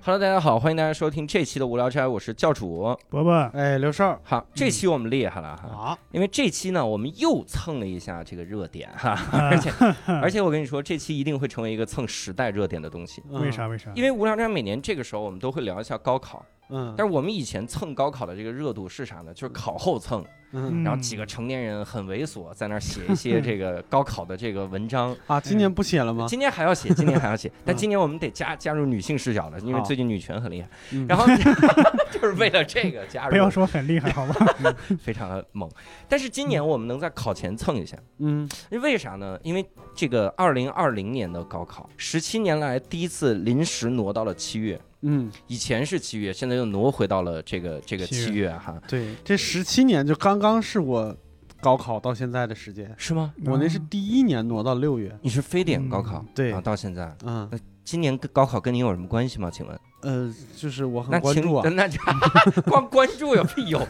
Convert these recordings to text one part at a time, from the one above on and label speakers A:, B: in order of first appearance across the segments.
A: Hello，大家好，欢迎大家收听这期的无聊斋，我是教主。
B: 伯伯，
C: 哎，刘少
A: 好，这期我们厉害了哈，
C: 啊，
A: 因为这期呢，我们又蹭了一下这个热点哈，
C: 嗯
A: 而 且而且我跟你说，这期一定会成为一个蹭时代热点的东西。
C: 嗯
B: 为？啥为啥？
A: 因为无聊斋每年这个时候我们都会聊一下高考，
C: 嗯，
A: 但是我们以前蹭高考的这个热度是啥呢？就是考后蹭，
C: 嗯
A: 然后几个成年人很猥琐，在那儿写一 些这个高考的这个文章。
C: 啊，今年不写了吗？
A: 今年还要写，今年还要写，但今年我们得加加入女性视角了，因为
C: 好
A: 最近女权很厉害。
C: 嗯
A: 然后 就是为了这个加入，
B: 不要说很厉害，好 吧？
A: 非常的猛。但是今年我们能在考前蹭一下，
C: 嗯
A: 为啥呢？因为这个二零二零年的高考，十七年来第一次临时挪到了七月，
C: 嗯，
A: 以前是七月，现在又挪回到了这个这个
B: 七月
A: 七月哈，
C: 对，这十七年就刚刚是我高考到现在的时间，
A: 是吗？
C: 我那是
B: 嗯
C: 第一年挪到六月。
A: 你是非典高考、
C: 对
A: 啊，，到现在。
C: 嗯
A: 今年跟高考跟您有什么关系吗？请问，
C: 呃，就是我
A: 那
C: 很关
A: 请
C: 注啊，
A: 那就 光关注有屁 用？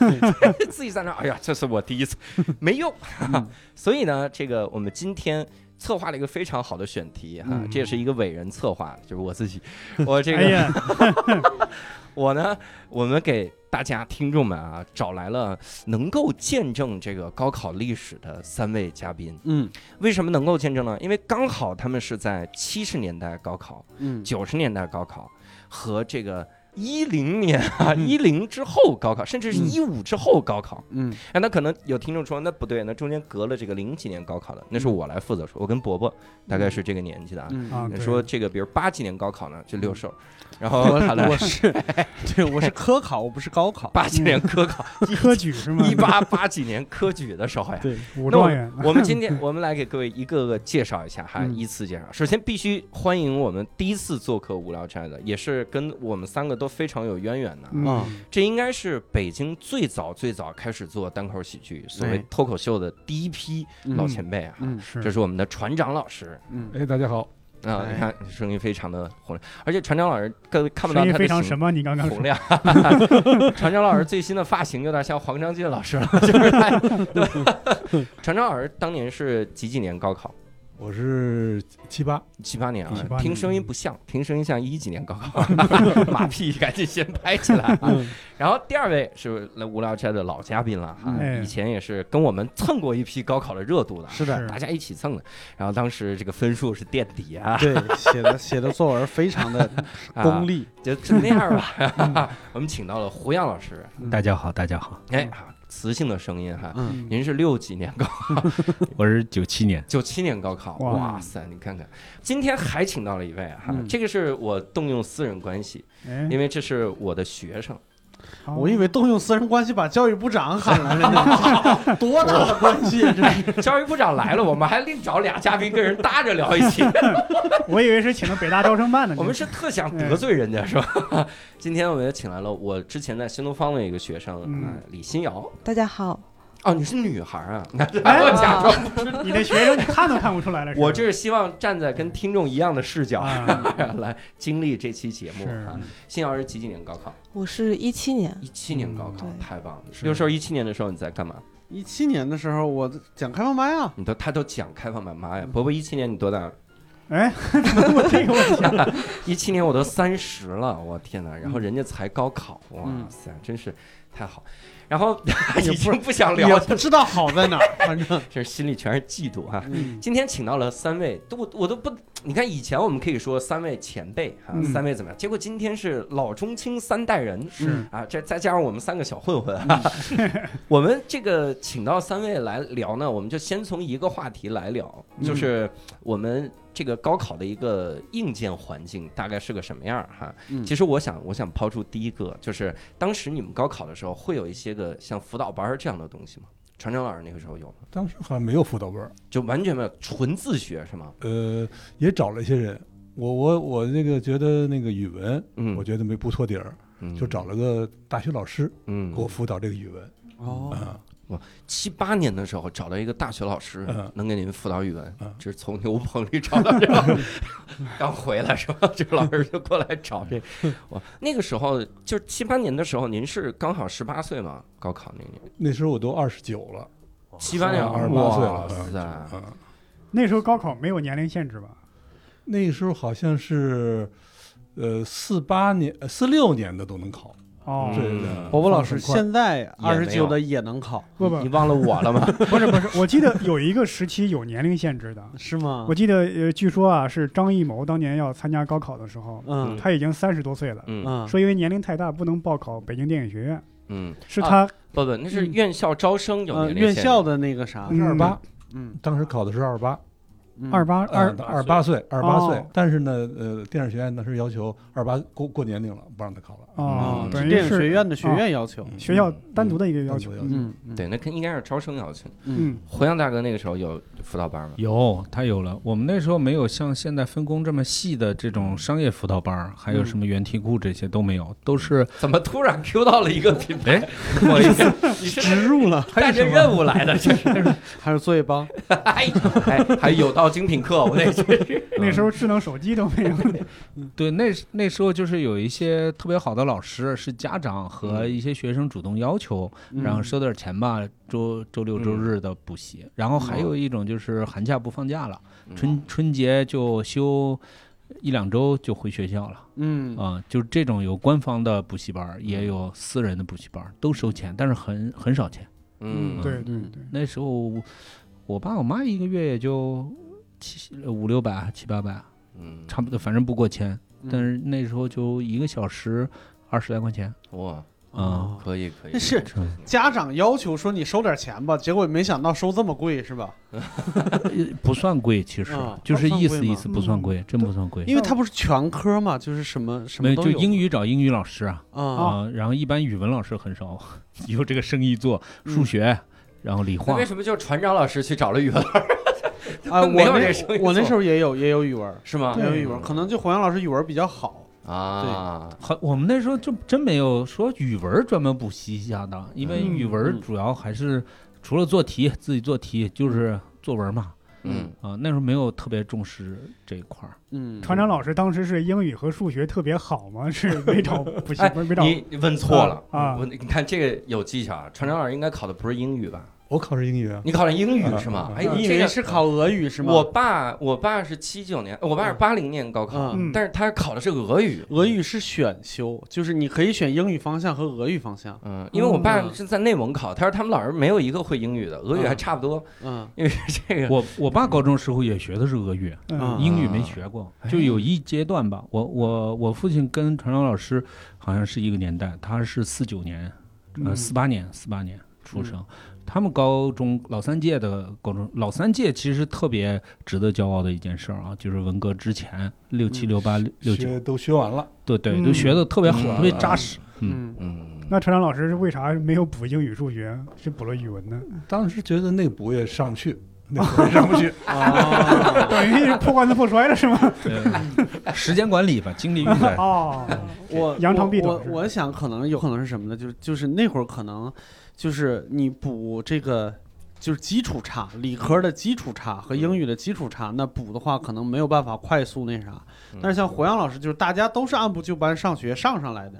A: 自己在那儿，哎呀，这是我第一次，没用。
C: 嗯
A: 所以呢，这个我们今天策划了一个非常好的选题哈，
C: 嗯
A: 这也是一个伟人策划，就是我自 己，我这个、
B: 哎呀，
A: 我呢，我们给大家听众们啊，找来了能够见证这个高考历史的三位嘉宾。
C: 嗯
A: 为什么能够见证呢？因为刚好他们是在七十年代高考、
C: 嗯，
A: 九十年代高考和这个。一零年啊，一零之后高考，甚至是
C: 嗯
A: 一五之后高考。
C: 嗯
A: 哎，那可能有听众说，那不对，那中间隔了这个零几年高考的，那是我来负责说，我跟伯伯大概是这个年纪的啊。
C: 嗯
B: 啊
A: 那
B: 对
A: 说这个，比如八几年高考呢，就六兽，然
C: 我
A: 后他来
C: 我是 对，我是科考，我不是高考。
A: 八几年科考，
B: 科举是吗？
A: 一八八几年科举的时候呀。
C: 嗯对，
B: 武
A: 那我
B: 状元，
A: 我们今天我们来给各位一个个介绍一下哈，
C: 嗯
A: 依次介绍。首先必须欢迎我们第一次做客无聊斋的，也是跟我们三个都非常有渊源的。
B: 嗯，
C: 啊
A: 这应该是北京最早最早开始做单口喜剧，所谓
C: 哎
A: 脱口秀的第一批老前辈啊。
C: 嗯
A: 这
B: 是
A: 是我们的船长老师
C: 嗯，
D: 哎，大家好，
A: 啊，
C: 哎
A: 你看声音非常的洪亮，而且船长老师各位看不到
B: 声音
A: 他的
B: 非常啊
A: 形
B: 什么？你刚刚
A: 洪
B: 说
A: 亮， 船长老师最新的发型有点像黄章进老师了，就是 他，对吧？船长老师当年是几几年高考？
D: 我是七八，
A: 七八年
B: 78
A: 啊，
B: 年
A: 听声音不像，听声音像一几年高考，马屁赶紧先拍起来啊！
C: 嗯
A: 然后第二位是来无聊斋的老嘉宾了哈，
B: 嗯
A: 以前也是跟我们蹭过一批高考的热度的，
C: 是的，
A: 大家一起蹭的。然后当时这个分数是垫底啊，
C: 对，写的写的作文非常的功嗯利。
A: 就就那样吧。 我们请到了胡杨老师，
E: 大家好，大家好，
A: 哎，啊磁性的声音哈。
C: 嗯，
A: 您是六几年高，
E: 我是九七年，
A: 九七年高考，
B: 哇
A: 哇塞！你看看，今天还请到了一位啊哈，
C: 嗯
A: 这个是我动用私人关系，
B: 哎，
A: 因为这是我的学生，
B: 哦
C: 我以为动用私人关系把教育部长喊来了 呢，多大的关系啊？这是
A: 教育部长来了，我们还另找俩嘉宾跟人搭着聊一期，
B: 我以为是请的北大招生 办的 呢。
A: 我们是特想得罪人家是吧？ 今天我们也请来了我之前在新东方的一个学生、
B: 嗯
A: 啊李新瑶，
F: 大家好，
A: 哦，你是女孩啊？
B: 哎
A: 我假装不，
B: 你的学生，你看都看不出来了。是吧
A: 我这是希望站在跟听众一样的视角、
B: 啊
A: 来经历这期节目
B: 是嗯
A: 啊。新瑶是几几年高考？
F: 我是一七年，
A: 一七年高考，
F: 嗯对
A: 太棒了！六兽一七年的时候你在干嘛？
C: 一七年的时候，我讲开放麦啊，
A: 你都他都讲开放麦，妈呀！伯伯一七年你多大？
B: 哎， 我这个问题
A: 一七年我都三十了，我天哪！然后人家才高考，哇塞，真是太好。然后 已经不想聊
C: 也，不知道好在哪儿，反正
A: 这心里全是嫉妒哈、
C: 嗯
A: 今天请到了三位，都我我都不，你看以前我们可以说三位前辈啊，
B: 嗯
A: 三位怎么样？结果今天是老中青三代人，
B: 是嗯
A: 啊，这再加上我们三个小混混，哈哈 我们这个请到三位来聊呢，我们就先从一个话题来聊，
B: 嗯
A: 就是我们这个高考的一个硬件环境大概是个什么样儿哈。
C: 嗯
A: 其实我想，我想抛出第一个，就是当时你们高考的时候，会有一些个像辅导班儿这样的东西吗？船长老师那个时候有吗？
D: 当时好像没有辅导班儿，
A: 就完全没有，纯自学是吗？
D: 呃，也找了一些人，我我我那个觉得那个语文，
A: 嗯，
D: 我觉得没不托底儿，
A: 嗯
D: 就找了个大学老师
A: 嗯
D: 给我辅导这个语文
C: 哦，
D: 啊，
A: 七八年的时候找到一个大学老师
D: 嗯，
A: 能给你们辅导语文
D: 嗯，
A: 这是从牛棚里找到这 个，刚回来是吧？这个老师就过来找这， 我那个时候就是七八年的时候，您是刚好十八岁嘛？高考那年，
D: 那时候我都二十九了，
A: 七八年
D: 二十八岁了
A: 哇塞！
D: 嗯，
B: 那时候高考没有年龄限制吧？
D: 那时候好像是，呃，四八年、呃四六年的都能考。
B: 哦，
A: 嗯
D: 对的，
C: 伯伯老师
D: 很快
C: 现在
A: 也
C: 二
A: 没
C: 十九
A: 有
C: 的也能考，
B: 不
A: 你
B: 不
A: 忘了我了吗？
B: 不是不是，我记得有一个时期有年龄限制的，
C: 是吗
B: 我？记得呃，据说啊是张艺谋当年要参加高考的时候，
C: 嗯
B: 他已经三十多岁了，
A: 嗯
C: 嗯，
B: 说因为年龄太大不能报考北京电影学院，
A: 嗯，
B: 是他
A: 不不，那是
C: 嗯
A: 院校招生有
C: 呃，
A: 年龄
D: 嗯
C: 院
A: 限
C: 校
A: 制
C: 的那个啥，
B: 嗯
D: 二八，
C: 嗯，
D: 当时考的是二八，
C: 嗯
B: 二八二
D: 呃二八岁，二八岁
B: 哦。
D: 但是呢，呃，电影学院当时要求二八过过年龄了，不让他考了。
B: 哦
A: 嗯，
B: 等于
C: 电影
B: 是
C: 学院的哦学院要求，
D: 嗯
B: 学校单独的一个要求，
D: 单独
C: 嗯，嗯
A: 对，那肯应该是招生要求。
C: 嗯
B: 嗯
A: 胡杨大哥那个时候有辅导班吗？
E: 有，他有了。我们那时候没有像现在分工这么细的这种商业辅导班儿，还有什么原题库这些都没有，都是
A: 怎么突然 Q 到了一个品牌？不好意思，你是
C: 植入了，
A: 带着任务来的， 这是。
C: 还有作业帮，
A: 哎哎，还有道精品课，我得去。
B: 那时候智能手机都没有，
E: 对那那时候就是有一些特别好的老师，是家长和
A: 嗯
E: 一些学生主动要求，
C: 嗯
E: 然后收点钱吧，周周六周日的补习。然后还有一种就是寒假不放假了，
A: 嗯
E: 春春节就休一两周就回学校了。
C: 嗯
A: 哦
E: 啊、就是这种有官方的补习班儿，也有私人的补习班儿，都收钱，但是很很少钱。
A: 嗯，
B: 对对
C: 嗯
B: 对，
E: 那时候我爸我妈一个月也就七五六百七八百，
A: 嗯，
E: 差不多，反正不过千。
C: 嗯
E: 但是那时候就一个小时二十来块钱，
A: 哇，
C: 哦
E: 啊
A: 可以可以，
C: 那是家长要求说你收点钱吧，结果没想到收这么贵，是吧？
E: 不算贵，其实、
C: 啊
E: 就是
C: 不算
E: 意
C: 贵
E: 思意
C: 吗
E: 思，不算贵，真不算贵。
C: 因为他不是全科嘛，就是什么什
E: 没
C: 么
E: 有
C: 都
E: 就
C: 有
E: 英语找英语老师啊，
C: 啊，
E: 啊、然后一般语文老师很少 有这个生意做，
C: 嗯
E: 数学，然后理
A: 那
E: 化
A: 为，什么就船长老师去找了语文老师
C: 啊，我
A: 没有这生意
C: 那我那
A: 做啊
C: 时候也有也有语文，
A: 是吗
C: 也有语文，可能就黄洋老师语文比较好，
A: 啊，
E: 好，我们那时候就真没有说语文专门补习一下的，因为
B: 嗯
E: 语文主要还是除了做题，自己做题就是作文嘛。
A: 嗯，
E: 啊，那时候没有特别重视这一块儿。
C: 嗯，
B: 船长老师当时是英语和数学特别好吗？ 是没找补习
A: 哎，
B: 没没找
A: 你问错了
B: 啊啊
A: 我你看这个有技巧啊，船长老师应该考的不是英语吧？
D: 我考的是英语啊。
A: 你考的英语是吗
D: 啊？
A: 哎，
C: 你以
A: 这
C: 为
A: 个
C: 是考俄语是吗？
A: 我爸，我爸是七九年，呃我爸是
C: 嗯
A: 八零年高考，
C: 嗯
B: 嗯
A: 但是他考的是俄语。
C: 俄语是选修，就是你可以选英语方向和俄语方向。
A: 嗯，因为我爸
C: 嗯
A: 是在内蒙考，他说他们老师没有一个会英语的，俄语还差不多。
C: 嗯
A: 因为这个
E: 我我爸高中时候也学的是俄语，
B: 嗯
C: 啊哎
E: 英语没学过，就有一阶段吧。我我我父亲跟传长老师好像是一个年代，他是四九年，呃
B: 嗯
E: 四八年四八年出生。
C: 嗯
E: 他们高中老三届的高中，老三届其实特别值得骄傲的一件事儿啊，就是文革之前六七
C: 嗯
E: 六八六六九，
D: 学都学完了，
E: 对对，
B: 嗯
E: 都学的特别好，
A: 嗯
E: 特别扎实。嗯，
C: 嗯
A: 嗯，
B: 那船长老师是为啥没有补英语数学，是补了语文呢？
D: 当时觉得那补也上不去，那补也上不
C: 嗯
D: 去。
C: 啊，
B: 等于是破罐子破摔了是吗？
E: 对时间管理吧，精力运载。
C: 嗯
B: 哦，
C: 我
B: 扬长避短
C: 我
B: 是吧
C: 我想可能有可能是什么呢？就是就是那会儿可能就是你补这个。就是基础差，理科的基础差和英语的基础差，那补的话可能没有办法快速那啥
A: 嗯。
C: 但是像胡杨老师，就是大家都是按部就班上学上上来的，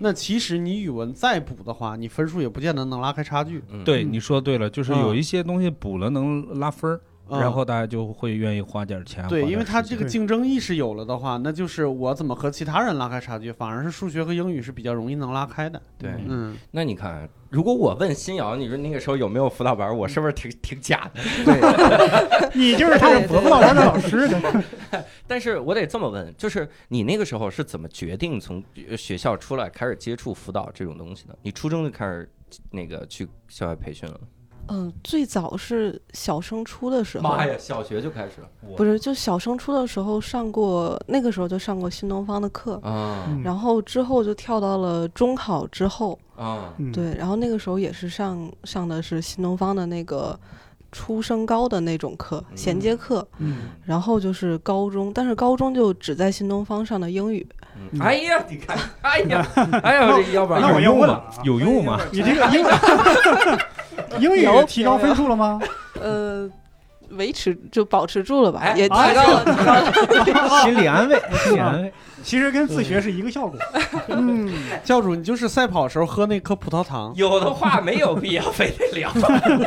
C: 那其实你语文再补的话，你分数也不见得能拉开差距。
A: 嗯
E: 对，你说对了，就是
C: 嗯
E: 有一些东西补了能拉分儿，
C: 嗯
E: 然后大家就会愿意花点钱。
C: 对，
E: 花点
C: 因为他
E: 时
C: 这
E: 间
C: 个
B: 对
C: 竞争意识有了的话，那就是我怎么和其他人拉开差距，反而是数学和英语是比较容易能拉开的。
A: 对。
C: 嗯，
A: 那你看，如果我问新瑶，你说那个时候有没有辅导班，我是不是挺挺假的？
B: 你就是他是伯伯老师的老师的，
A: 但是我得这么问，就是你那个时候是怎么决定从呃学校出来开始接触辅导这种东西的？你初中就开始那个去校外培训了？
G: 嗯，最早是小升初的时候，
A: 妈呀，小学就开始了
G: 不是，就小升初的时候上过，那个时候就上过新东方的课，
A: 啊
B: 嗯
G: 然后之后就跳到了中考之后，
A: 啊！
B: 嗯，
G: 对，然后那个时候也是上上的是新东方的那个初升高的那种课，衔接课，
B: 嗯
G: 然后就是高中，但是高中就只在新东方上的英语，
A: 嗯哎呀，你看， 哎呀，哎呀，这要不然
B: 那我
E: 有
B: 要
E: 用
B: 问了
E: 吗
B: 啊？
E: 有用吗？
B: 你这个英 英语
G: 有
B: 提高分数了吗？
G: 呃，维持就保持住了吧，
A: 哎
G: 也提
B: 哎
G: 高了，提高了。
F: 心理安慰，心理安慰。
B: 其实跟自学是一个效果。嗯，
C: 教主，你就是赛跑时候喝那颗葡萄糖。
A: 有的话没有必要非得聊，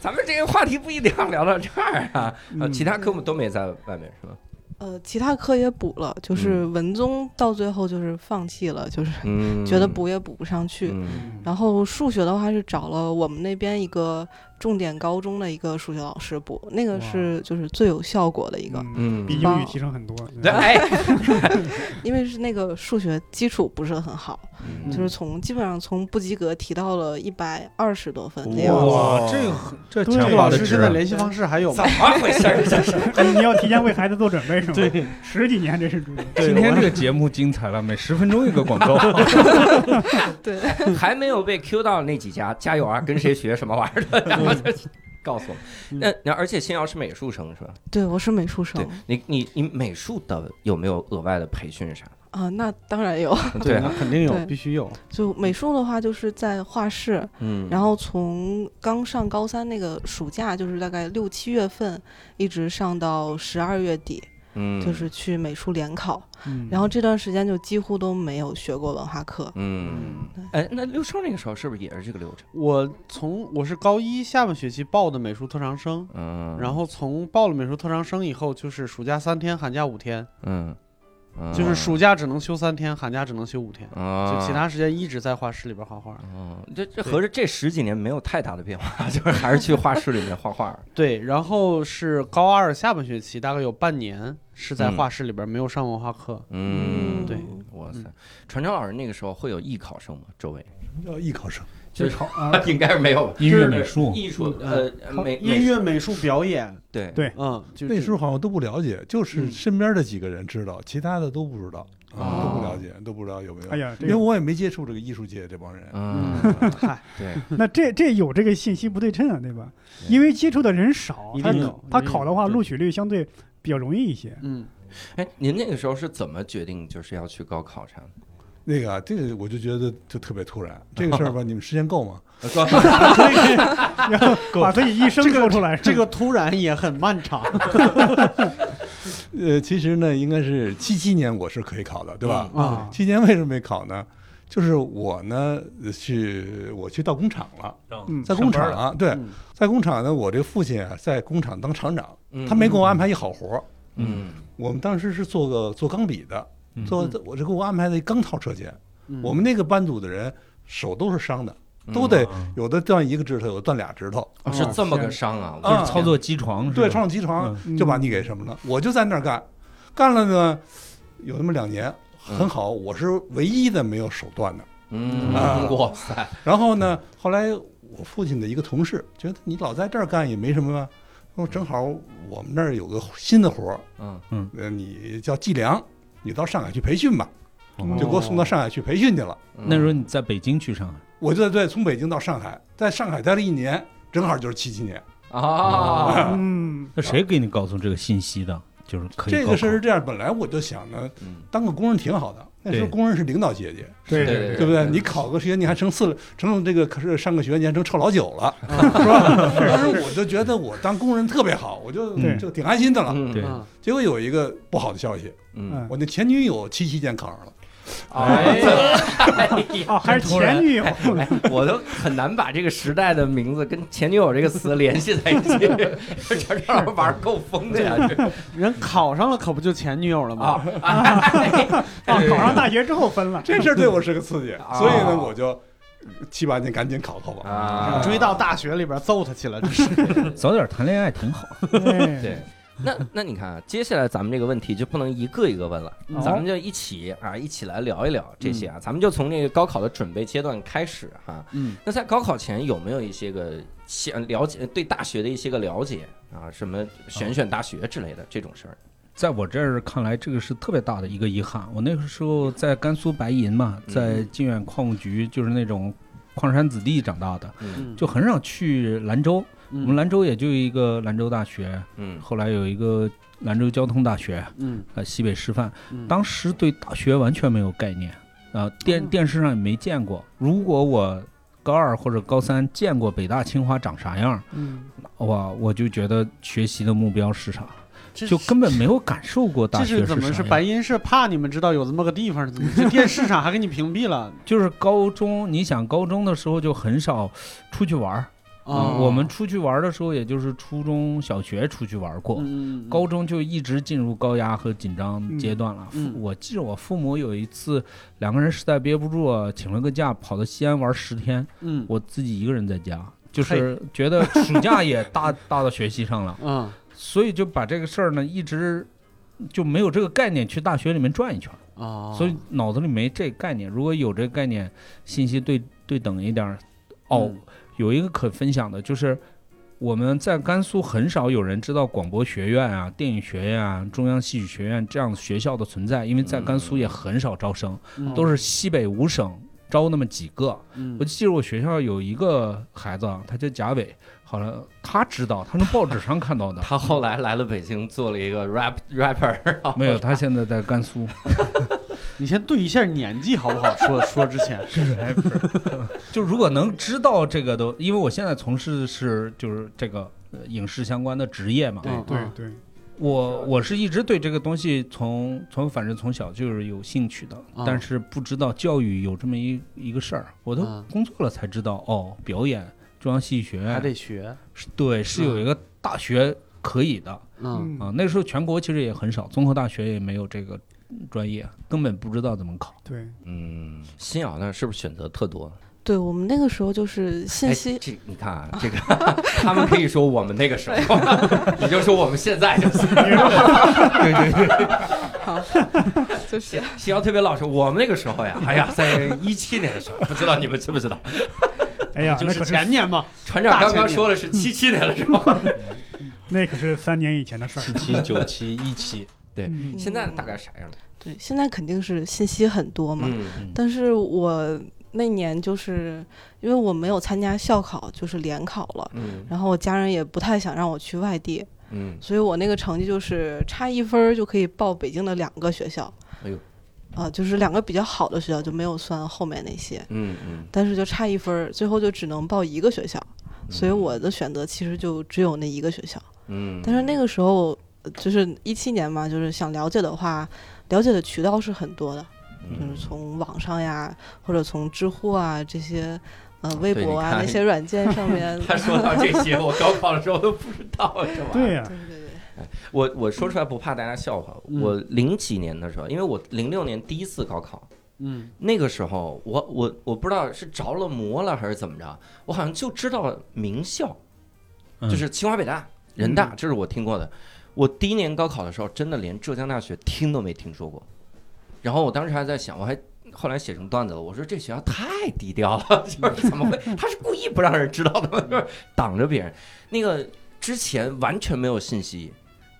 A: 咱们这个话题不一定要聊到这儿啊。啊，
B: 嗯
A: 其他科目都没在外面是吧？
G: 呃，其他科也补了，就是文综到最后就是放弃了，就是
A: 嗯
G: 觉得补也补不上去。
A: 嗯
G: 然后数学的话是找了我们那边一个重点高中的一个数学老师补，那个是就是最有效果的一个，
B: 嗯，
A: 嗯，
B: 比英语提升很 多。
A: 对，哎，
G: 因为是那个数学基础不是很好，
A: 嗯
G: 就是从基本上从不及格提到了一百二十多分
E: 哎
G: 那样。
F: 哇，
C: 这个
F: 这
C: 这
F: 强
C: 个
F: 化
C: 啊老
F: 的
C: 师
F: 值
C: 现在联系方式还有
A: 怎？
C: 吗
A: 么回事儿？ 这是
B: 你要提前为孩子做准备是吗？
C: 对，
B: 十几年这是主流。
E: 今天这个节目精彩了，每十分钟一个广告。
G: 对，
A: 还没有被 Q 到那几家，加油啊！跟谁学什么玩意儿的？然后就告诉我们。那那而且新瑶是美术生是吧？
G: 对我是美术生
A: 对你你你美术的有没有额外的培训啥？
G: 啊、那当然有。
A: 对
C: 那
A: 啊，
C: 肯定有，
G: 对
C: 必须有。
G: 就美术的话，就是在画室，
A: 嗯，
G: 然后从刚上高三那个暑假，就是大概六七月份，一直上到十二月底，
A: 嗯
G: 就是去美术联考。
B: 嗯
G: 然后这段时间就几乎都没有学过文化课。
A: 嗯，哎，那六超那个时候是不是也是这个流程？
C: 我从我是高一下半学期报的美术特长生，
A: 嗯，
C: 然后从报了美术特长生以后，就是暑假三天，寒假五天，
A: 嗯，嗯
C: 就是暑假只能休三天，寒假只能休五天，
A: 啊，
C: 就其他时间一直在画室里边画画。
A: 哦，这这合着这十几年没有太大的变化， 就是还是去画室里面画画。
C: 对，然后是高二下半学期，大概有半年是在
A: 嗯
C: 画室里边没有上文化课。
A: 嗯，
G: 对
A: 哇塞，传承老师那个时候会有艺考生吗？周围
D: 要艺考生，
A: 就是
B: 考啊，
A: 应该是没有吧
E: 音乐美术，
A: 艺术呃美
C: 音乐、美术表演，
A: 对
B: 对
C: 嗯，就
D: 那
C: 是
D: 时候好像都不了解，就是
C: 嗯
D: 身边的几个人知道，其他的都不知道，啊，都不
A: 哦
D: 了解，都不知道有没有。
B: 哎呀，这
D: 因
B: 个
D: 为我也没接触这个艺术界这帮人。
A: 嗯，
C: 嗨，
A: 对，
B: 那这这有这个信息不对称啊，对吧？
A: 对
B: 因为接触的人少，
C: 一
B: 他
C: 定有
B: 他
C: 一定
B: 考的
C: 有
B: 话
C: 对
B: 录取率相对比较容易一些。
C: 嗯，
A: 哎，您那个时候是怎么决定就是要去高考啥的？
D: 那个啊，这个我就觉得就特别突然，这个事儿 吧，你们时间够吗？
B: 然后把自己一生说出来，
C: 这个突然也很漫长，
D: 呃，其实呢，应该是七七年我是可以考的，对吧？
B: 啊，
D: 嗯七年为什么没考呢？就是我呢去我去到工厂了，
B: 嗯
D: 在工厂
E: 上
D: 啊，对，
C: 嗯
D: 在工厂呢，我这父亲啊在工厂当厂长，
A: 嗯
D: 他没给我安排一好活儿。
A: 嗯
D: 我们当时是做个做钢笔的，
B: 嗯
D: 做我这给我安排的一钢套车间。
C: 嗯
D: 我们那个班组的人手都是伤的，
A: 嗯
D: 都得
B: 嗯
D: 有的断一个指头，有的断俩指头，
A: 哦是这么个伤啊，
D: 啊
E: 操作机床
D: 对，
E: 操
D: 创机床
B: 嗯
D: 就把你给什么了。我就在那儿干，干了呢，有那么两年，很好，我是唯一的没有手断的。
A: 嗯，
D: 啊
A: 哇塞，
D: 然后呢，后来我父亲的一个同事觉得你老在这儿干也没什么啊，说正好我们那儿有个新的活儿，
A: 嗯
D: 呃，你叫计量，你到上海去培训吧，
B: 嗯
D: 就给我送到上海去培训去了。
E: 哦
A: 嗯
E: 那时候你在北京去上海，
D: 我就对从北京到上海，在上海待了一年，正好就是七七年。
A: 啊，
B: 嗯，
E: 那谁给你告诉这个信息的？就是可以
D: 这
E: 高考
D: 个事儿是这样，本来我就想呢，
A: 嗯
D: 当个工人挺好的。那时候
E: 对
D: 工人是领导阶级，
B: 对
A: 对嗯
B: 对
D: 对不对？你考个学，你还成四了，成这个可是上个学，你还成臭老九了， 是吧？当时我就觉得我当工人特别好，我就
E: 对
D: 就挺安心的了。
A: 嗯
E: 对
C: 啊
D: 结果有一个不好的消息，
A: 嗯，
D: 我那前女友七七年考上了，
A: 哎呀， 哎呀
B: 哦，还是前女友，哦
A: 哎，我都很难把这个时代的名字跟前女友这个词联系在一起。 这让我玩儿够疯的呀！这
C: 人考上了可不就前女友了吗？
A: 啊，哎
B: 啊，考上大学之后分了，
D: 这事儿对我是个刺激
A: 啊，
D: 所以呢，我就七八年赶紧考考吧。
A: 啊，
C: 追到大学里边揍他去了，这是。
E: 早点谈恋爱挺好。
B: 对
A: 对。 那那你看啊，接下来咱们这个问题就不能一个一个问了，
C: 嗯
B: 哦
A: 咱们就一起啊，一起来聊一聊这些啊，咱们就从这个高考的准备阶段开始哈、
C: 嗯，
A: 那在高考前有没有一些个想了解对大学的一些个了解啊？什
C: 哦
A: 么选选大学之类的这种事儿？
E: 在我这儿看来，这个是特别大的一个遗憾。我那个时候在甘肃白银嘛，
A: 嗯
E: 在靖远矿务局，就是那种矿山子弟长大的，
A: 嗯
E: 就很少去兰州。
C: 嗯
E: 我们兰州也就一个兰州大学，
A: 嗯
E: 后来有一个兰州交通大学，
C: 嗯
E: 呃，西北师范。
C: 嗯
E: 当时对大学完全没有概念，啊、电电视上也没见过。如果我高二或者高三见过北大清华长啥样，
C: 嗯，
E: 哇，我就觉得学习的目标是啥，
C: 这
E: 就根本没有感受过大
C: 这
E: 学
C: 是
E: 啥
C: 怎么是
E: 样
C: 白银社怕你们知道有这么个地方？怎么 这电视上还给你屏蔽了？
E: 就是高中，你想高中的时候就很少出去玩儿嗯
C: 啊、
E: 我们出去玩儿的时候，也就是初中小学出去玩儿过。
C: 嗯
E: 高中就一直进入高压和紧张阶段了。
C: 嗯
E: 父我记得我父母有一次两个人实在憋不住啊，请了个假跑到西安玩十天，
C: 嗯
E: 我自己一个人在家，就是觉得暑假也 搭搭到学习上了，
C: 嗯
E: 所以就把这个事儿呢一直就没有这个概念去大学里面转一圈儿，
C: 啊，
E: 所以脑子里没这概念。如果有这个概念，信息对对等一点儿，哦，
C: 嗯
E: 有一个可分享的，就是我们在甘肃很少有人知道广播学院啊、电影学院啊、中央戏剧学院这样学校的存在，因为在甘肃也很少招生，
C: 嗯
E: 都是西北五省招那么几个。
C: 嗯
E: 我记得我学校有一个孩子啊，他叫贾伟，好了，他知道，他从报纸上看到
G: 啊
E: 的。
A: 他后来来了北京，做了一个 rap rapper，然后
E: 没有，他现在在甘肃。
C: 你先对一下年纪好不好？说 说之前，
E: 就如果能知道这个都，因为我现在从事的是就是这个呃影视相关的职业嘛，
C: 嗯
D: 对对，
E: 我我是一直对这个东西从从反正从小就是有兴趣的，
C: 啊
E: 但是不知道教育有这么一一个事儿，我都
C: 啊
E: 工作了才知道哦，表演中央戏剧学
C: 还
E: 院
C: 得学，
E: 是对是有一个大学可以的
C: 嗯
E: 啊
B: 嗯，，
E: 那时候全国其实也很少，综合大学也没有这个专业，根本不知道怎么考。
B: 对，
A: 嗯，新瑶那是不是选择特多？
G: 对我们那个时候就是 信
A: 哎
G: 息，
A: 这你看 啊，这个他们可以说我们那个时候，你就说我们现在就行。
G: 好，就是
A: 新瑶特别老实，我们那个时候 呀，哎呀，在一七年的时候，不知道你们知不知道，
B: 哎呀，
C: 就
B: 那
C: 是
B: 可是
C: 前年嘛，
A: 船长刚刚说的是七七年的时候，
B: 那可是三年以前的事儿。
F: 七九七一七，
A: 对
B: 嗯
A: 现在大概啥样的？
G: 对，现在肯定是信息很多嘛。
A: 嗯，
G: 但是我那年就是因为我没有参加校考，就是联考了，
A: 嗯
G: 然后我家人也不太想让我去外地，
A: 嗯，
G: 所以我那个成绩就是差一分儿就可以报北京的两个学校。
A: 哎呦，
G: 啊，就是两个比较好的学校，就没有算后面那些，
A: 嗯嗯，
G: 但是就差一分儿，最后就只能报一个学校，所以我的选择其实就只有那一个学校。
A: 嗯，
G: 但是那个时候呃就是一七年嘛，就是想了解的话，了解的渠道是很多的，就
A: 嗯
G: 是从网上呀，或者从知乎啊这些，呃，微
A: 对
G: 博
A: 你
G: 啊
A: 看。
G: 那些软件上面
A: 他说到这些，我高考的时候都不知道这玩意儿。
B: 对呀、
G: 对对对，
A: 我我说出来不怕大家笑话。
C: 嗯
A: 我零几年的时候，因为我零六年第一次高考，
C: 嗯
A: 那个时候我我我不知道是着了魔了还是怎么着，我好像就知道名校，
E: 嗯
A: 就是清华、北大、人大，这是我听过的。我第一年高考的时候，真的连浙江大学听都没听说过。然后我当时还在想，我还后来写成段子了，我说这学校太低调了， 就是怎么会？他是故意不让人知道的吗？就是 挡着别人。那个之前完全没有信息，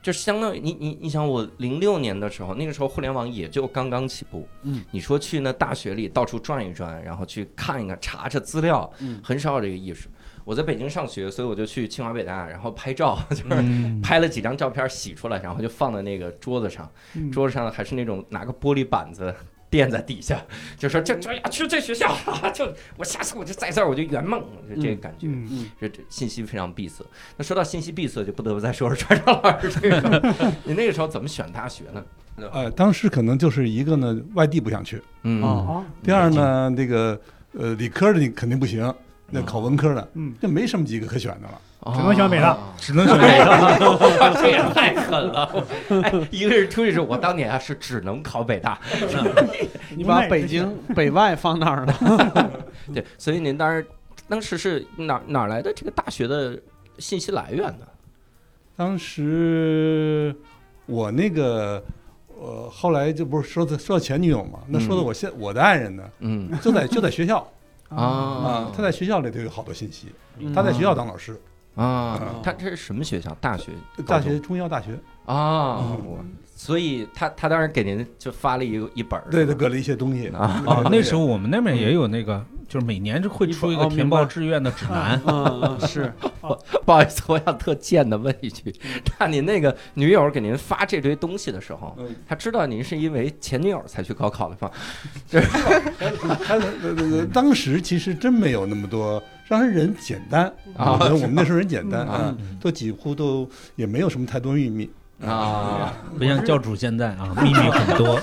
A: 就相当于你你你想，我零六年的时候，那个时候互联网也就刚刚起步。
C: 嗯，
A: 你说去那大学里到处转一转，然后去看一看、查查资料，
C: 嗯
A: 很少有这个意识。我在北京上学，所以我就去清华北大，然后拍照， 就是
E: 嗯，
A: 拍了几张照片洗出来，然后就放在那个桌子上。
B: 嗯
A: 桌子上还是那种拿个玻璃板子垫在底下，就说这这呀去这学校，啊就我下次我就在这儿我就圆梦，就这个感觉。
B: 嗯，
A: 这这信息非常闭塞。那说到信息闭塞，就不得不再说说川上老师这个， 你那个时候怎么选大学呢？
D: 呃，当时可能就是一个呢，外地不想去；
A: 嗯
C: 哦
B: 啊，
D: 第二呢，这个呃，理科的你肯定不行，那考文科的，
B: 嗯，
D: 这没什么几个可选的了。
A: 只
B: 只能选北大
F: 只能选北大。
A: 哦 这也太狠了！哎，一个人出去说，我当年啊是只能考北大，
C: 你把北京北外放那儿 了？
A: 对，所以您当时当时是哪哪儿来的这个大学的信息来源呢？
D: 当时我那个呃，后来就不是说的说到前女友嘛，那说的我现我的爱人呢，
A: 嗯
D: 就在就在学校
A: 啊
D: 啊，他在学校里头有好多信息，
C: 嗯
D: 他在学校当老师，
A: 啊，他这是什么学校？大学？
D: 大
A: 高
D: 学
A: 中
D: 中医药大学，
A: 啊？我所以他他当时给您就发了一一本儿，
D: 对
A: 是
D: 他
A: 吧
D: 搁了一些东西
A: 啊
E: 哦，那时候我们那边也有那个就是每年就会出一
C: 哦
E: 个
C: 明
E: 填
C: 白
E: 报志愿的指南。
C: 嗯嗯是，
A: 不好意思，我想特贱的问一句，那您那个女友给您发这堆东西的时候
D: 嗯，
A: 她知道您是因为前女友才去高考的吗？
D: 他呃当时其实真没有那么多，当时人简单
A: 啊
D: 我们我们那时候人简单
A: 嗯
D: 啊，都几乎都也没有什么太多秘密。
A: 啊，
E: 不像教主现在啊，秘密很多。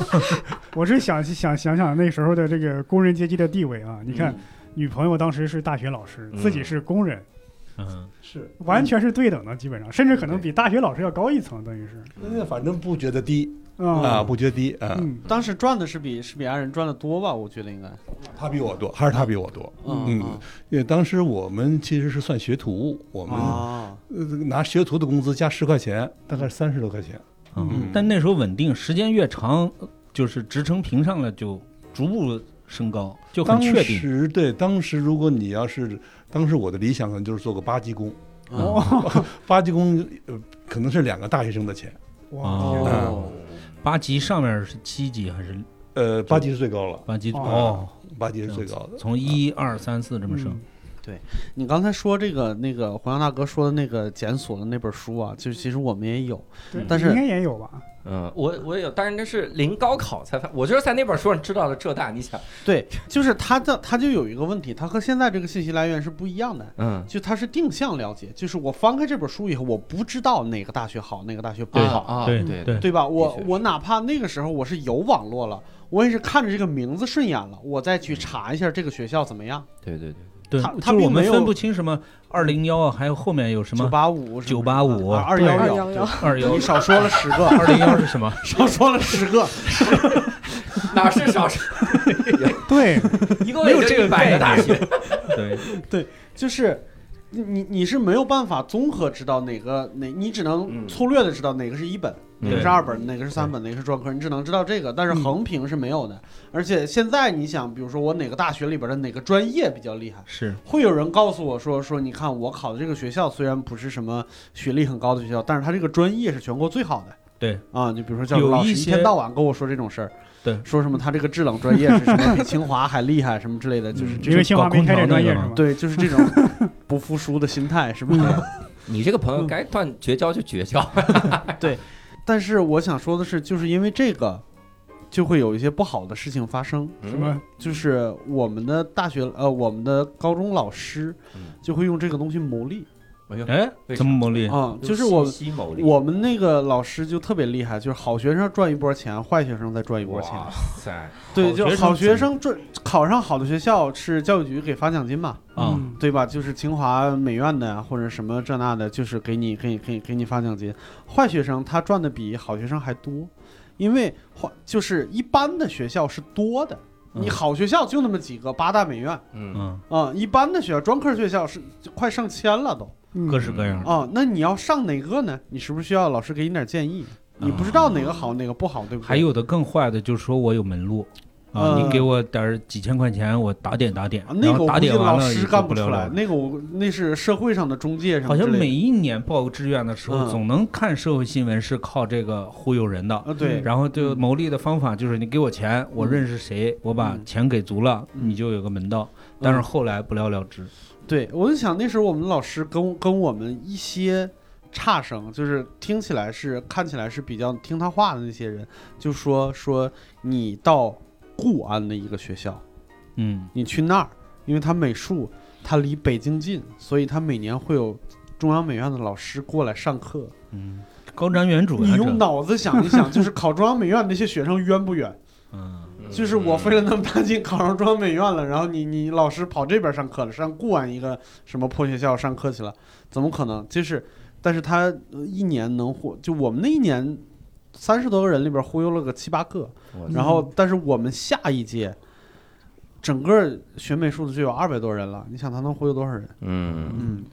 B: 我是想想想想那时候的这个工人阶级的地位啊，你看。女朋友当时是大学老师，
A: 嗯
B: 自己是工人，
E: 嗯，
D: 是，
B: 完全是对等的，基本上，甚至可能比大学老师要高一层，等于是
D: 那反正不觉得低
B: 啊
D: 啊，不觉得低啊。
B: 嗯，
C: 当时赚的是比是比爱人赚的多吧？我觉得应该，
D: 他比我多，还是他比我多。
C: 嗯
D: 因为当时我们其实是算学徒，我们
C: 啊，
D: 呃拿学徒的工资加十块钱，大概三十多块钱。嗯
E: 但那时候稳定，时间越长，就是职称评上了就逐步升高，就很
D: 当
E: 确定。
D: 时对，当时如果你要是，当时我的理想可能就是做个八级工，
E: 哦，
D: 八级工呃可能是两个大学生的钱，
B: 哇，
E: 哦八级上面是七级还是
D: 呃，八级是最高了，
E: 八级？
B: 哦嗯
E: 哦，
D: 八级是最高的。
E: 从一二三四这么升。
C: 你刚才说这个那个黄洋大哥说的那个检索的那本书啊，就其实我们也有，
B: 对
C: 但是
B: 应该也有吧？
A: 嗯，我我有，当然这是临高考才发，我就是在那本书上知道的浙大，你想，
C: 对，就是他的他就有一个问题，他和现在这个信息来源是不一样的。
A: 嗯，
C: 就他是定向了解，就是我翻开这本书以后，我不知道哪个大学好，哪个大学不
E: 对
C: 好，
A: 啊，
E: 对
A: 对
E: 对
C: 对吧？我
A: 的确
C: 我哪怕那个时候我是有网络了，我也是看着这个名字顺眼了，我再去查一下这个学校怎么样，
A: 对对对，
E: 对，
C: 他他
E: 就是我
C: 并没
E: 们
C: 有
E: 分不清什么二零幺啊，还有后面有什
C: 九
E: 么
C: 八五、啊
E: 985
C: 二
D: 对
C: 幺
G: 211
C: 幺，
E: 二
C: 对
E: 幺
C: 你少说了十个，
E: 二零幺是什么？
C: 少说了十个，
A: 哪是少数，
B: 对，
A: 一共也就
E: 没有这个
A: 一百个大学，
E: 对，
C: 就是。你你你是没有办法综合知道哪个哪，你只能
A: 嗯
C: 粗略的知道哪个是一本，哪个
E: 对
C: 是二本，哪个是三本，哪个是专科，你只能知道这个，但是横屏是没有的。而且现在你想，比如说我哪个大学里边的哪个专业比较厉害，
E: 是
C: 会有人告诉我说说，你看我考的这个学校虽然不是什么学历很高的学校，但是它这个专业是全国最好的。
E: 对
C: 啊，你比如说教育
E: 有
C: 老师
E: 一
C: 一
E: 些
C: 天到晚跟我说这种事儿，
E: 对
C: 说什么他这个制冷专业是什么比清华还厉害什么之类的，就是这
B: 嗯因为
C: 种
B: 清华没开这专业是吗？
C: 对， 就是这种不服输的心态，是吧？
A: 你这个朋友该断绝交就绝交，
C: 但是我想说的是，就是因为这个，就会有一些不好的事情发生。
B: 什
A: 嗯
B: 么
C: 就是我们的大学呃，我们的高中老师
A: 嗯
C: 就会用这个东西牟利
E: 哎，
A: 为
E: 怎么牟利？
C: 啊、就是我
A: 信息牟利，
C: 我们那个老师就特别厉害，就是好学生赚一波钱，坏学生再赚一波钱
A: 哇。塞，
C: 对，
E: 好
C: 就
E: 学生
C: 好学生赚考上好的学校是教育局给发奖金嘛，
E: 啊，
B: 嗯
C: 对吧？就是清华美院的或者什么这那的，就是给你给你给你给你发奖金。坏学生他赚的比好学生还多，因为坏就是一般的学校是多的，
E: 嗯
C: 你好学校就那么几个，八大美院
A: 嗯，
E: 嗯，
C: 啊、一般的学校专科学校是就快上千了都。
B: 嗯
E: 各式各样的。
C: 哦，那你要上哪个呢？你是不是需要老师给你点建议？你不知道哪个好，哪个不好，对不对？
E: 啊还有的更坏的，就是说我有门路啊，
C: 呃
E: 你给我点儿几千块钱，我打点打点
C: 啊，
E: 然
C: 那个
E: 后
C: 我
E: 打
C: 估计
E: 点完
C: 老
E: 了
C: 师
E: 也
C: 干
E: 不
C: 出
E: 了
C: 来，
E: 了。
C: 那个我那是社会上的中介什么
E: 好像
C: 之类的
E: 每一年报志愿的时候，
C: 嗯
E: 总能看社会新闻是靠这个忽悠人的。
C: 啊对，
E: 然后就牟利的方法就是你给我钱，我认识谁，我把
C: 嗯
E: 钱给足了，
C: 嗯
E: 你就有个门道。但是后来不了了之。
C: 对我就想那时候我们老师跟跟我们一些差生，就是听起来是看起来是比较听他话的那些人，就说说你到固安的一个学校，
E: 嗯，
C: 你去那儿，因为他美术他离北京近，所以他每年会有中央美院的老师过来上课。
E: 嗯，高瞻远瞩
C: 你
E: 呀，
C: 用
E: 这
C: 脑子想一想，就是考中央美院那些学生冤不冤？
E: 嗯，
C: 就是我费了那么大劲考上中央美院了，然后你你老师跑这边上课了，上固安一个什么破学校上课去了，怎么可能？就是，但是他呃一年能忽，就我们那一年三十多个人里边忽悠了个七八个，
A: 我
B: 嗯
C: 然后但是我们下一届。整个学美术的就有二百多人了，你想他能忽悠多少人？
A: 嗯。
C: 嗯，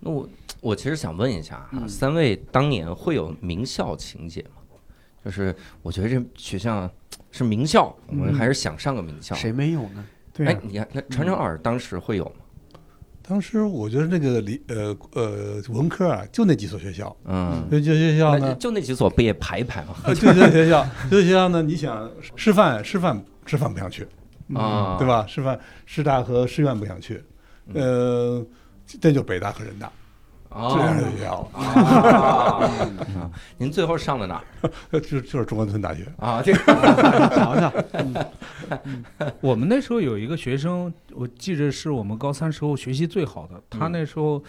A: 那我我其实想问一下啊，
C: 嗯
A: 三位当年会有名校情节吗？就是我觉得这学校是名校，我们
B: 嗯
A: 还是想上个名校。
C: 谁没有呢？
B: 对
A: 哎
B: 啊，
A: 你看，那船
D: 嗯
A: 长耳当时会有吗？
D: 当时我觉得那个理呃呃文科啊，就那几所学校，
A: 嗯，
D: 那几所学校
A: 那
D: 呢，
A: 就那几所不也排一排吗？
D: 呃就这些学校，这些学校呢，你想师范师范师范不想去，
A: 啊
D: 对吧？师范、师大和师院不想去，呃，这就北大和人大
A: 哦
D: 这样的学校
A: 啊 嗯您最后上的哪儿
D: 了， 就就是中关村大学。
A: 啊？这个
C: 瞧瞧，
E: 我们那时候有一个学生，我记着是我们高三时候学习最好的，他
A: 嗯
E: 那时候，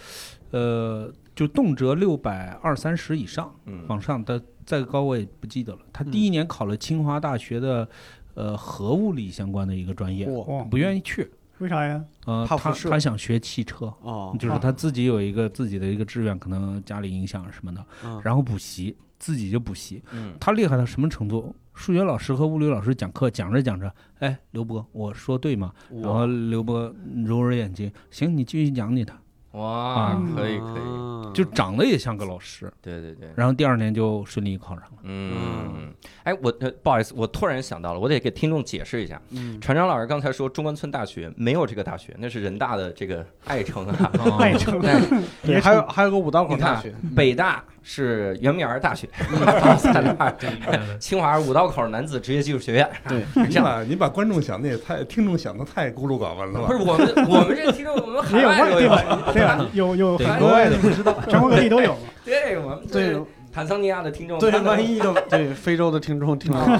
E: 呃，就动辄六百二三十以上
A: 嗯
E: 往上，但再高我也不记得了。他第一年考了清华大学的，呃，核物理相关的一个专业，
C: 我
B: 哇，
E: 不愿意去，
B: 为啥呀？
E: 呃，
C: 怕
E: 他
C: 辐射
E: 他想学汽车。
C: 哦，
E: 就是他自己有一个自己的一个志愿，可能家里影响什么的，
C: 嗯
E: 然后补习，自己就补习，
A: 嗯
E: 他厉害到什么程度？数学老师和物理老师讲课，讲着讲着，哎，刘波，我说对吗？然后刘波揉揉眼睛，行，你继续讲你的，
A: 哇
D: 啊
E: 嗯，
A: 可以可以，
C: 以
E: 就长得也像个老师。
A: 对对对，
E: 然后第二年就顺利考上了。
A: 嗯，哎，我呃不好意思，我突然想到了，我得给听众解释一下，
C: 嗯
A: 船长老师刚才说中关村大学没有这个大学，那是人大的这个爱称 啊。
B: 爱称
A: 哎
C: 对，还有还有个五道口
A: 你
C: 大
A: 看
C: 学，，
A: 北大是圆明园大 学， 高三大是清华是五道口男子职业技术学院。
C: 对，
A: 这
D: 你
A: 样
D: 把你把观众想的也太，听众想的太孤陋寡闻了吧？
A: 不是我们，我们这听众，我们
B: 也
A: 海
B: 有
A: 外
B: 外
A: 都
B: 对
A: 有，
B: 吧？对啊，有有
A: 对
B: 海
A: 国
B: 外
A: 外
B: 的不知道，全国各地都有。
A: 对我们
C: 嗯对
A: 这坦桑尼亚的听众，
C: 对，
A: 他们啊
C: 万一就对非洲的听众听到五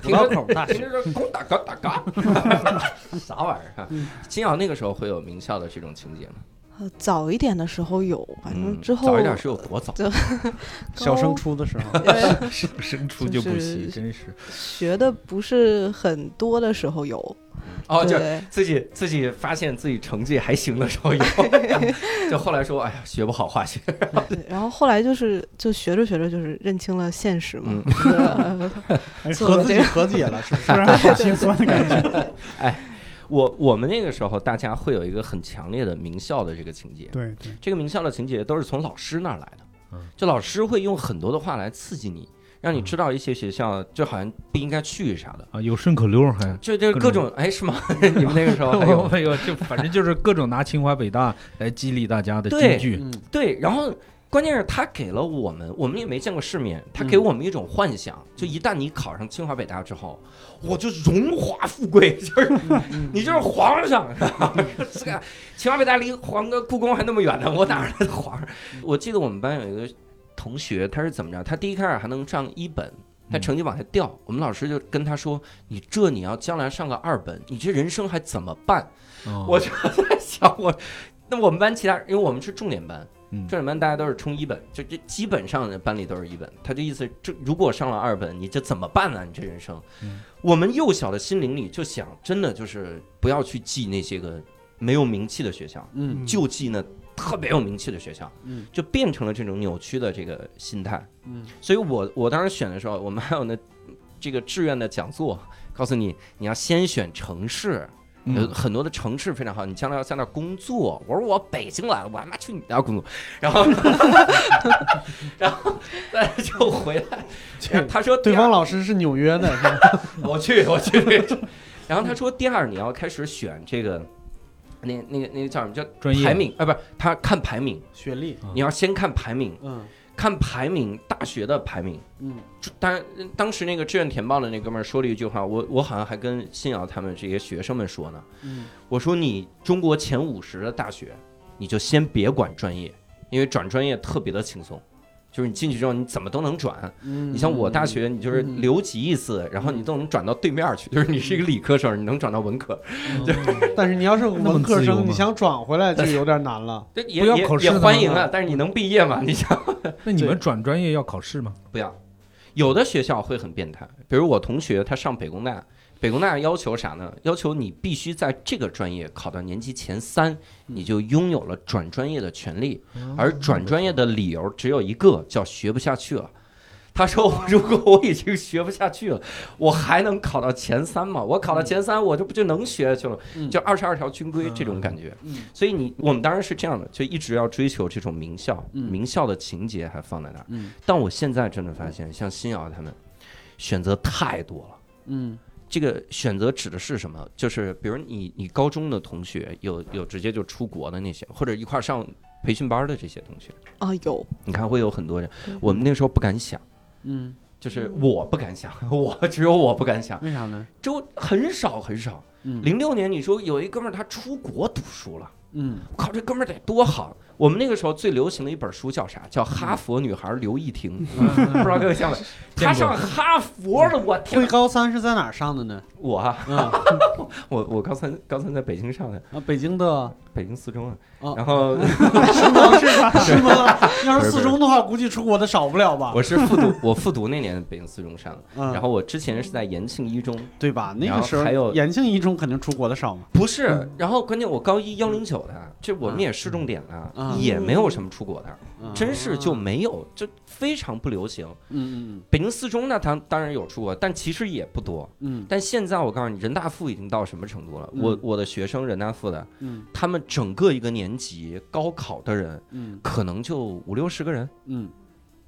A: 听着
C: 道口大
A: 听
C: 学，
A: 着说“打嘎打嘎”， 啥玩意儿啊？金瑶那个时候会有名校的这种情节吗？
G: 呃早一点的时候有，反正
A: 嗯
G: 之后
A: 早一点是有多早？
G: 高
C: 小升初的时候，
G: 呃
F: 生生出
G: 就
F: 就不
G: 是
F: 习，真是
G: 学的不是很多的时候有，
A: 哦，就
G: 对
A: 自己自己发现自己成绩还行的时候有，就后来说，哎呀，学不好化学，
G: 对，然后后来就是就学着学着就是认清了现实
A: 嗯
G: 嘛，
B: 哎
G: 就是
C: 和
G: 做
C: 自
G: 这
C: 己
G: 个
C: 和解 了，是不是？
B: 突然好心酸的感觉。
A: 我我们那个时候，大家会有一个很强烈的名校的这个情节。
B: 对对，
A: 这个名校的情节都是从老师那儿来的
E: 嗯，
A: 就老师会用很多的话来刺激你，让你知道一些学校就好像不应该去啥的，
E: 啊，有顺口溜还。
A: 就就各
E: 各
A: 种哎是吗？ 你们那个时候 还 有
E: 有有，就反正就是各种拿清华北大来激励大家的
A: 对
E: 金句。
C: 嗯，
A: 对，然后。关键是他给了我们，我们也没见过世面，他给我们一种幻想，就一旦你考上清华北大之后，我就荣华富贵， 就是
C: 嗯
A: 你就是皇上， 这个清华北大离皇哥故宫还那么远呢，我哪儿来的皇上？ 我记得我们班有一个同学，他是怎么着？他第一开始还能上一本，他成绩往下掉，我们老师就跟他说：“你这你要将来上个二本，你这人生还怎么办？”
E: 哦
A: 我就 在想，我那我们班其他，因为我们是重点班，
E: 嗯
A: 重点班大家都是冲一本，就这基本上班里都是一本。他就意思，这如果上了二本，你这怎么办呢、你这人生，
E: 嗯
A: 我们幼小的心灵里就想，真的就是不要去记那些个没有名气的学校，
C: 嗯
A: 就记那特别有名气的学校，
C: 嗯
A: 就变成了这种扭曲的这个心态。
C: 嗯
A: 所以我我当时选的时候，我们还有那这个志愿的讲座，告诉你你要先选城市。
E: 嗯
A: 有很多的城市非常好，你将来要在那儿工作。我说我北京来了，我他妈去你那儿工作，然后， 然后再就回来。他说
C: 对
A: 第二
C: 方老师是纽约的，是吧？
A: 我去，我去。然后他说，第二你要开始选这个，那那个那个叫什么叫
E: 专业
A: 排名啊？不是，他看排名，
C: 学历，
A: 你要先看排名，
C: 嗯
A: 看排名，大学的排名。
C: 嗯
A: 就当当时那个志愿填报的那哥们儿说了一句话，我我好像还跟新瑶他们这些学生们说呢，
C: 嗯，
A: 我说你中国前五十的大学，你就先别管专业，因为转专业特别的轻松。就是你进去之后，你怎么都能转。
C: 嗯你
A: 你像我大，学，你就是
C: 嗯
A: 留级一次，然后你都能转到对面去。就是你是一个理科生，你能转到文科，
E: 嗯
C: 但是你要是
E: 那
C: 文
E: 么
C: 科
E: 自由吗
C: 生，你想转回来就有点难了。
A: 这也
E: 不要
A: 也
E: 考试
A: 也
E: 的
A: 欢
E: 吗
A: 迎啊。但是你能毕业吗？你想
E: 那你
C: 对
E: 们转专业要考试吗？
A: 不要。有的学校会很变态，比如我同学他上北工大，北工大要求啥呢？要求你必须在这个专业考到年级前三，你就拥有了转专业的权利。
C: 哦
A: 而转专业的理由只有一个，叫学不下去了。他说：“如果我 已经学不下去了，我还能考到前三吗？我考到前三，我这不就能学下去了？
C: 嗯
A: 就二十二条军规这种感觉。
C: 嗯
A: 所以你我们当然是这样的，就一直要追求这种名校，
C: 嗯
A: 名校的情节还放在那儿。
C: 嗯
A: 但我现在真的发现，像新瑶他们选择太多了。
C: 嗯
A: 这个选择指的是什么？就是比如你你高中的同学有有直接就出国的那些，或者一块儿上培训班的这些同学，
G: 啊有，
A: 你看会有很多人
G: 对。
A: 我们那时候不敢想，
C: 嗯，
A: 就是我不敢想，我只有我不敢想，
C: 为啥呢？
A: 就很少很少。
C: 嗯
A: 零六年，你说有一哥们儿他出国读书了，
C: 嗯
A: 靠，这哥们儿得多好！我们那个时候最流行的一本书叫啥？叫《哈佛女孩刘亦婷》， 不知道各位想不？她
E: 见过
A: 上哈佛了，我
C: 会
A: 天！
C: 高三是在哪儿上的呢？
A: 我啊，
C: 啊，
A: 我我高三高三在北京上的
C: 啊北京的
A: 北京四中啊
C: 哦，
A: 然后
C: 是吗？是吗？是吗？要
A: 不
C: 是
A: 是
C: 四中的话，估计出国的少不了吧？
A: 我是复读，我复读那年北京四中上的，
C: 嗯
A: 然后我之前是在延庆一中，
C: 对吧？
A: 嗯
C: 那
A: 然
C: 个
A: 后
C: 时候，
A: 还有
C: 延庆一中肯定出国的少嘛。
A: 不是，然后关键我高一幺零九的，这我们也市重点
C: 啊
A: 了，也没有什么出国的，
C: 嗯
A: 真是就没有，就非常不流行。
C: 嗯嗯
A: 北京四中呢，它当然有出国，但其实也不多。
C: 嗯
A: 但现在我告诉你，人大附已经到什么程度了？
C: 嗯
A: 我我的学生人大附的，
C: 嗯
A: 他们整个一个年级高考的人，
C: 嗯
A: 可能就五六十个人，
C: 嗯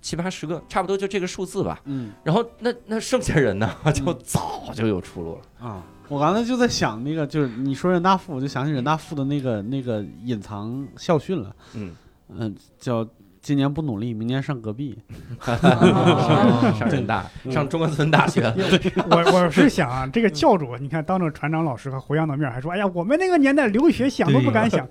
A: 七八十个，差不多就这个数字吧。
C: 嗯
A: 然后那那剩下人呢，就早就有出路 了。
C: 嗯啊！我刚才就在想那个，就是你说人大附，我就想起人大附的那个那个隐藏校训了，
A: 嗯，
C: 嗯，叫今年不努力，明年上隔壁。
A: 上人大，上中关村大学，
B: 我我是想啊，这个教主，你看当着船长老师和胡杨的面还说，哎呀，我们那个年代留学想都不敢想，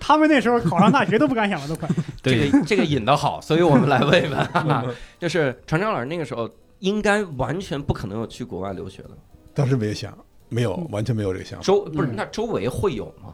B: 他们那时候考上大学都不敢想了，都快。
A: 这个这个引的好，所以我们来问一问 啊，就是船长老师那个时候应该完全不可能有去国外留学的，
D: 当时没想，没有，完全没有这个想法，
A: 周不是那周围会有吗？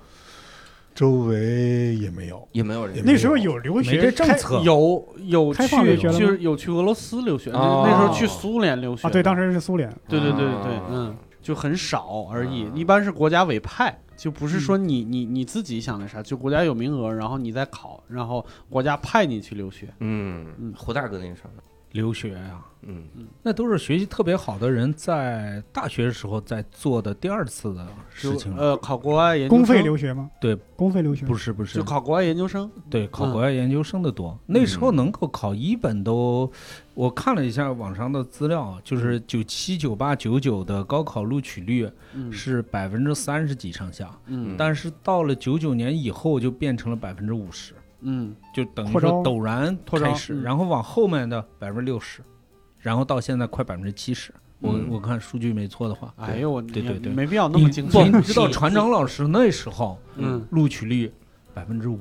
D: 周围也没有，
A: 也没有人
D: 也。没
B: 那时候有留
F: 没这
B: 学
F: 政
B: 开
F: 策，
A: 嗯
C: 有有
B: 开放留
C: 去
B: 学了吗
C: 就是有去俄罗斯留学，那
A: 哦
C: 那时候去苏联留学
B: 啊，对，当
C: 时
B: 时是苏联，
C: 对对对对
A: 啊，
C: 嗯，就很少而已
A: 啊，
C: 一般是国家委派，就不是说你你你自己想的啥，就国家有名额，然后你再考，然后国家派你去留学。
A: 嗯
C: 嗯，
A: 胡大哥那个时候，
E: 留学呀、
A: 嗯，
E: 那都是学习特别好的人在大学的时候在做的第二次的事情
C: 就
E: 了。
C: 呃，考国外研究
B: 公费
C: 生
B: 留学吗？
E: 对，
B: 公费留学
E: 不是不是
C: 就，考国外研究生，
E: 对，考国外研究生的多。那时候
C: 嗯
E: 能够考一本都，我看了一下网上的资料，就是九七、九八、九九的高考录取率
C: 嗯
E: 是百分之三十几上下，
C: 嗯
E: 但是到了九九年以后就变成了百分之五十，
C: 嗯
E: 就等于
B: 扩
E: 说
B: 招
E: 陡然
C: 扩招
E: 开始，
C: 嗯
E: 然后往后面的百分之六十，然后到现在快百分之七十。我
A: 嗯
E: 我看数据没错的话，
C: 哎呦，我
E: 对对对
C: 没必要那
E: 你
C: 么精确。
E: 你知道船长老师那时候
C: 嗯
E: 录取率百分之五，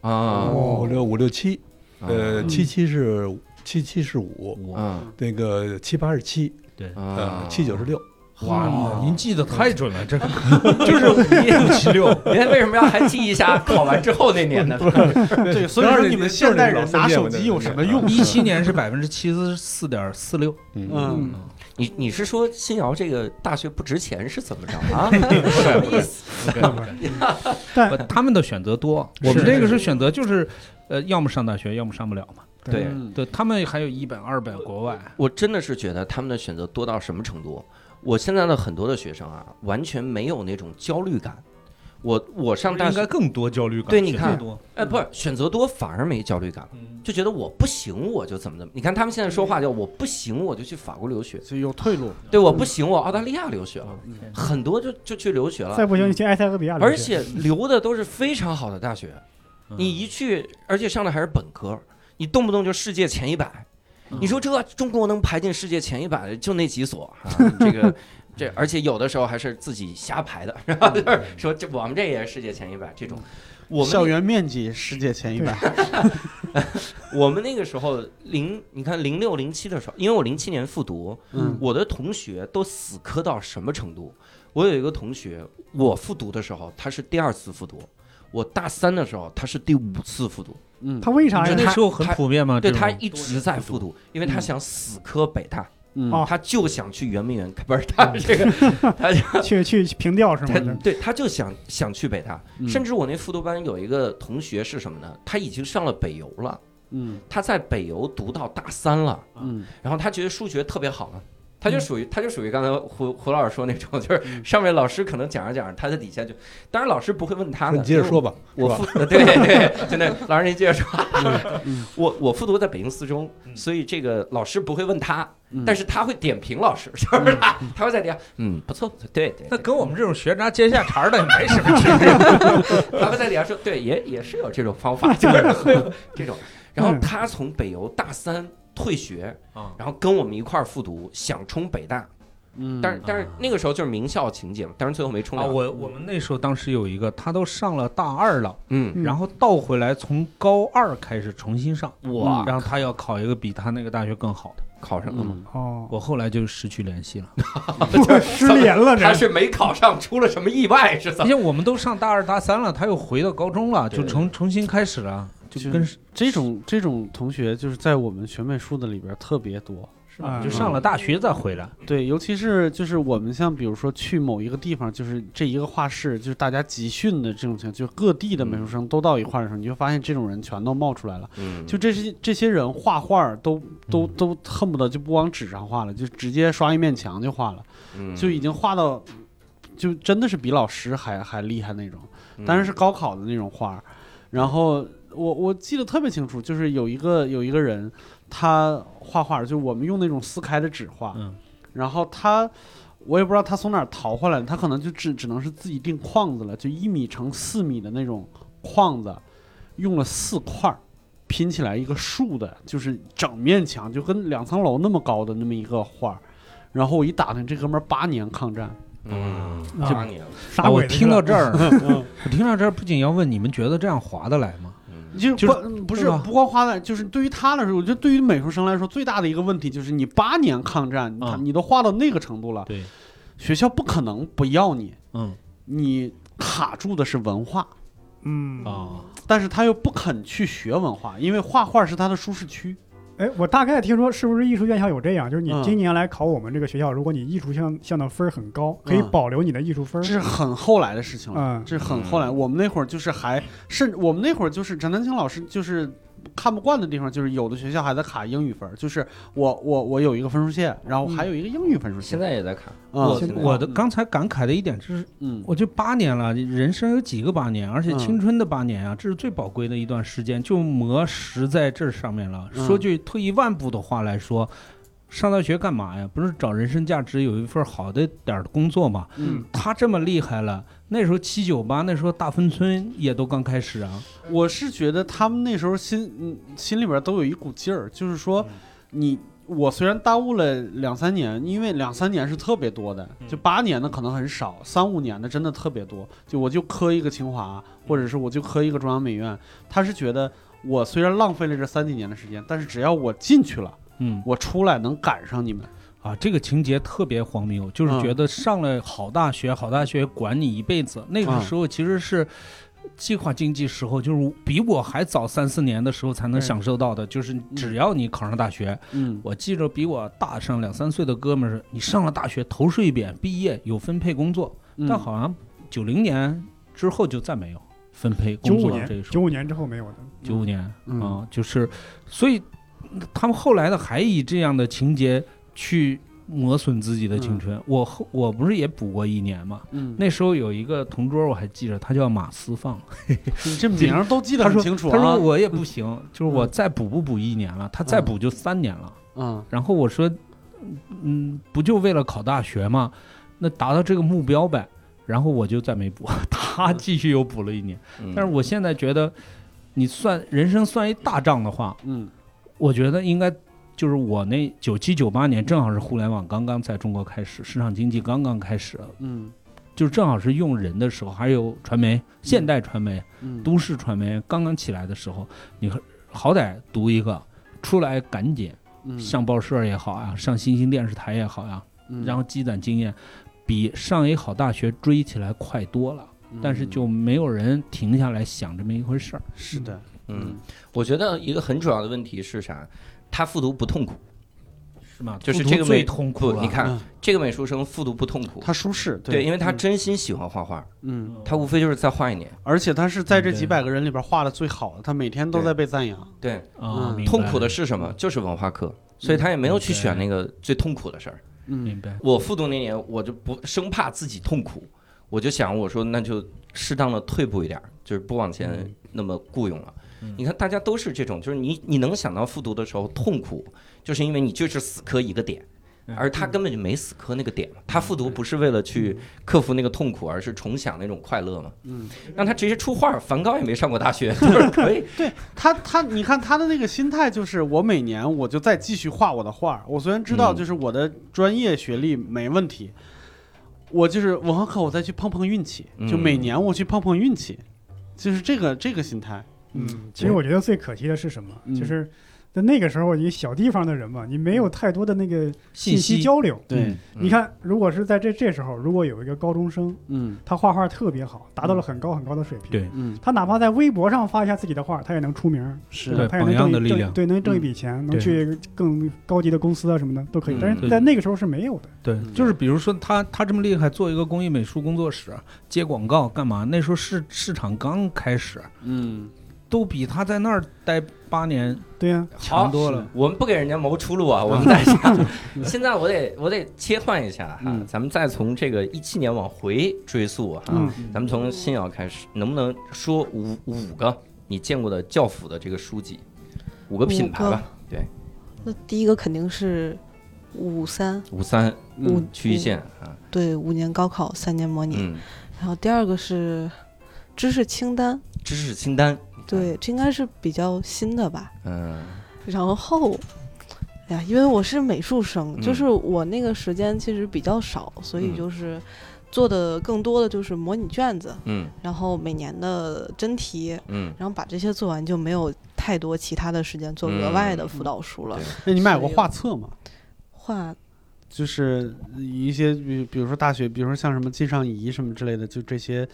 A: 啊，
D: 五六五六七，呃，
C: 嗯
D: 七七是七七是五，
A: 嗯，
D: 那个七八是七，
A: 哦
D: 呃，七九是六，
E: 哇，您记得太准了，这 个
A: 就是五 七六，您为什么要还记一下考完之后那年 呢？
C: 对，所以说你们现代人拿手机有什么用？
E: 一七年是百分之七十四点四六，
D: 嗯，
C: 嗯，
A: 你你是说新瑶这个大学不值钱是怎么 着啊？什么意思？
E: 不他们的选择多，
D: 是
E: 我们这个是选择就是，呃，要么上大学，要么上不了嘛。
A: 对
C: 嗯
E: 对他们还有一本、二本国外，
A: 我真的是觉得他们的选择多到什么程度？我现在的很多的学生啊，完全没有那种焦虑感。我我上大
E: 应该
A: 学，
E: 更多焦虑感，
A: 对你
E: 选择
A: 看
E: 多，
A: 哎，不是选择多，反而没焦虑感了，就觉得我不行，我就怎么怎么。你看他们现在说话叫我不行，我就去法国留学；
C: 就有退路。
A: 对，我不行，我澳大利亚留学了，很多就就去留学了。
B: 再不行你去埃塞俄比亚留学。
A: 啊而且留的都是非常好的大学，
E: 嗯
A: 你一去，而且上的还是本科，你动不动就世界前一百。你说这中国能排进世界前一百的就那几所啊，这个这，而且有的时候还是自己瞎排的，然后就是说这我们这也是世界前一百这种。我们
C: 校园面积世界前一百，
A: 我们那个时候零，你看零六零七的时候，因为我零七年复读，
C: 嗯
A: 我的同学都死磕到什么程度？我有一个同学，我复读的时候他是第二次复读，我大三的时候他是第五次复读，
C: 嗯
B: 他为啥
A: 你
B: 呀
A: 知？道
E: 那时候很普遍嘛，
A: 对
E: 啊这
A: 他
E: 种
A: 一直在复读，因为他想死磕北大，
C: 嗯
B: 哦
A: 他就想去圆明园，不是他这个，他就
B: 去去平调是
A: 他
B: 吗？
A: 对他就想想去北大，
C: 嗯
A: 甚至我那复读班有一个同学是什么呢？他已经上了北邮了，
C: 嗯
A: 他在北邮读到大三了。
C: 嗯
A: 然后他觉得数学特别好了。他就属于，他就属于刚才胡胡老师说那种，就是上面老师可能讲着讲着，他在底下就，当然老师不会问他
D: 那
A: 的。
D: 你接着说，吧，是
A: 我
D: 吧？
A: 复 对对，真的，老师您接着说
C: 嗯。
A: 我我复读在北京四中，所以这个老师不会问他，
C: 嗯
A: 但是他会点评老师，就是他他会在底下，嗯，不错，对对，
E: 那跟我们这种学渣接下茬儿的也没什么区
A: 他会在底下说，对，也也是有这种方法，就是会有这种。然后他从北邮大三退学
E: 啊，
A: 然后跟我们一块儿复读，想冲北大，
C: 嗯，
A: 但是但是那个时候就是名校情节嘛，但是最后没冲
E: 啊，
A: 上。
E: 我我们那时候当时有一个，他都上了大二了，
A: 嗯，
B: 嗯
E: 然后倒回来从高二开始重新上，
A: 哇
E: 然后他要考一个比他那个大学更好的，
A: 考上了吗？
C: 嗯
B: 哦，
E: 我后来就失去联系了，
B: 失联了
A: 他
B: 这。
A: 是没考上，出了什么意外是怎
E: 因
A: 么？
E: 为我们都上大二大三了，他又回到高中了，
A: 对
E: 就重重新开始了，
C: 嗯
E: 就跟
C: 这种这种同学就是在我们学妹数的里边儿特别多，
D: 是
B: 啊
D: 吧？
E: 就上了大学再回来，
C: 对，尤其是就是我们像比如说去某一个地方，就是这一个画室，就是大家集训的这种情况，就是各地的美术生都到一块儿的时候，你就发现这种人全都冒出来了。
A: 嗯
C: 就这些这些人画画儿都都
E: 嗯
C: 都恨不得就不往纸上画了，就直接刷一面墙就画了，
A: 嗯
C: 就已经画到，就真的是比老师还还厉害那种。
A: 嗯
C: 当然是高考的那种画儿。然后我我记得特别清楚，就是有一个有一个人，他画画，就我们用那种撕开的纸画，
E: 嗯
C: 然后他。我也不知道他从哪儿淘回来的，他可能就只只能是自己定框子了，就一米乘四米的那种框子，用了四块儿拼起来一个竖的，就是整面墙，就跟两层楼那么高的那么一个画儿。然后我一打听，这哥们儿八年抗战，
A: 嗯，
B: 啊
A: 八年了，
B: 啥
E: 啊我
B: 鬼子是
E: 听
B: 吧
E: 到这儿，我听到这儿不仅要问你们觉得这样划得来吗？
A: 嗯
C: 就
E: 就是
C: 不不是
E: 对吧
C: 不光花在，就是对于他来说，我觉得对于美术生来说，最大的一个问题就是你八年抗战，
E: 啊
C: 你你都画到那个程度了，
E: 对，
C: 学校不可能不要你，
E: 嗯
C: 你卡住的是文化，
B: 嗯，
E: 啊，
C: 但是他又不肯去学文化，因为画画是他的舒适区。
B: 哎，我大概听说是不是艺术院校有这样，就是你
C: 嗯
B: 今年来考我们这个学校，如果你艺术项项的分儿很高，可以
C: 嗯
B: 保留你的艺术分
C: 这
B: 儿。
C: 是很后来的事情了，
B: 嗯
C: 这是很后来。我们那会儿就是还，甚至我们那会儿就是陈丹青老师就是看不惯的地方，就是有的学校还在卡英语分儿，就是我我我有一个分数线，然后还有一个英语分数线。
A: 现在也在看，
C: 啊
A: 我
E: 我
A: 现在
E: 我的刚才感慨的一点就是，
C: 嗯
E: 我就八年了，人生有几个八年？而且
C: 嗯
E: 青春的八年啊，这是最宝贵的一段时间，就磨实在这上面了。
C: 嗯
E: 说句退一万步的话来说，上大学干嘛呀？不是找人生价值，有一份好的点儿的工作嘛？
C: 嗯，
E: 他这么厉害了，那时候七九八，那时候大芬村也都刚开始啊。
C: 我是觉得他们那时候心嗯心里边都有一股劲儿，就是
E: 嗯
C: 说你。我虽然耽误了两三年，因为两三年是特别多的，
E: 嗯
C: 就八年的可能很少，三五年的真的特别多。就我就磕一个清华，
E: 嗯
C: 或者是我就磕一个中央美院。他是觉得我虽然浪费了这三几年的时间，但是只要我进去了，
E: 嗯
C: 我出来能赶上你们。
E: 啊，这个情节特别荒谬，就是
B: 嗯
E: 觉得上了好大学，好大学管你一辈子。那个
B: 嗯
E: 时候其实是计划经济时候，就是比我还早三四年的时候才
B: 嗯
E: 能享受到的，就是只要你考上大学。
C: 嗯
E: 我记着比我大上两三岁的哥们儿，你上了大学头睡扁，毕业有分配工作，
C: 嗯
E: 但好像九零年之后就再没有分配
B: 九
E: 工
B: 五
E: 作这一
B: 年，
E: 说。
B: 九五年之后没有的。
E: 九五年啊、
C: 嗯
E: 就是，所以他们后来呢，还以这样的情节去磨损自己的青春。我后我不是也补过一年嘛？
C: 嗯，
E: 那时候有一个同桌，我还记着，他叫马思放，
C: 你这名儿都记得很清楚啊。
E: 他说我也不行，就是我再补不补一年了，他再补就三年了。
C: 嗯
E: 然后我说，嗯，不就为了考大学吗？那达到这个目标呗。然后我就再没补，
C: 嗯
E: 他继续又补了一年。
A: 嗯
E: 但是我现在觉得，你算人生算一大账的话，
C: 嗯
E: 我觉得应该就是我那九七九八年，正好是互联网刚刚在中国开始，市场经济刚刚开始，
C: 嗯
E: 就正好是用人的时候，还有传媒、现代传媒、
C: 嗯，
E: 都市传媒刚刚起来的时候，你和好歹读一个出来，赶紧
C: 嗯
E: 上报社也好啊，上新兴电视台也好呀、
C: 嗯
E: 然后积攒经验，比上一好大学追起来快多了。但是
C: 嗯
E: 就没有人停下来想这么一回事儿。
C: 是的，
A: 嗯，我觉得一个很主要的问题是啥？他复读不痛苦，
E: 是吗？
A: 就是
E: 复读啊
A: 这个
E: 最
A: 美
E: 痛苦
A: 不，
E: 了。
A: 你看
C: 嗯
A: 这个美术生复读不痛苦，
C: 他舒适，
A: 对，因为他
C: 嗯
A: 真心喜欢画画，
C: 嗯，
E: 啊
A: 他无非就是再画一年，
C: 而且他是在这几
E: 对
C: 百个人里边画的最好的，他每天都在被赞扬。
A: 对，
E: 啊
C: 嗯，
E: 明白
A: 痛苦
E: 了
A: 的是什么？就是文化课，所以他也没有去选那个最痛苦的事儿。
C: 嗯
E: 明白。
A: 我复读那年，我就不生怕自己痛苦，我就想我说那就适当的退步一点儿，就是不往前那么雇佣了。
E: 嗯
A: 你看，大家都是这种，就是你你能想到复读的时候痛苦，就是因为你就是死磕一个点，而他根本就没死磕那个点嘛。他复读不是为了去克服那个痛苦，而是重享那种快乐嘛。
C: 嗯，
A: 让他直接出画，梵高也没上过大学，就是可以。
C: 他他，你看他的那个心态就是，我每年我就再继续画我的画儿。我虽然知道
A: 嗯
C: 就是我的专业学历没问题，我就是文化课我再去碰碰运气，就
A: 嗯
C: 每年我去碰碰运气，就是这个这个心态。
B: 嗯，其实我觉得最可惜的是什么？
C: 嗯
B: 就是在那个时候，你小地方的人嘛，你没有太多的那个信息交流。
C: 对，
A: 嗯
B: 你看，如果是在这这时候，如果有一个高中生，
C: 嗯
B: 他画画特别好，达到了很高很高的水平，
E: 对
C: 嗯，
B: 他哪怕在微博上发一下自己的画，他也能出名，
C: 是
E: 对
B: 他也能
E: 榜
B: 挣
E: 样
B: 一
E: 的力
B: 挣
E: 量
B: 对，能挣一笔钱，能
E: 对
B: 去更高级的公司啊什么的都可以
A: 嗯。
B: 但是在那个时候是没有的。
E: 对，就是比如说他他这么厉害，做一个公益美术工作室接广告干嘛？那时候市市场刚开始，
C: 嗯，
E: 都比他在那儿待八年
B: 对呀，
A: 好
E: 强多了。
A: 我们不给人家谋出路啊，我们在想，现在我得我得切换一下哈，
C: 嗯
A: 咱们再从这个一七年往回追溯哈，
B: 嗯
A: 咱们从新瑶开始，能不能说五五个你见过的教辅的这个书籍，五个品牌吧？对，
G: 那第一个肯定是五三
A: 五三
G: 五
C: 嗯
A: 区一线啊，
G: 对五年高考三年模拟，
A: 嗯，
G: 然后第二个是知识清单，
A: 知识清单，
G: 对，这应该是比较新的吧。
A: 嗯
G: 然后，哎呀，因为我是美术生，
A: 嗯
G: 就是我那个时间其实比较少，所以
A: 嗯
G: 就是做的更多的就是模拟卷子，
A: 嗯
G: 然后每年的真题，
A: 嗯，
G: 然后把这些做完就没有太多其他的时间做额外
A: 嗯
G: 的辅导书了
A: 对。
C: 哎那你买过画册吗？
G: 画
C: 就是一些比比如说大学，比如说像什么靳尚仪什么之类的，就这些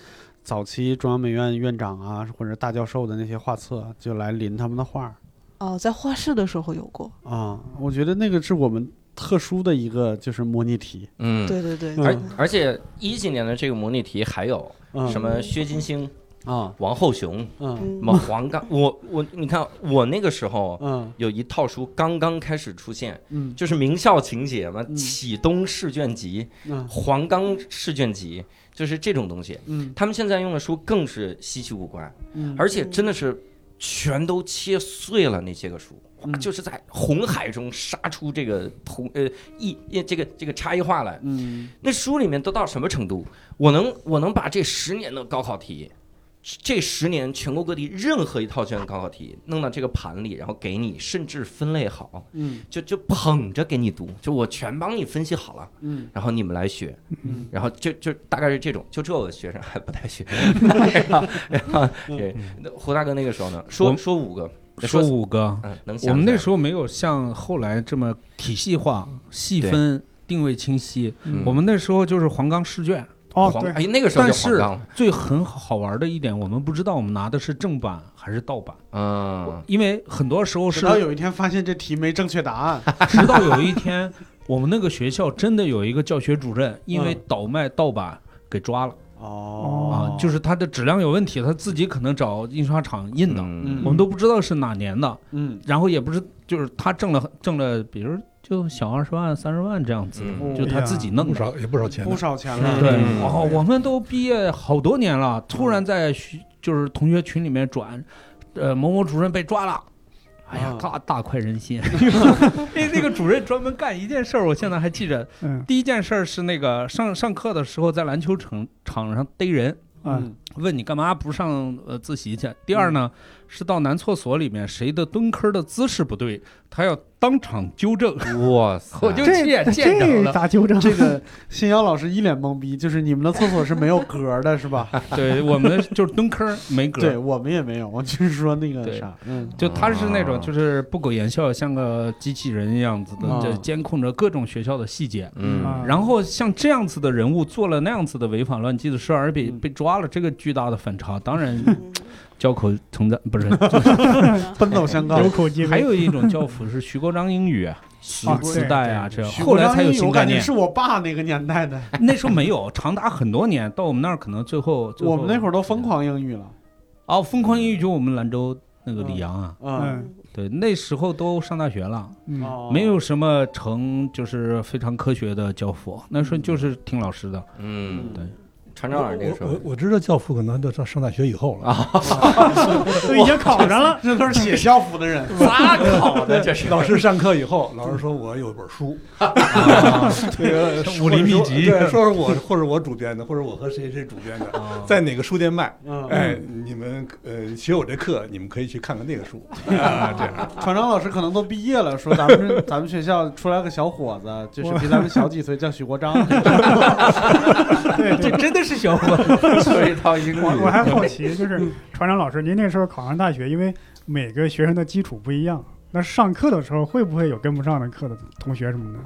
C: 早期中央美院院长啊或者大教授的那些画册，啊就来临他们的画儿。
G: 哦、在画室的时候有过，
C: 啊，我觉得那个是我们特殊的一个就是模拟题，
A: 嗯，
G: 对对对，
A: 而而且一几年的这个模拟题还有
C: 嗯
A: 什么薛金星、
C: 啊，
A: 王后雄、
C: 嗯
A: 什
G: 嗯
A: 么黄冈，我我你看我那个时候
C: 嗯
A: 有一套书刚刚开始出现，
C: 嗯
A: 就是名校情节嘛，
C: 嗯
A: 启东试卷集、
C: 嗯
A: 黄冈试卷集，就是这种东西。
C: 嗯
A: 他们现在用的书更是稀奇古怪，
C: 嗯，
A: 而且真的是全都切碎了那些个书，哇
C: 嗯
A: 就是在红海中杀出这个同呃异呃这个这个差异化来。
C: 嗯
A: 那书里面都到什么程度？我能我能把这十年的高考题，这十年全国各地任何一套卷高考题弄到这个盘里，然后给你，甚至分类好，
C: 嗯
A: 就就捧着给你读，就我全帮你分析好了，
C: 嗯
A: 然后你们来学，
C: 嗯
A: 然后就就大概是这种，就这个学生还不太 学，然后然后
C: 嗯
A: 对，那胡大哥那个时候呢，
E: 我
A: 说
E: 们
A: 说五个，
E: 说五个，
A: 嗯，能想
E: 我们那
A: 起
E: 时候没有像后来这么体系化、细分、定位清晰。
A: 嗯
E: 我们那时候就是黄冈试卷，
A: 来
B: 哦
A: 黄
B: 对，
A: 哎那个时候就
E: 但是
A: 黄冈了，
E: 最很好玩的一点，我们不知道我们拿的是正版还是盗版，
A: 嗯
E: 因为很多时候
C: 直
E: 是
C: 到有一天发现这题没正确答案，
E: 直到有一天，我们那个学校真的有一个教学主任，因
A: 嗯
E: 为倒卖盗版给抓了啊
C: 哦，
E: 就是它的质量有问题，他自己可能找印刷厂印的，
A: 嗯
E: 我们都不知道是哪年的，
C: 嗯
E: 然后也不是就是他挣了挣了，比如就小二十万、三十万这样子的，
A: 嗯
E: 就他自己弄
D: 不
E: 的。
D: 少也不少钱
C: 不
D: 呢。
C: 少钱
A: 嗯
C: 了，
E: 对，
A: 嗯
E: 哦，我们都毕业好多年了，突然在学就是同学群里面转，呃，某某主任被抓了。哎呀
C: 啊，
E: 大大快人 心！那那个主任专门干一件事儿，我现在还记着。
B: 嗯
E: 第一件事儿是那个上上课的时候在篮球场场上逮人，
B: 嗯，
E: 问你干嘛不上呃自习去？第二
A: 嗯
E: 呢，是到男厕所里面谁的蹲坑的姿势不对，他要当场纠正。
A: 哇塞，
E: 我就
B: 这
E: 见见着
B: 这
E: 了。
B: 咋纠正？
C: 这 个新瑶老师一脸懵逼，就是你们的厕所是没有格儿的，是吧？
E: 对，我们就是蹲坑没
C: 对
E: 格，
C: 我们也没有，我就是说那个啥，嗯
E: 就他是那种就是不苟言笑，像个机器人一样子的，
C: 啊
E: 就监控着各种学校的细节。
A: 嗯
B: 啊
E: 然后像这样子的人物做了那样子的违法乱纪的事儿，而被
C: 嗯
E: 被抓了，这个巨大的反差，当然
G: 嗯
E: 交口称赞 不是。
C: 奔走相告，
B: 有口皆碑。
E: 啊还有一种教辅是徐国璋英语、时
B: 啊
E: 时代啊，这
C: 徐
E: 后
C: 国
E: 来
C: 璋
E: 才有
C: 英语
E: 新
C: 我
E: 概
C: 感觉
E: 念
C: 是。我爸那个年代的，
E: 那时候没有，长达很多年，到我们那儿可能最后
C: 我们那会
E: 儿
C: 儿都疯狂英语了，
E: 哦，疯狂英语就我们兰州那个李阳啊，
C: 嗯哦
B: 嗯
E: 对，那时候都上大学了，
B: 嗯，
E: 没有什么成就是非常科学的教辅，那时候就是听老师的。
A: 嗯
E: 对
A: 船长老师那个时
D: 我我
A: 候
D: 我知道教辅可能都上上大学以后了
A: 啊，
B: 都已经考上了，
C: 这都是写校服的人，
A: 咋考的这是？
D: 老师上课以后， 老师说我有本 书，
A: 啊
D: 那个
F: 武林秘籍
D: 或者说对，说是我 或者我主编的，或者我和谁谁主编的，
A: 啊
D: 在哪个书店卖。
C: 嗯，
D: 哎，你们呃学我这课，你们可以去看看那个书。
C: 嗯船长老师可能都毕业了，说咱们这咱们学校出来个小伙子，就是比咱们小几岁，叫许国璋。 嗯
E: 这真的是小伙子，
A: 说一套英语，
B: 我我还好 奇，就是船长老师，您那时候考上大学，因为每个学生的基础不一样，那上课的时候会不会有跟不上的课的同学什么的？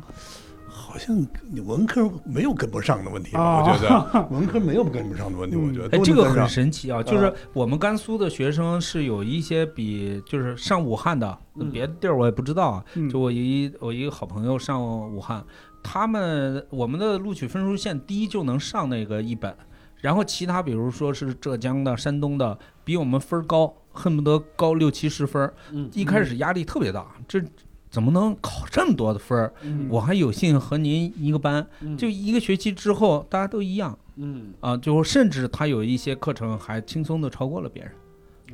D: 好像你文科没有跟不上的问题吧？
B: 哦
D: 我觉得 文科没有跟不上的问题，
B: 嗯
D: 我觉得
E: 哎，
D: 都
E: 这
D: 能
E: 个
D: 跟
E: 很
D: 上
E: 神奇啊！就是我们甘肃的学生是有一些比就是上武汉的，
C: 嗯
E: 别的地儿我也不知道啊。
B: 嗯
E: 就我一我一个好朋友上武汉，他们我们的录取分数线低就能上那个一本，然后其他比如说是浙江的、山东的，比我们分儿高，恨不得高六七十分儿。
C: 嗯
E: 一开始压力特别大，这怎么能考这么多的分儿？
C: 嗯
E: 我还有幸和您一个班，就一个学期之后大家都一样。
C: 嗯
E: 啊，就甚至他有一些课程还轻松的超过了别人，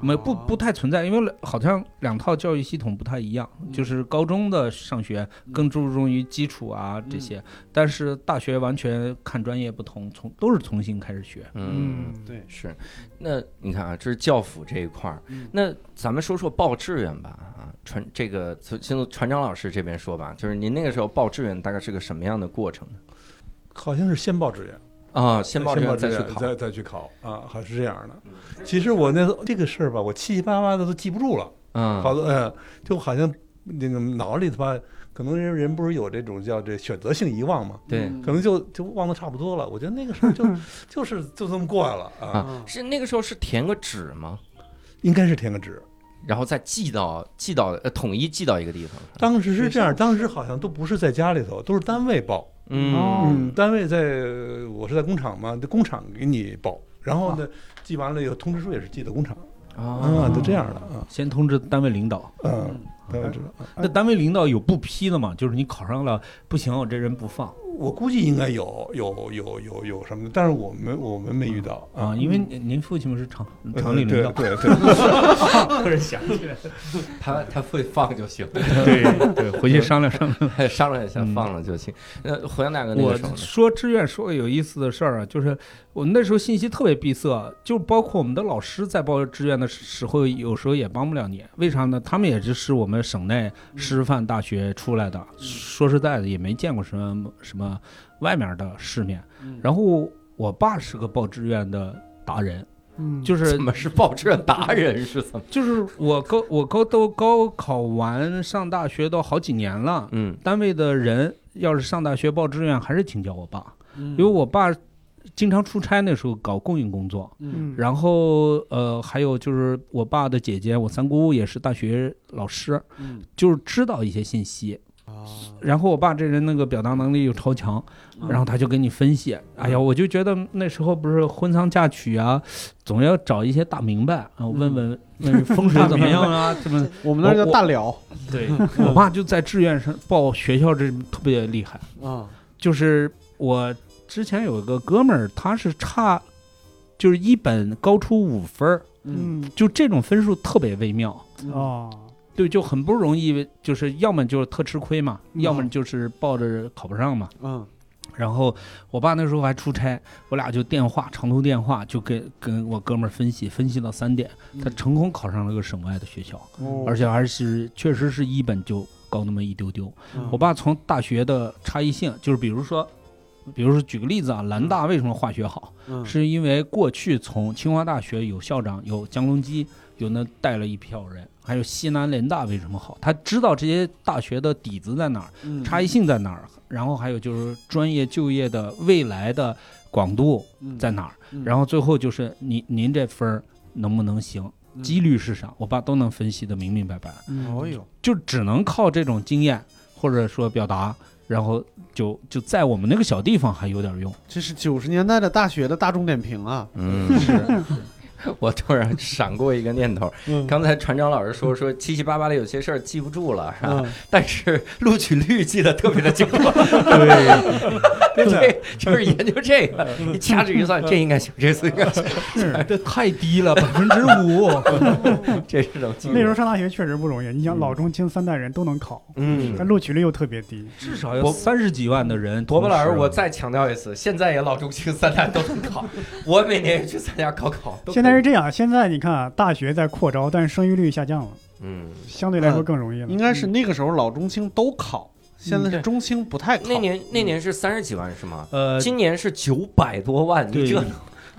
E: 没不
C: 哦
E: 不太存在，因为好像两套教育系统不太一样，就
C: 嗯
E: 是高中的上学更注重于基础啊这
C: 嗯
E: 些，但是大学完全看专业不同，从都是重新开始学。
A: 嗯，
C: 对，
A: 是。那你看啊，这是教辅这一块儿。
C: 嗯
A: 那咱们说说报志愿吧啊，船这个从先从船长老师这边说吧，就是您那个时候报志愿大概是个什么样的过程呢？
D: 好像是先报志愿。
A: 啊，先报志愿再去考，嗯
D: 再再去考啊，还是这样的。其实我那这个事儿吧，我七七八八的都记不住了，
A: 嗯，
D: 好多嗯，就好像那个脑子里头吧，可能人人不是有这种叫这选择性遗忘嘛，
A: 对。
E: 嗯
D: 可能就就忘得差不多了。我觉得那个事儿就 就是就这么过来了啊，
A: 啊，是那个时候是填个纸吗？
D: 应该是填个纸。
A: 然后再寄到寄到呃统一寄到一个地方。
D: 当时是这样，当时好像都不是在家里头，都是单位报。
A: 嗯
B: 哦
D: 嗯，单位在我是在工厂嘛，这工厂给你报，然后呢，寄完了以后通知书也是寄到工厂啊，
A: 啊，
D: 都这样的啊，
E: 先通知单位领导，
D: 嗯，单位知道。
E: 那单位领导有不批的嘛？就是你考上了，不行，我这人不放
D: 我估计应该有有有有有什么的，但是我们我们没遇到
E: 啊，
C: 嗯
E: 因为您您父亲们是厂
D: 呃
E: 厂里领导，
D: 对对 对
E: 突然想起来，
A: 他他会放就行，
E: 对对，回去商量商量。
A: 商量一下
E: 嗯
A: 放了就行。那胡杨大哥那
E: 我
A: 个时候呢
E: 说志愿说个有意思的事儿啊，就是我们那时候信息特别闭塞，啊就包括我们的老师在报志愿的时候，有时候也帮不了你。为啥呢？他们也只是我们省内
C: 嗯
E: 师范大学出来的，说实在的也没见过什么什么外面的世面。
C: 嗯
E: 然后我爸是个报志愿的达人，
B: 嗯，
E: 就是
A: 怎么是报志愿达人是怎么？
E: 就是我高我高都高考完上大学都好几年了，
A: 嗯
E: 单位的人要是上大学报志愿，还是请教我爸。
C: 因
E: 因为我爸经常出差，那时候搞供应工作，
B: 嗯，
E: 然后呃，还有就是我爸的姐姐，我三姑也是大学老师，
C: 嗯
E: 就是知道一些信息。
C: 啊，
E: 然后我爸这人那个表达能力又超强，
C: 嗯
E: 然后他就给你分析。哎呀，我就觉得那时候不是婚丧嫁娶啊，总要找一些大明白啊，问问 问问风水怎么样啊，什么的。
C: 嗯我们那儿叫大辽
E: 对我爸就在志愿上报学校，这特别厉害。
C: 啊，
E: 就是我之前有一个哥们儿，他是差，就是一本高出五分儿，
C: 嗯
B: 嗯，
E: 就这种分数特别微妙。
B: 哦，
E: 对，就很不容易，就是要么就是特吃亏嘛，
B: 嗯
E: 要么就是抱着考不上嘛。
C: 嗯
E: 然后我爸那时候还出差，我俩就电话长途电话，就跟跟我哥们儿分析，分析到三点，
C: 嗯
E: 他成功考上了个省外的学校，
C: 哦
E: 而且还是确实是一本就高那么一丢丢。
C: 嗯
E: 我爸从大学的差异性，就是比如说，比如说举个例子啊，南大为什么化学好，
C: 嗯
E: 是因为过去从清华大学有校长有江隆基，有那带了一票人，还有西南联大为什么好，他知道这些大学的底子在哪儿，
C: 嗯
E: 差异性在哪儿，然后还有就是专业就业的未来的广度在哪儿，
C: 嗯
E: 然后最后就是您您这分儿能不能行，
C: 嗯
E: 几率是啥，我爸都能分析的明明白啊白。
C: 哦哟，
E: 就只能靠这种经验或者说表达，然后就就在我们那个 小地方还有点用。
C: 这是九十年代的大学的大众点评啊，
A: 嗯，是。我突然闪过一个念头，
C: 嗯
A: 刚才船长老师说说七七八八的有些事儿记不住了，是
C: 嗯
A: 吧？但是录取率记得特别的清楚，
D: 对，真的
A: 对，就是研究这个，你掐指一算，这应该行，这次应该行，
F: 这太低了，百分之五。
A: 这是能记住
B: 那时
E: 嗯
B: 候上大学确实不容易，你想老中青三代人都能考，
A: 嗯，
B: 但录取率又特别低。
E: 至少有
A: 我
E: 三十几万的人同
A: 伯
E: 时。啊
A: 伯老师，我再强调一次，现在也老中青三代都能考， 我每年也去参加高考。都可以
B: 现在是这样，现在你看啊，大学在扩招，但是生育率下降了，
A: 嗯，
B: 相对来说更容易了。
C: 嗯
B: 嗯
C: 应该是那个时候老中青都考，现在是中青不太考。
A: 那年那年是三十几万是吗？
E: 呃，
A: 今年是九百多万，你
E: 对
A: 这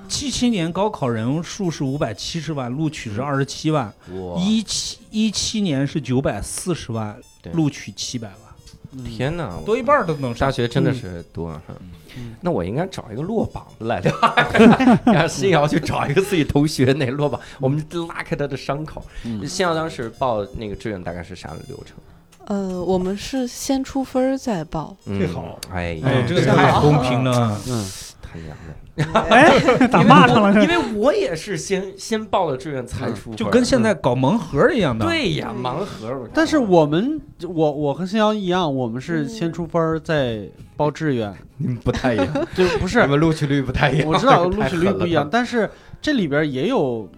E: 七七年高考人数是五百七十万，录取是二十七万；
A: 我
E: 一七一七年是九百四十万
A: 对，
E: 录取七百万，
C: 嗯
A: 天哪，
E: 多一半儿都能
A: 大
E: 上。
A: 学真的是多啊
C: 嗯。
A: 那我应该找一个落榜的来聊，让新瑶去找一个自己同学那落榜，我们拉开他的伤口。
F: 嗯
A: 新瑶当时报那个志愿大概是啥流程？
G: 呃，我们是先出分儿再报，
A: 嗯
D: 这好，
A: 哎呀，
B: 哎
F: 这个
E: 太公平了，
C: 嗯，
A: 太娘了。
B: 哎，打骂上了
A: 因
B: 这。
A: 为我也是先先报了志愿才出分儿，嗯
E: 就跟现在搞盲盒一样的。，
A: 对呀盲盒。
C: 但是我们我我和新瑶一样，我们是
G: 嗯
C: 先出分儿再报志愿，
A: 你们不太一样，
C: 就不是
A: 你们录取率不太一样。
C: 我知
A: 太
C: 道录取
A: 狠
C: 率
A: 了
C: 不一样，。但是这里边也有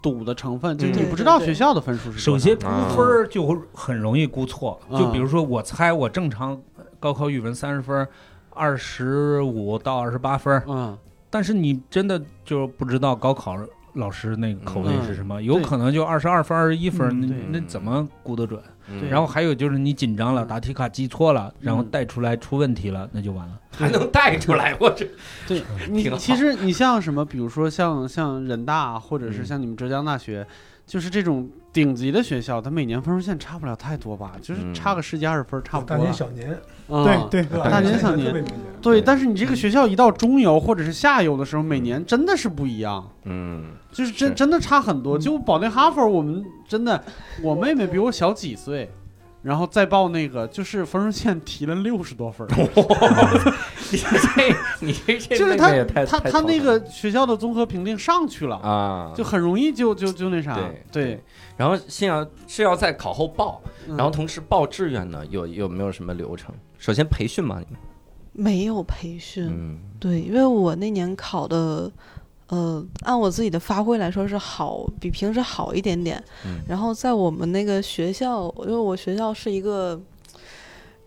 C: 赌的成分，就
A: 嗯
C: 你
A: 对
C: 不
G: 对
C: 知道
G: 对
C: 学校的分数是
E: 首
C: 多少
E: 先估分儿就会很容易估错，
C: 啊
E: 就比如说我猜我正常高考语文三十分儿，二十五到二十八分儿，
C: 嗯，
E: 但是你真的就不知道高考老师那个口味是什么，有
C: 对
E: 可能就二十二分、二十一分，
B: 嗯
E: 那
C: 对
E: 那怎么估得准？
A: 嗯
E: 然后还有就是你紧张了，
C: 嗯
E: 答题卡记错了，然后
C: 嗯
E: 带出来出问题了，那就完了。
A: 还能带出来，我这
C: 对
A: 挺
C: 你
A: 好
C: 其实你像什么，比如说像像人大，啊或者是
A: 嗯
C: 像你们浙江大学，就是这种顶级的学校，它每年分数线差不了太多吧，就是
A: 嗯
C: 差个十几二十分儿差不
D: 大
C: 多
D: 年
C: 了。
D: 小年，
C: 嗯
B: 对对，
E: 啊
D: 对吧
C: 大年小
D: 小
C: 年
D: 特别明显。
C: 对，
A: 对
C: 但是你
A: 嗯
C: 这个学校一到中游或者是下游的时候，每年真的是不一样，
A: 嗯，
C: 就是真
A: 是
C: 真的差很多。就保定哈佛，我们真的，我妹妹比我小几岁，然后再报那个，就是分数线提了六十多分儿，
A: 你这你这这
C: 就是
A: 妹妹
C: 她
A: 也太
C: 她
A: 太
C: 她
A: 头
C: 那
A: 疼了
C: 个学校的综合评定上去了，
A: 啊，
C: 就很容易就就就那啥，
A: 对
C: 对，
A: 然后新瑶是要在考后报，
C: 嗯
A: 然后同时报志愿呢，有有没有什么流程？首先培训嘛，你们
G: 没有培训。
A: 嗯
G: 对，因为我那年考的，呃，按我自己的发挥来说是好，比平时好一点点。
A: 嗯
G: 然后在我们那个学校，因为我学校是一个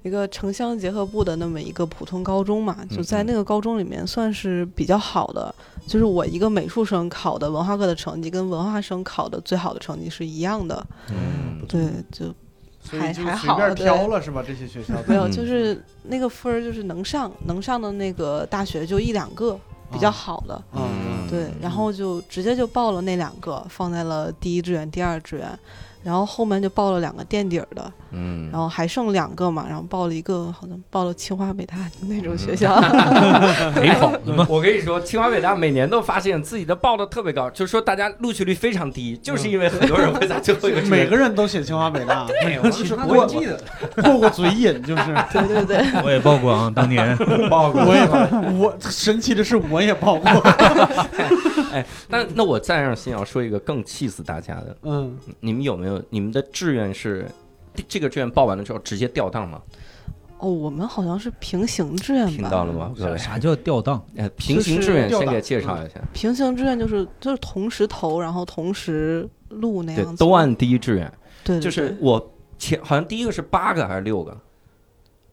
G: 一个城乡结合部的那么一个普通高中嘛，就在
A: 嗯
G: 那个高中里面算是比较好的。就是我一个美术生考的文化课的成绩，跟文化生考的最好的成绩是一样的。
A: 嗯
G: 对，就
C: 所
G: 还
C: 以就
G: 还
C: 随
G: 好
C: 便
G: 对
C: 挑了是吧？这些学校
G: 没有，
A: 嗯
G: 就是那个分儿，就是能上能上的那个大学就一两个比较
C: 啊
G: 好的。
C: 嗯，
G: 对，然后就直接就报了那两个，放在了第一志愿、第二志愿，然后后面就报了两个垫底儿的，
A: 嗯，
G: 然后还剩两个嘛，然后报了一个好像报了清华北大的那种
A: 嗯
G: 学校，
E: 没好的嘛，
A: 我跟你说，清华北大每年都发现自己的报的特别高，就是说大家录取率非常低，就是因为很多人会在最后一个志
C: 每
A: 愿。
C: 个人都写清华北大，
A: 对，我
D: 是
A: 是
D: 国际的，
C: 过过嘴瘾就是。
G: 对对对，
E: 我也报过啊，当年
A: 报过。
C: 我也我神奇的是我也 报过，
A: 那那我再让新瑶说一个更气死大家的，
C: 嗯，
A: 你们有没有你们的志愿是这个志愿报完了之后直接调档吗？
G: 哦，我们好像是平行志愿
A: 听
G: 吧？
A: 到了吗，各位？
E: 啥叫吊档？
A: 呃，平行志愿先给介绍一下，
G: 平行志愿就是就是同时投，然后同时录那
A: 对
G: 样子，，
A: 都按第一志愿，
G: 对对
A: 就是
G: 对
A: 我前好像第一个是八个还是六个，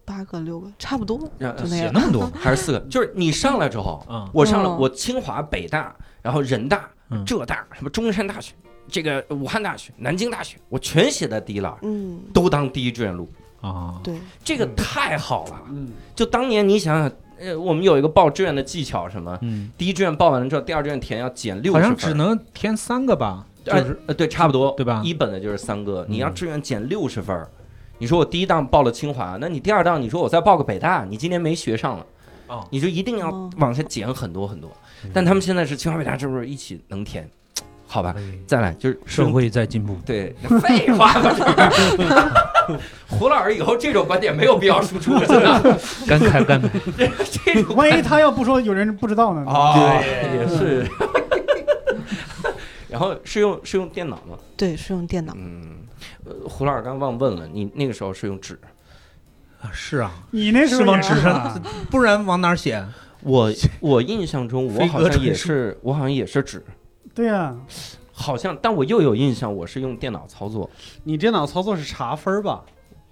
G: 八个六个差不多，
A: 然
G: 就那
E: 写
G: 样。
E: 那 么多
A: 还是四个？就是你上来之后，
E: 啊？
A: 我上了
G: 哦
A: 我清华、北大，然后人大
E: 嗯、
A: 浙大、什么中山大学、这个武汉大学、南京大学，我全写在第一栏儿，
G: 嗯，
A: 都当第一志愿录，
E: 啊，
G: 对，
A: 这个太好了。
C: 嗯，
A: 就当年你想想，呃，我们有一个报志愿的技巧，什么
E: 嗯，
A: 第一志愿报完了之后，第二志愿填要减六
E: 好
A: 十分
E: 像
A: 儿，
E: 只能填三个吧，就
A: 呃
E: 是
A: 呃对，差不多
E: 对吧
A: 一本的就是三个，
E: 嗯
A: 你要志愿减六十分儿。你说我第一档报了清华，那你第二档你说我再报个北大，你今年没学上了，
E: 哦
A: 你就一定要
G: 哦
A: 往下减很多很多。
E: 嗯
A: 但他们现在是清华北大，是不是一起能填？好吧，再来就是
E: 社会在进步。
A: 对，废话嘛，这不是 胡老师以后这种观点没有必要输出了，真 的，
E: 感慨感慨，
A: 这种
E: 啊
B: 万一他要不说，有人不知道呢？
A: 啊也是。 然后是用是用电脑吗？
G: 对，是用电脑。
A: 嗯，呃胡老师刚忘问了，你那个时候是用纸？
E: 啊是 啊，
B: 你那时
E: 是
B: 候
E: 往
B: 也啊
E: 纸
C: 啊
E: 上，不然往哪儿写？
A: 我我印象中，我
E: 飞
A: 好
E: 鸽
A: 像
E: 传
A: 也
E: 书
A: 是，我好像也是纸，
B: 对啊呀，
A: 好像，但我又有印象，我是用电脑操作。
C: 你电脑操作是查分儿吧？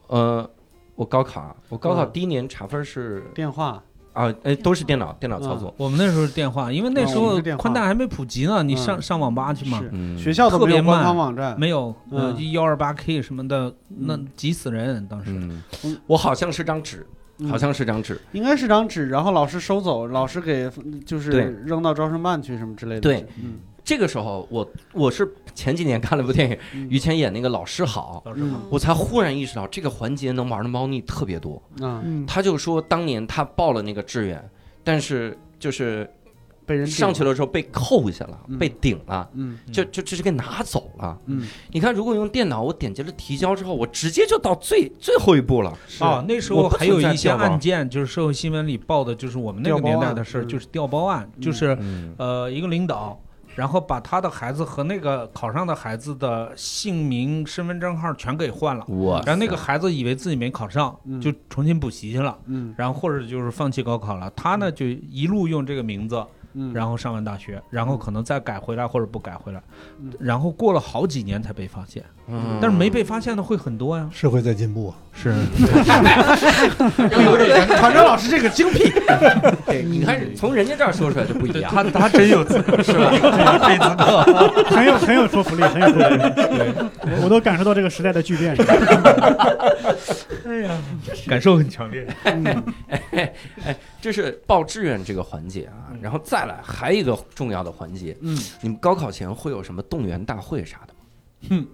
A: 呃，我高考啊，我高考
C: 嗯
A: 第一年查分是
C: 电话
A: 啊，呃，都是电脑，电脑操作。
E: 我们那时候是电话，因为那
C: 哦
E: 时
C: 我们
E: 候
C: 是电话
E: 宽带还没普及呢，你
C: 嗯
E: 上上网吧去嘛
C: 是，
A: 嗯，
C: 学校都没
E: 特别
C: 有官方
E: 慢
C: 网站，
E: 没有呃
C: 嗯
E: 幺二八 K 什么的，那
C: 嗯
E: 急死人当时。
A: 嗯，我好像是张纸，
C: 嗯
A: 好像是张纸。
C: 应该是张纸，然后老师收走，老师给就是
A: 对
C: 扔到招生办去什么之类的。
A: 对，
C: 嗯，
A: 这个时候，我我是前几年看了部电影，
C: 嗯
A: 于谦演那个老师好，
E: 老师
C: 嗯
A: 我才忽然意识到这个环节能玩的猫腻特别多。
C: 啊，
B: 嗯，
A: 他就说当年他报了那个志愿，但是就是
C: 被人顶
A: 上去，了之后被扣下了，
C: 嗯
A: 被顶了，
C: 嗯
A: 就就这是给拿走了。
C: 嗯，
A: 你看，如果用电脑，我点击了提交之后，我直接就到最最后一步了。
C: 是
E: 哦，那时
A: 我
E: 候
A: 不
E: 还有
A: 存在
E: 一些
A: 调包
E: 案件，就是社会新闻里报的，就是我们那个
C: 调包
E: 年代
C: 案
E: 的事儿，
C: 嗯
E: 就是调包案，就
C: 嗯
E: 是
A: 嗯，
E: 呃，一个领导，然后把他的孩子和那个考上的孩子的姓名、身份证号全给换了，
A: 我
E: 然后那个孩子以为自己没考上，
C: 嗯
E: 就重新补习去了，
C: 嗯
E: 然后或者就是放弃高考了。他呢就一路用这个名字，
C: 嗯，
E: 然
C: 后
E: 后上完大学，然后可能再改回来或者不改回来
C: 嗯，
E: 然后过了好几年才被发现，
A: 嗯
E: 但是没被发现的会很多呀。
D: 社会在进步啊，
E: 是，
C: 团长老师这个精辟，
A: 对，你看从人家这儿说出来就不一 样。
E: 他他 真有资格是吧？ 这资格。
B: 很有很有说服力，很有说服力，我我都感受到这个时代的巨变。
E: 哎感受很强烈。
A: 这是报志愿这个环节啊，然后再来还有一个重要的环节，
C: 嗯，
A: 你们高考前会有什么动员大会啥的吗？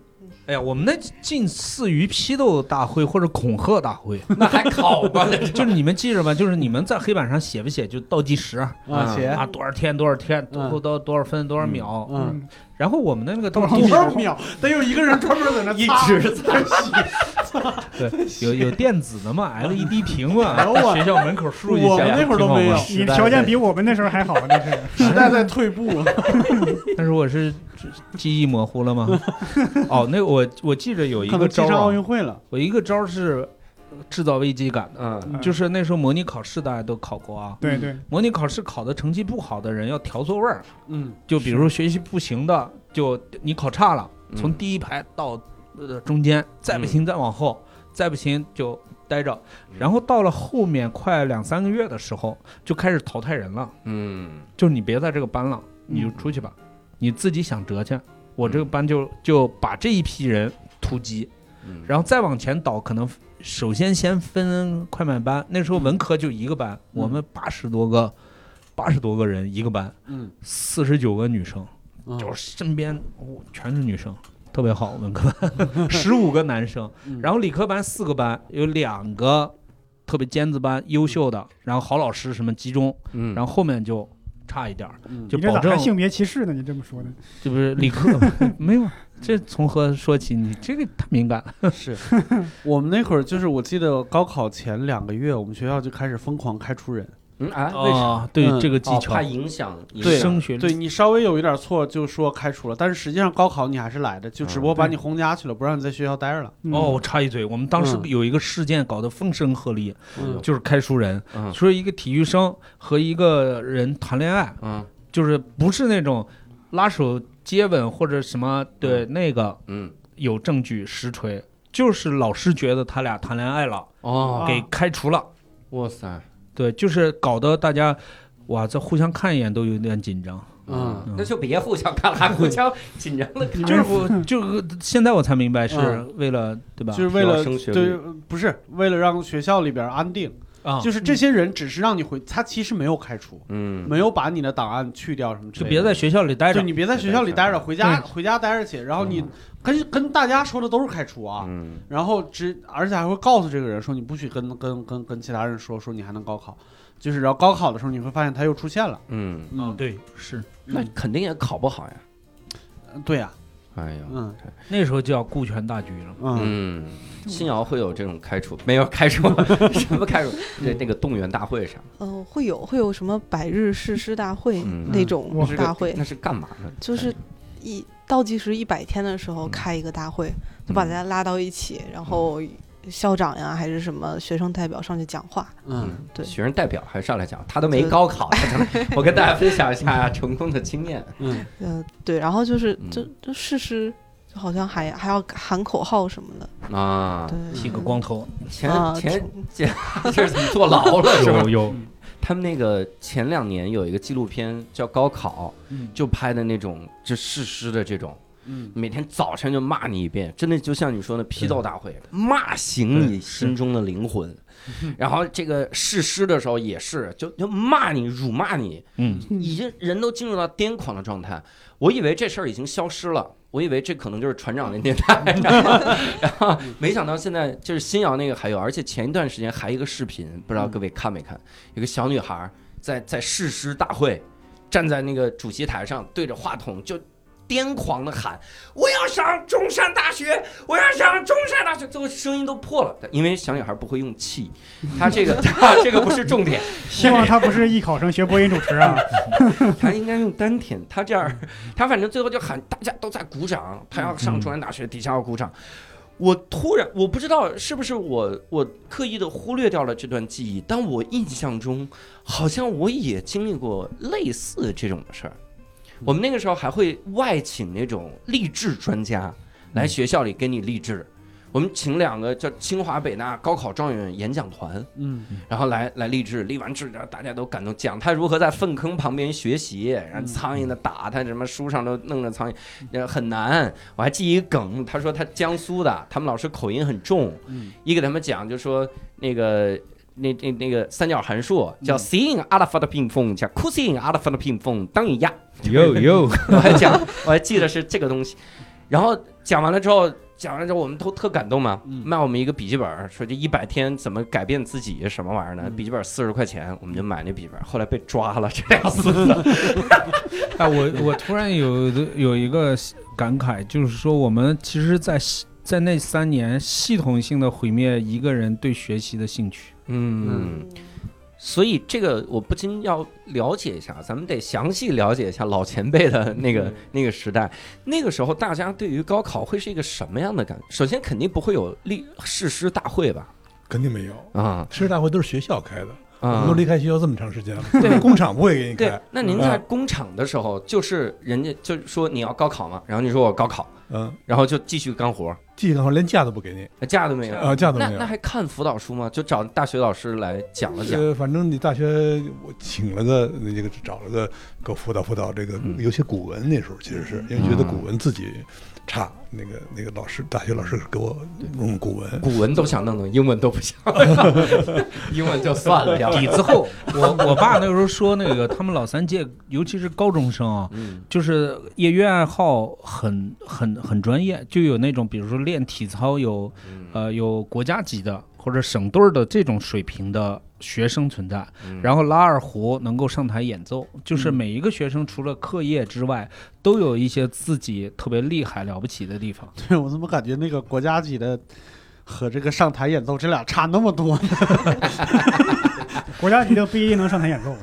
E: 哎呀，我们那近似于批斗大会或者恐吓大会，
A: 那还考吗？
E: 就是你们记着吧，就是你们在黑板上写不写就倒计时啊，
C: 啊，写
A: 嗯
E: 多少天多少天，
C: 嗯
E: 最后到多少分多少秒。
C: 嗯，
E: 然后我们的那个倒计
C: 多
E: 时
C: 少秒？得有一个人专门在那一直在写。
E: 对有有电子的嘛，LED 屏嘛，
C: 哎呦我
E: 在学校门口竖一下。
C: 我们那会儿都没有
E: 挺好玩
B: 你条件比我们那时候还好，那是
C: 时代在退步，
E: 但是我是记忆模糊了吗？ 哦，那个我我记着有一
C: 可能
E: 个
C: 进
E: 招
C: 上奥
E: 儿啊，
C: 运会了。
E: 我一个招儿是制造危机感的，
A: 嗯，
E: 就是那时候模拟考试大家都考过啊，
B: 对对，
E: 模拟考试考的成绩不好的人要调座位儿，
C: 嗯
E: 就比如说学习不行的，就你考差了，
C: 嗯
E: 从第一排到呃中间，再不行再往后，再不行就待着。
C: 嗯
E: 然后到了后面快两三个月的时候，就开始淘汰人了，
A: 嗯
E: 就是你别在这个班了，你就出去
C: 嗯
E: 吧，你自己想辙去。我这个班就就把这一批人突击，
A: 嗯，
E: 然后再往前倒，可能首先先分快慢班，那时候文科就一个班，
C: 嗯
E: 我们八十多个，八十多个人一个班，
C: 嗯，
E: 四十九个女生。
C: 嗯
E: 就是身边哦全是女生，特别好。文科班十五个男生，
C: 嗯
E: 然后理科班四个班，有两个特别尖子班优秀的，然后好老师什么集中，
A: 嗯
E: 然后后面就差一点儿，
C: 嗯
E: 就
B: 你这
E: 保
B: 咋还
E: 证
B: 性别歧视呢？你这么说的，
E: 这不是理科 没有。这从何说起？你这个太敏感了。
C: 是我们那会儿，就是我记得高考前两个月，我们学校就开始疯狂开除人。
A: 嗯啊，为啥？
E: 啊，对
C: 嗯
E: 这个技
A: 哦
E: 巧
A: 怕，啊影响影
C: 对
A: 响
E: 升学率
C: 对你稍微有一点错就说开除了，但是实际上高考你还是来的，就只不过把你轰家去了，不让你在学校待着了。
B: 嗯
E: 哦，我，插一嘴，我们当时
C: 嗯
E: 有一个事件搞得风声鹤唳，
C: 嗯
E: 就是开除人，
A: 嗯
E: 说一个体育生和一个人谈恋爱，
A: 嗯
E: 就是不是那种拉手接吻或者什么，对那个
A: 嗯
E: 有证据实锤，就是老师觉得他俩谈恋爱了，
C: 啊
A: 哦，
E: 给开除了。
A: 哇塞，
E: 对，就是搞得大家哇，这互相看一眼都有点紧张。
A: 嗯
C: 嗯，
A: 那就别互相看了，互相 紧张的看。
E: 就是 我，就是现在我才明白是
C: 嗯
E: 为了对吧？
C: 就是为
A: 提高
C: 了
A: 升学
C: 对
A: 率，
C: 不是为了让学校里边安定，
E: 啊，
C: 就是这些人只是让你回，他其实没有开除，
A: 嗯，
C: 没有把你的档案去掉什么之
E: 就
C: 类的。
E: 别在学校里待
C: 就
E: 着。
C: 你别在学校里待着，回家回家待着去。然后你跟跟大家说的都是开除啊，
A: 嗯
C: 然后只而且还会告诉这个人说你不许跟跟跟跟其他人说说你还能高考，就是然后高考的时候你会发现他又出现了。
A: 嗯，
E: 嗯，
C: 嗯，
E: 对，是
A: 那肯定也考不好呀。
C: 对呀，
A: 哎呀，
C: 嗯
E: 那时候就要顾全大局了。
C: 嗯
A: 嗯，新瑶会有这种开除 没有开除什么 开除？对，那个动员大会上，
G: 嗯，会有会有什么百日誓师大会
A: 嗯
G: 那种
B: 哇
G: 大会，
A: 那是干嘛呢？哎
G: 就是一倒计时一百天的时
A: 嗯
G: 候开一个大会，就把大家拉到一起，然后校长呀还是什么学生代表上去讲话。
C: 嗯，
G: 对
A: 学生代表还上来讲，他都没高考，他上来 我跟大家分享一下成功的经验。
G: 嗯，对，然后就是
A: 嗯
G: 就就试试，就好像还还要喊口号什么的。
A: 啊，
G: 对，
E: 剃个光头，
A: 前
G: 啊
A: 前前这是怎么坐牢了是吧？
E: 有
A: 他们那个前两年有一个纪录片叫《高考》，
C: 嗯
A: 就拍的那种就誓师的这种，
C: 嗯，
A: 每天早晨就骂你一遍，真的就像你说的批斗大会，骂醒你心中的灵魂。然后这个誓师的时候也是，就就骂你、辱骂你，
E: 嗯，
A: 已经人都进入到癫狂的状态。我以为这事儿已经消失了，我以为这可能就是船长的年代，然后然后没想到现在就是新瑶那个还有，而且前一段时间还有一个视频，不知道各位看没看？有个小女孩在在誓师大会站在那个主席台上，对着话筒就癫狂的喊：“我要上中山大学，我要上中山大学！”最后声音都破了，因为小女孩不会用气，她这个 她这个不是重点，
B: 希望他不是艺考生学播音主持啊。
A: 她应该用丹田。她这样，她反正最后就喊大家都在鼓掌，她要上中山大学，底下要鼓掌。我突然我不知道是不是我我刻意的忽略掉了这段记忆，但我印象中好像我也经历过类似这种的事儿。我们那个时候还会外请那种励志专家来学校里给你励志。我们请两个叫清华北大高考状元演讲团，
C: 嗯，
A: 然后来来励志，励完志然后大家都感动，讲他如何在粪坑旁边学习，然后苍蝇的打他，什么书上都弄着苍蝇，
C: 嗯
A: 呃很难。我还记一梗，他说他江苏的，他们老师口音很重，
C: 嗯
A: 一给他们讲就说那个。那那那个三角函数叫
C: 嗯
A: sin alpha 的平方加 cosine alpha 的平方等于压，
F: 哟哟，
A: 我还讲，我还记得是这个东西。然后讲完了之后，讲完了之后，我们都特感动嘛，
C: 嗯
A: 卖我们一个笔记本儿，说这一百天怎么改变自己什么玩意儿呢？
C: 嗯
A: 笔记本四十块钱，我们就买那笔记本儿，后来被抓了，这样子。
E: 哎，我我突然有有一个感慨，就是说我们其实在系，在那三年系统性的毁灭一个人对学习的兴趣。
A: 嗯，所以这个我不禁要了解一下，咱们得详细了解一下老前辈的那
C: 嗯
A: 个那个时代，那个时候大家对于高考会是一个什么样的感？首先肯定不会有历誓师大会吧？
D: 肯定没有。
A: 啊
D: 师大会都是学校开的，我
A: 啊
D: 们都！离开学校这么长时间了，
A: 对
D: 工厂不会给你
A: 对
D: 开。，
A: 那您在
D: 嗯
A: 工厂的时候，就是人家就说你要高考嘛，然后你说我高考，
D: 嗯，
A: 然后就继续干活，
D: 继续干活连假都不给你，
A: 假都没有。
D: 啊，假都
A: 那
D: 没有
A: 那。还看辅导书吗？就找大学老师来讲了讲。
D: 呃，反正你大学我请了个那个找了个给我辅导辅导这个
A: 嗯，
D: 尤其古文那时候其实是因为觉得古文自己差，那个那个老师大学老师给我弄古文，
A: 古文都想弄弄，英文都不想， 英文就算了，要不然
E: 底子厚，我我爸那个时候说，那个他们老三届，尤其是高中生啊，
A: 嗯
E: 就是业余爱好很很很专业，就有那种比如说练体操有
A: 嗯
E: 呃有国家级的或者省队儿的这种水平的学生存在，
A: 嗯
E: 然后拉二胡能够上台演奏，就是
C: 嗯
E: 每一个学生除了课业之外，都有一些自己特别厉害了不起的地方。
C: 对我怎么感觉那个国家级的和这个上台演奏这俩差那么多呢？
B: 国家级的不一定能上 台演奏，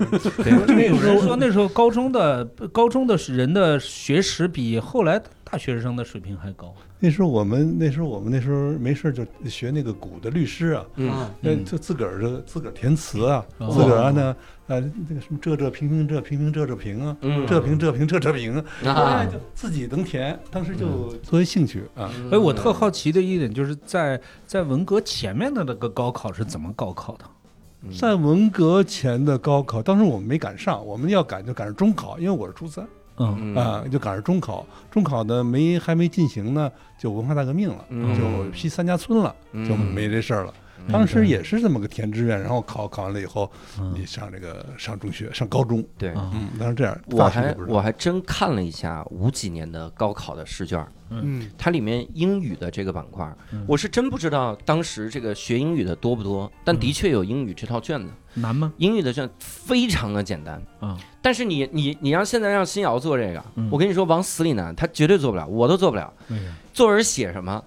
E: 对， 有人说那时候高中的高中的人的学识比后来大学生的水平还高。
D: 那时候我们那时候我们那时候没事就学那个古的律诗啊，
A: 嗯，
D: 那
E: 嗯
D: 就自个儿就自个儿填词啊，
E: 哦
D: 自个儿呢呃那个什么这这平平这平平这这平啊，
A: 嗯
D: 这平这平这这平啊，哎
A: 啊，嗯
D: 就自己能填，当时就作为兴趣
E: 所
D: 啊。
E: 以嗯哎我特好奇的一点就是在在文革前面的那个高考是怎么高考的？
A: 嗯
D: 在文革前的高考，当时我们没赶上，我们要赶就赶上中考，因为我是初三
E: 嗯，
D: 啊、就赶上中考。中考呢没还没进行呢，就文化大革命了，
A: 嗯
D: 就批三家村了，
A: 嗯
D: 就没这事儿了。
A: 嗯
D: 当时也是这么个填志愿，然后考考完了以后，
E: 嗯
D: 你上这个上中学，上高中，
A: 对。
E: 啊
D: 嗯，当时这样。
A: 我
D: 大学
A: 还
D: 就不是
A: 我还真看了一下五几年的高考的试卷儿，
B: 嗯，
A: 它里面英语的这个板块儿
E: 嗯，
A: 我是真不知道当时这个学英语的多不多，但的确有英语这套卷子，
E: 难吗？
A: 英语的卷非常的简单
E: 啊。
A: 但是你你你让现在让新瑶做这个
E: 嗯，
A: 我跟你说往死里难，他绝对做不了，我都做不了。
E: 为啥？
A: 作文写什么？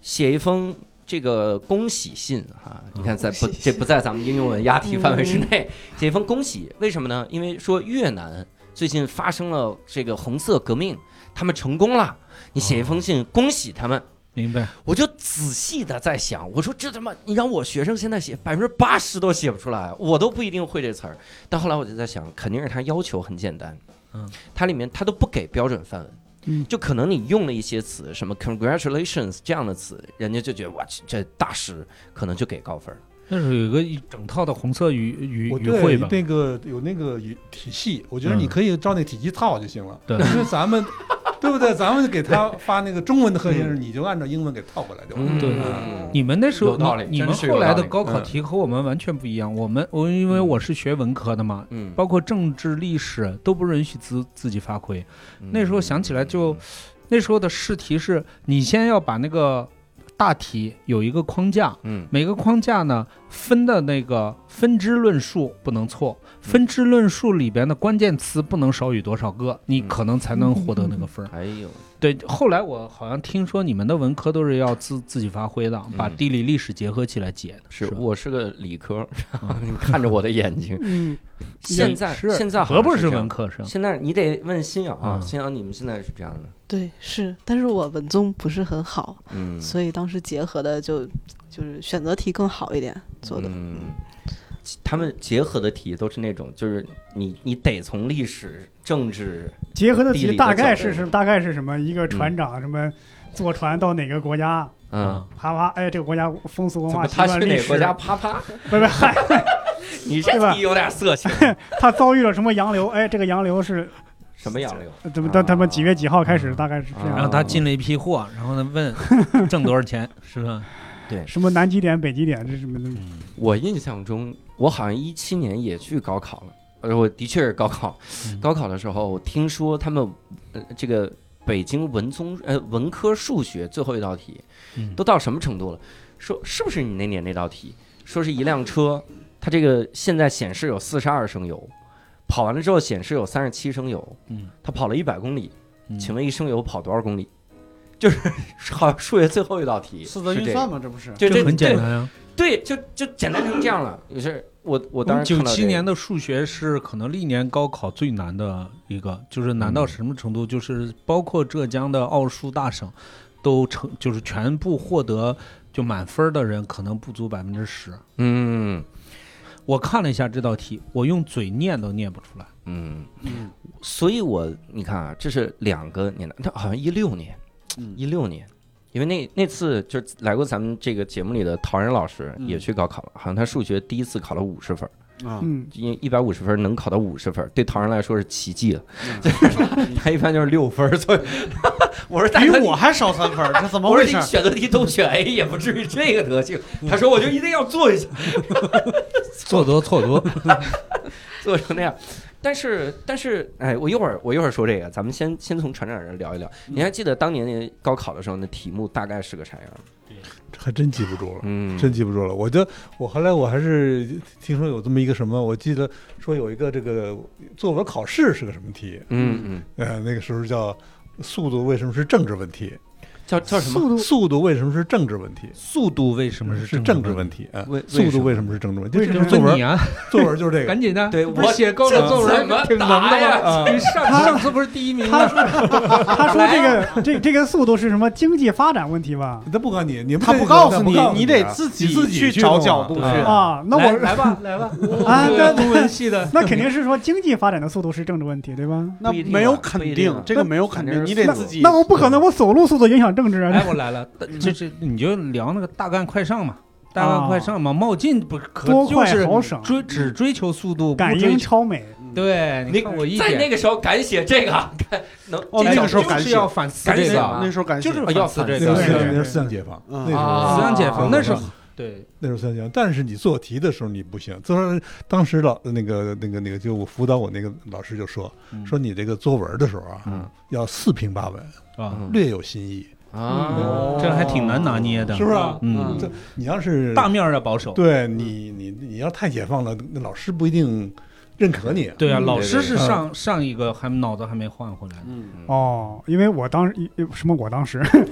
A: 写一封这个恭喜信啊！你看在不
G: 恭喜
A: 这不在咱们应用文押题范围之内，写一封恭喜，为什么呢？因为说越南最近发生了这个红色革命，他们成功了，你写一封信恭喜他们。
E: 明白，
A: 我就仔细的在想，我说这他妈，你让我学生现在写百分之八十都写不出来，我都不一定会这词儿。但后来我就在想，肯定是他要求很简单，
E: 嗯，
A: 它里面他都不给标准范文，
B: 嗯
A: 就可能你用了一些词，什么 congratulations 这样的词，人家就觉得哇，这这大师可能就给高分儿。
E: 那是有一个一整套的红色语语
D: 我
E: 语
D: 对
E: 汇吧？
D: 那个有那个语体系，我觉得你
E: 嗯
D: 可以照那体系套就行了。
E: 对
D: 因为咱们对不对？咱们给他发那个中文的和谐是，你就按照英文给套过来就完了。
E: 嗯对
D: 嗯
E: 你们那时候
A: 有道理
E: 你你们
A: 真是有
E: 后来
A: 道
E: 的
A: 理
E: 高考题和我们完全不一样。我们我因为我是学文科的嘛，
A: 嗯，
E: 包括政治、历史都不允许自自己发挥。那时候想起来就，那时候的试题是你先要把那个大题有一个框架，
A: 嗯
E: 每个框架呢分的那个分支论述不能错，分支论述里边的关键词不能少于多少个，你可能才能获得那个分儿。
A: 哎呦，
E: 对，后来我好像听说你们的文科都是要自自己发挥的，把地理历史结合起来解的，
A: 是
E: 吧嗯
A: 我是个理科， 你看着我的眼睛。
B: 嗯，
A: 现在
E: 是
A: 现在好
E: 何
A: 像
E: 不
A: 是这样
E: 文科生？
A: 现在你得问新阳啊，
E: 嗯
A: 新阳，你们现在是这样的，
G: 对，是，但是我文综不是很好，
A: 嗯，
G: 所以当时结合的就就是选择题更好一点做的。
A: 嗯，他们结合的题都是那种，就是你你得从历史、政治，
B: 结合的
A: 地
B: 题
A: 理
B: 大
A: 的角
B: 概
A: 度
B: 是什大概是什么？一个船长什么坐船到哪个国家？
A: 嗯，
B: 啪啪，哎，这个国家风俗文
A: 怎
B: 化
A: 么
B: 习
A: 他去
B: 惯历
A: 哪个
B: 史，
A: 国家啪啪？
B: 不是嗨，
A: 你这
B: 对吧
A: 题有点色情，
B: 他遭遇了什么洋流？哎，这个洋流是
A: 什么洋流？
B: 怎么？他他们几月几号开始？
E: 啊
B: 大概是这
A: 啊
E: 然
B: 样
E: 后。他进了一批货，然后呢问挣多少钱，是吧？
B: 什么南极点、北极点，这什么的？
A: 我印象中，我好像一七年也去高考了，呃，我的确是高考。
E: 嗯
A: 高考的时候，我听说他们，呃，这个北京文综呃文科数学最后一道题，
E: 嗯
A: 都到什么程度了？说是不是你那年那道题？说是一辆车，它这个现在显示有四十二升油，跑完了之后显示有三十七升油，
E: 嗯，
A: 它跑了一百公里，
E: 嗯
A: 请问一升油跑多少公里？就是 好像数学最后一道题，
C: 四则
A: 是
C: 运
A: 这
C: 算
A: 个，
C: 嘛，这不是？
A: 就
E: 这很简单啊。
A: 对，就就简单成这样了。有事我我当时
E: 九
A: 看到这
E: 七
A: 个
E: 年的数学是可能历年高考最难的一个，就是难到什么程度？就是包括浙江的奥数大省，都成就是全部获得就满分的人可能不足百分之十。
A: 嗯
E: 我看了一下这道题，我用嘴念都念不出来。
A: 嗯，
C: 嗯
A: 所以我你看啊，这是两个年代，那好像一六年，
C: 嗯
A: 一六年，因为那那次就是来过咱们这个节目里的陶然老师
C: 嗯
A: 也去高考了，好像他数学第一次考了五十分儿，
C: 啊，
B: 嗯，
A: 因为一百五十分能考到五十分儿，对陶然来说是奇迹了，
C: 嗯
A: 他一般就是六分儿左右。 我说大
C: 比
A: 哥，
C: 我还少三分儿，这怎么
A: 我
C: 回
A: 说
C: 事
A: 你？选择题都选 A 也不至于这个德行。
C: 嗯
A: 他说我就一定要做一下，
E: 错多错多，
A: 做成那样。但是，但是，哎，我一会儿我一会儿说这个，咱们先先从船长这儿聊一聊。你还记得当年那高考的时候，那题目大概是个啥样吗？
D: 还真记不住了。
A: 嗯
D: 真记不住了，我就我后来我还是听说有这么一个什么，我记得说有一个这个作文考试是个什么题，
A: 嗯嗯，
D: 呃，那个时候叫速度为什么是政治问题？
A: 叫叫什么？
B: 速度
D: 速度为什么是政治问题？
E: 速度为什么
D: 是
E: 政
D: 政治
E: 题？
D: 问题啊？
A: 为
D: 速度
A: 为
D: 为
A: 什
D: 什
A: 么
D: 么是政治问题？
B: 为
D: 这
B: 什
D: 就
B: 么
D: 是
E: 问
D: 作
E: 你
D: 文，
E: 啊，
D: 作文就是这个。
E: 赶紧的！
A: 对
E: 不是
A: 我
E: 写高考作
A: 这怎么
E: 文挺萌
A: 答
E: 的
A: 呀
E: 吗？你上上次不是第一名吗？
B: 他说这个这这个速度是什么经济发展问题吧？
D: 他不告诉你，你们
C: 他
D: 这
C: 不
D: 个
C: 告
D: 他
C: 诉
D: 不
C: 你，
D: 告诉你
C: 你
D: 啊
C: 得
D: 你
C: 自
D: 自己
C: 去找
D: 弄啊
C: 角度
D: 啊
C: 去。
B: 啊，那
E: 来
B: 我
E: 来吧，来吧，
B: 啊
E: 这
B: 那
E: 个 中文系的，
B: 那肯定是说经济发展的速度是政治问题，对吧？
C: 那
A: 不一定啊
C: 没有
A: 不一
C: 肯
A: 定啊
C: 定，这个没有肯定，你得
B: 那
C: 自己。
B: 那我不可能，我走路速度影响政治啊
E: 哎，！我来了，就是你就聊那个大干快上嘛，大干快上嘛，冒进不可
B: 多
E: 就
B: 快
E: 是
B: 好省，
E: 追只追求速度，不
B: 感
E: 追
B: 应
E: 求
B: 超美。
E: 对，你看我 一
A: 在那
E: 点，哎
A: 个时候敢写这个， 敢能这
C: 哦那
A: 叫
C: 个时候
E: 就
C: 敢
E: 是
C: 写
E: 要反思
A: 敢
E: 这
A: 写
E: 个
A: 啊
E: 啊
C: 那，时候感
E: 就
C: 觉哎
E: 是
A: 啊要
E: 反思
A: 反
E: 这
D: 那时候
B: 思
E: 个，
D: 思
B: 对
D: 想
B: 对
D: 那
B: 对
D: 是思想解放，
C: 嗯
D: 那时候
A: 啊
E: 思想解放，那时候
D: 啊
E: 对，
D: 那时候思想解放。但是你做题的时候你不行，就是当时老那个那个那个，就我辅导我那个老师就说
E: 嗯
D: 说你这个作文的时候
A: 嗯
D: 啊，要四平八稳，
E: 啊，
A: 嗯
D: 略有新意，
A: 啊，
E: 这还挺难拿捏的，
D: 是不是啊？
E: 嗯
D: 这你要是
E: 大面儿要保守，
D: 对你你你要太解放了，那老师不一定认可你。
E: 对啊，
B: 嗯
E: 老师
A: 对
E: 是上上一个还脑子还没换回来呢，
C: 嗯
B: 哦，因为我当时一什么？我当时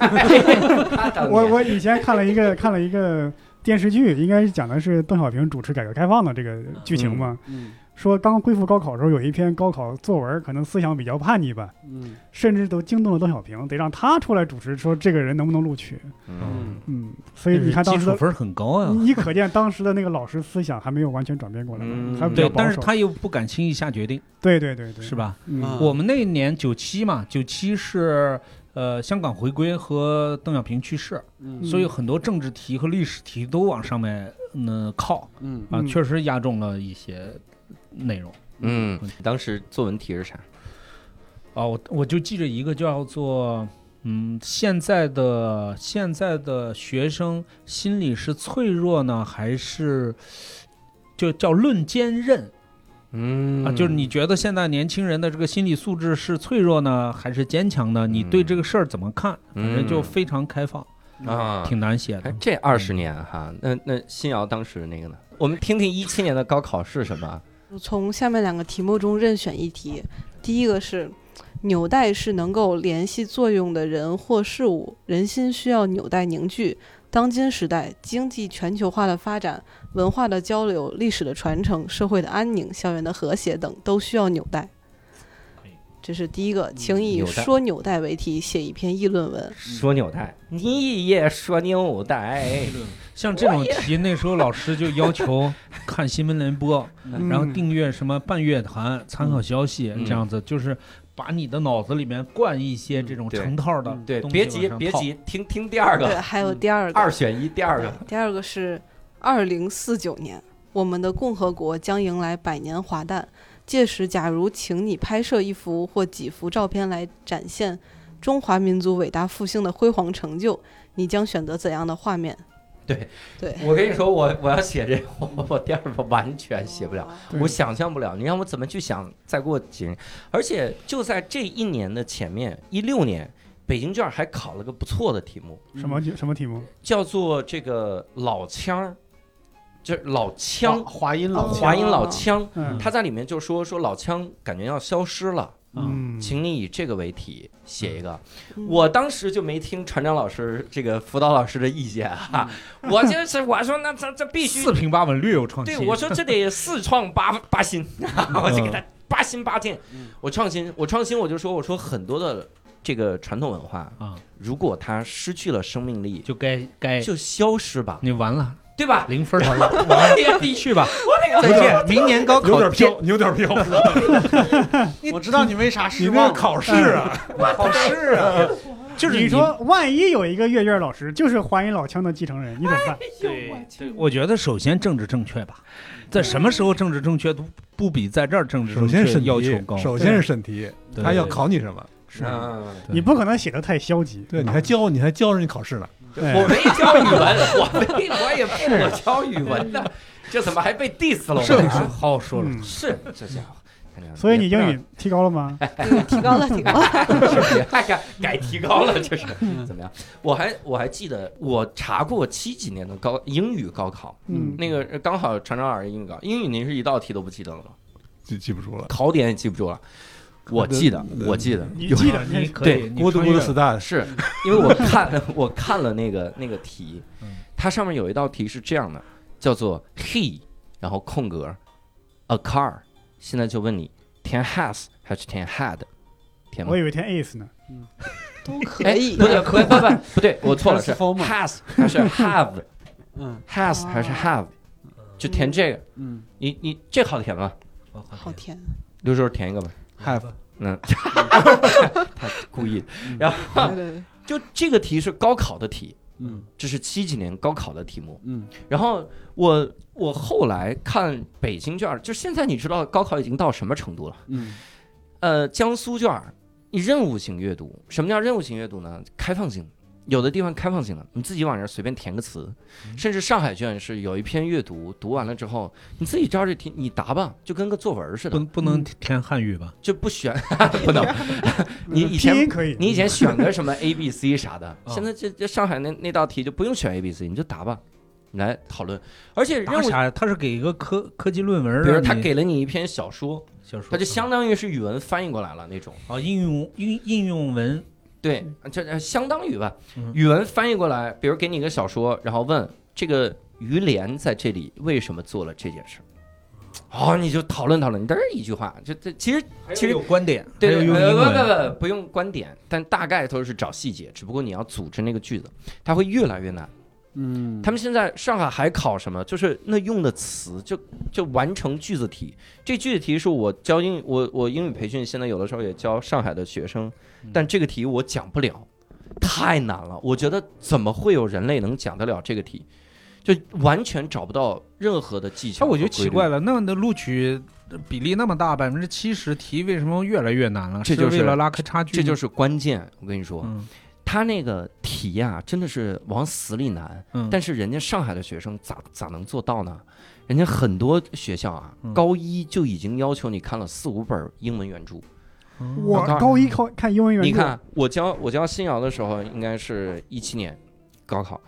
A: 他当
B: 我
A: 年
B: 我以前看了一个看了一个电视剧，应该是讲的是邓小平主持改革开放的这个剧情嘛。
C: 嗯
B: 说刚恢复高考的时候，有一篇高考作文，可能思想比较叛逆吧，
C: 嗯
B: 甚至都惊动了邓小平，得让他出来主持，说这个人能不能录取。
A: 嗯，
B: 嗯，所以你看
E: 基
B: 当时嗯
E: 础
B: 的，
E: 分很高啊。
B: 你可见当时的那个老师思想还没有完全转变过来，
A: 嗯
B: 还比较
E: 对，
B: 保
E: 但是
B: 守
E: 他又不敢轻易下决定，
B: 对对对对，
E: 是吧？
C: 啊
B: 嗯，
E: 我们那年九七嘛，九七是呃香港回归和邓小平去世，
C: 嗯
E: 所以很多政治题和历史题都往上面嗯靠
C: 嗯
E: 啊，
B: 嗯
E: 确实压中了一些内容。
A: 嗯，当时作文题是啥？
E: 哦，我我就记着一个叫做，嗯，现在的现在的学生心理是脆弱呢，还是就叫论坚韧
A: 嗯
E: 啊？就是你觉得现在年轻人的这个心理素质是脆弱呢，还是坚强呢？你对这个事儿怎么看？反正就非常开放，
A: 啊，
E: 挺难写
A: 哎
E: 的，。
A: 这二十年哈，那那新瑶当时那个呢？我们听听一七年的高考是什么？
G: 我从下面两个题目中任选一题，第一个是。纽带是能够联系作用的人或事物，人心需要纽带凝聚。当今时代，经济全球化的发展、文化的交流、历史的传承、社会的安宁、校园的和谐等，都需要纽带。这是第一个，请以
A: 哎纽带
G: 说纽带为题写一篇议论文。
A: 说纽带，你也说纽带，
E: 像这种题，那时候老师就要求看新闻联播，
B: 嗯
E: 然后订阅什么半月谈、参考消息
A: 嗯
E: 这样子，就是把你的脑子里面灌一些这种
A: 对
E: 成套的
C: 嗯
A: 对，
E: 东西
A: 别急
E: 往上
A: 别
E: 套，
A: 急，听听第二
G: 对，
A: 个，
G: 还有
C: 嗯
G: 第二个，
A: 二选一，第二个，
G: 第二个是二零四九年，我们的共和国将迎来百年华诞。届时，假如请你拍摄一幅或几幅照片来展现中华民族伟大复兴的辉煌成就，你将选择怎样的画面？
A: 对
G: 对，
A: 我跟你说，我我要写这，我我第二个完全哎写不
G: 哦
A: 了。
B: 对
A: 我想象不了，你让我怎么去想？再过几年，而且就在这一年的前面，一六年，北京卷还考了个不错的题目，
B: 什
C: 嗯
B: 么什么题目？
A: 叫做这个老腔儿，就是老腔，
C: 华华阴
G: 哦
C: 老
A: 华阴老腔。
B: 嗯
A: 他在里面就说说老腔感觉要消失了，
B: 嗯，
A: 请你以这个为题写一个。
G: 嗯
A: 我当时就没听船长老师这个辅导老师的意见啊，
C: 嗯
A: 我就是我说那这这必须
E: 嗯四平八稳，略有创新。
A: 对，我说这得四创八八新， 我就给他八新八进
C: 嗯。
A: 我创新，我创新，我就说，我说很多的这个传统文化
E: 啊，哎
A: 如果它失去了生命力，
E: 就该该
A: 就消失吧，
E: 你完了，
A: 对吧？
E: 零分儿了，
A: 我 天地，
E: 去吧，再见，明年高
D: 有
E: 考
D: 点飘，有点飘。
C: 我知道你为啥
D: 你
C: 失
D: 那
C: 望了，
D: 个考试啊，
A: 考试啊，
E: 就是
B: 你说，万一有一个阅卷老师就是华阴老腔的继承人，你怎么办？
E: 我觉得首先政治正确吧，在什么时候政治正确都不比在这儿政治
D: 首
E: 正
D: 先
E: 确
D: 审
E: 嗯要求
D: 题
E: 高，，
D: 首先是审题，
E: 对
D: 他要考你什么？
E: 是哎
A: 嗯
E: 对
B: 你不可能写的太消极。嗯哎
D: 对，你还教，你还教着你考试呢。
B: 对
A: 我没教语文， 我没，我也不我教语文的，这怎么还被 diss 了？
E: 是
A: 我
E: 不是好说了？
B: 嗯
A: 是这家伙。
B: 所以你英
A: 语
B: 语提高了吗？
G: 对提高了，提高了。
A: 哎呀，改提高了，这是怎么样？我还我还记得我查过七几年的高英语高考，
B: 嗯，
A: 那个呃刚好常常老师英语高，英语您是一道题都不记得了吗？
D: 记记不住了。
A: 考点也记不住了。我记得，我记得
B: 你记得
E: 啊你
B: 你
E: 可以，你
D: 咕嘟
E: 穿
D: 咕
E: 越
D: 嘟
E: 了
D: star，
A: 是因为我看我看了那个那个题
E: 嗯，
A: 它上面有一道题是这样的，叫做 he，然后空格 a car，现在就问你填 has 还是填 had，填吗
B: 我？以为填 ace E 呢。
G: 都
A: 哎
G: 可以
A: 不。对，不不 不不对，我错了，是
C: Transformer
A: has 还是 have？
C: 嗯
A: has 还是
G: 哦
A: have，就填这个。
C: 嗯，
A: 你你这好填吗？
G: 好甜，
A: 刘叔填一个吧。
C: have
A: 嗯，他故意。然后
G: 对对对，
A: 就这个题是高考的题，
C: 嗯
A: 这是七几年高考的题目。
C: 嗯
A: 然后我我后来看北京卷儿，就现在你知道高考已经到什么程度了？
C: 嗯
A: 呃，江苏卷儿，你任务型阅读，什么叫任务型阅读呢？开放性，有的地方开放性的，你自己往这儿随便填个词，
E: 嗯
A: 甚至上海卷是有一篇阅读，读完了之后，你自己照这题你答吧，就跟个作文儿似
E: 不
A: 的，
E: 不能填汉语吧？
A: 就不 选，不能，你以
B: 拼
A: 前
B: 音可以，
A: 你以前选个什么 A B C 啥 的，
E: 嗯
A: 现在这这上海那那道题就不用选 A B C，你就答吧，你来讨论，而且任
E: 答
A: 务。
E: 啥呀？他是给一个科科技论文儿，啊
A: 比如他
E: 让你
A: 给了你一篇小说，
E: 小说，
A: 它就相当于是语文翻译过来了那种。
E: 啊，应用应应用文
A: 对，这这相当于吧
E: 嗯，
A: 语文翻译过来，比如给你一个小说，然后问这个于连在这里为什么做了这件事儿，哦，你就讨论讨论，你嘚儿一句话，就这其实其实
E: 有观点，
A: 对
E: 还有
A: 对，
E: 用
A: 呃
E: 英
A: 不
E: 文，
A: 不不，不用观点，但大概都是找细节，只不过你要组织那个句子，它会越来越难。
C: 嗯，
A: 他们现在上海还考什么？就是那用的词，就就完成句子题。这句子题是我教英我我英语培训，现在有的时候也教上海的学生，
E: 嗯
A: 但这个题我讲不了，太难了。我觉得怎么会有人类能讲得了这个题？就完全找不到任何的技巧。
E: 哎，我就奇怪，了，那那录取比例那么大，百分之七十题为什么越来越难了？
A: 这就是
E: 为了拉开差距吗，
A: 这就是关键。我跟你说，
E: 嗯
A: 他那个题呀、真的是往死里难。
E: 嗯，
A: 但是人家上海的学生咋咋能做到呢？人家很多学校啊，
E: 嗯
A: 高一就已经要求你看了四五本英文原著。
E: 嗯
B: 我高一考看英文原著，
A: 你看，我教我教新瑶的时候，应该是一七年高考，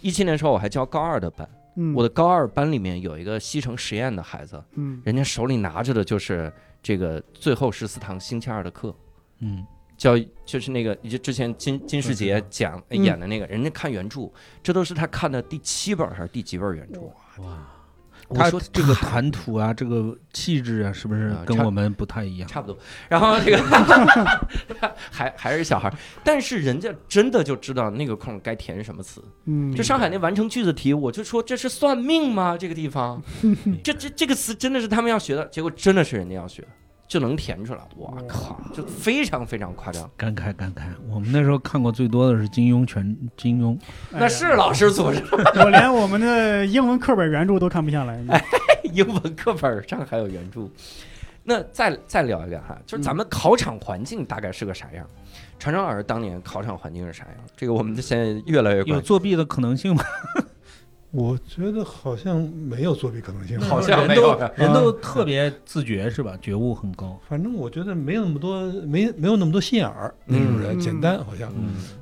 A: 一七年的时候我还教高二的班，
B: 嗯，
A: 我的高二班里面有一个西城实验的孩子，
B: 嗯，
A: 人家手里拿着的就是这个最后十四堂星期二的课，
E: 嗯，
A: 叫就是那个就之前金金世杰讲
B: 嗯
A: 演的那个，人家看原著，这都是他看的第七本还是第几本原著？啊
E: 哇，
A: 我
E: 他
A: 说
E: 这个
A: 太
E: 谈吐啊，这个气质啊，是不是
A: 啊
E: 跟
A: 差
E: 我们不太一样？
A: 差不多。然后这个 还还是小孩儿，但是人家真的就知道那个空该填什么词。
B: 嗯，
A: 就上海那完成句子题，我就说这是算命吗？这个地 方，这这这个词真的是他们要学的，结果真的是人家要学，就能填出来。我靠，就非常非常夸张。
E: 感慨感慨， 我们那时候看过最多的是金庸全金庸，
B: 哎呀
A: 那是老师组织的
B: 我连我们的英文课本原著都看不下来。
A: 英文课本上还有原著。那再再聊一个哈，
E: 嗯
A: 就是咱们考场环境大概是个啥样？船长老师当年考场环境是啥样？这个我们现在越来越关
E: 有
A: 注。
E: 作弊的可能性吗？
D: 我觉得好像没有作弊可能性，
E: 嗯
A: 好像没有嗯
E: 人都人都特别自觉是吧？觉悟很高。
D: 反正我觉得没有那么多，没没有那么多心眼儿，那时候人
B: 嗯
D: 简单好像，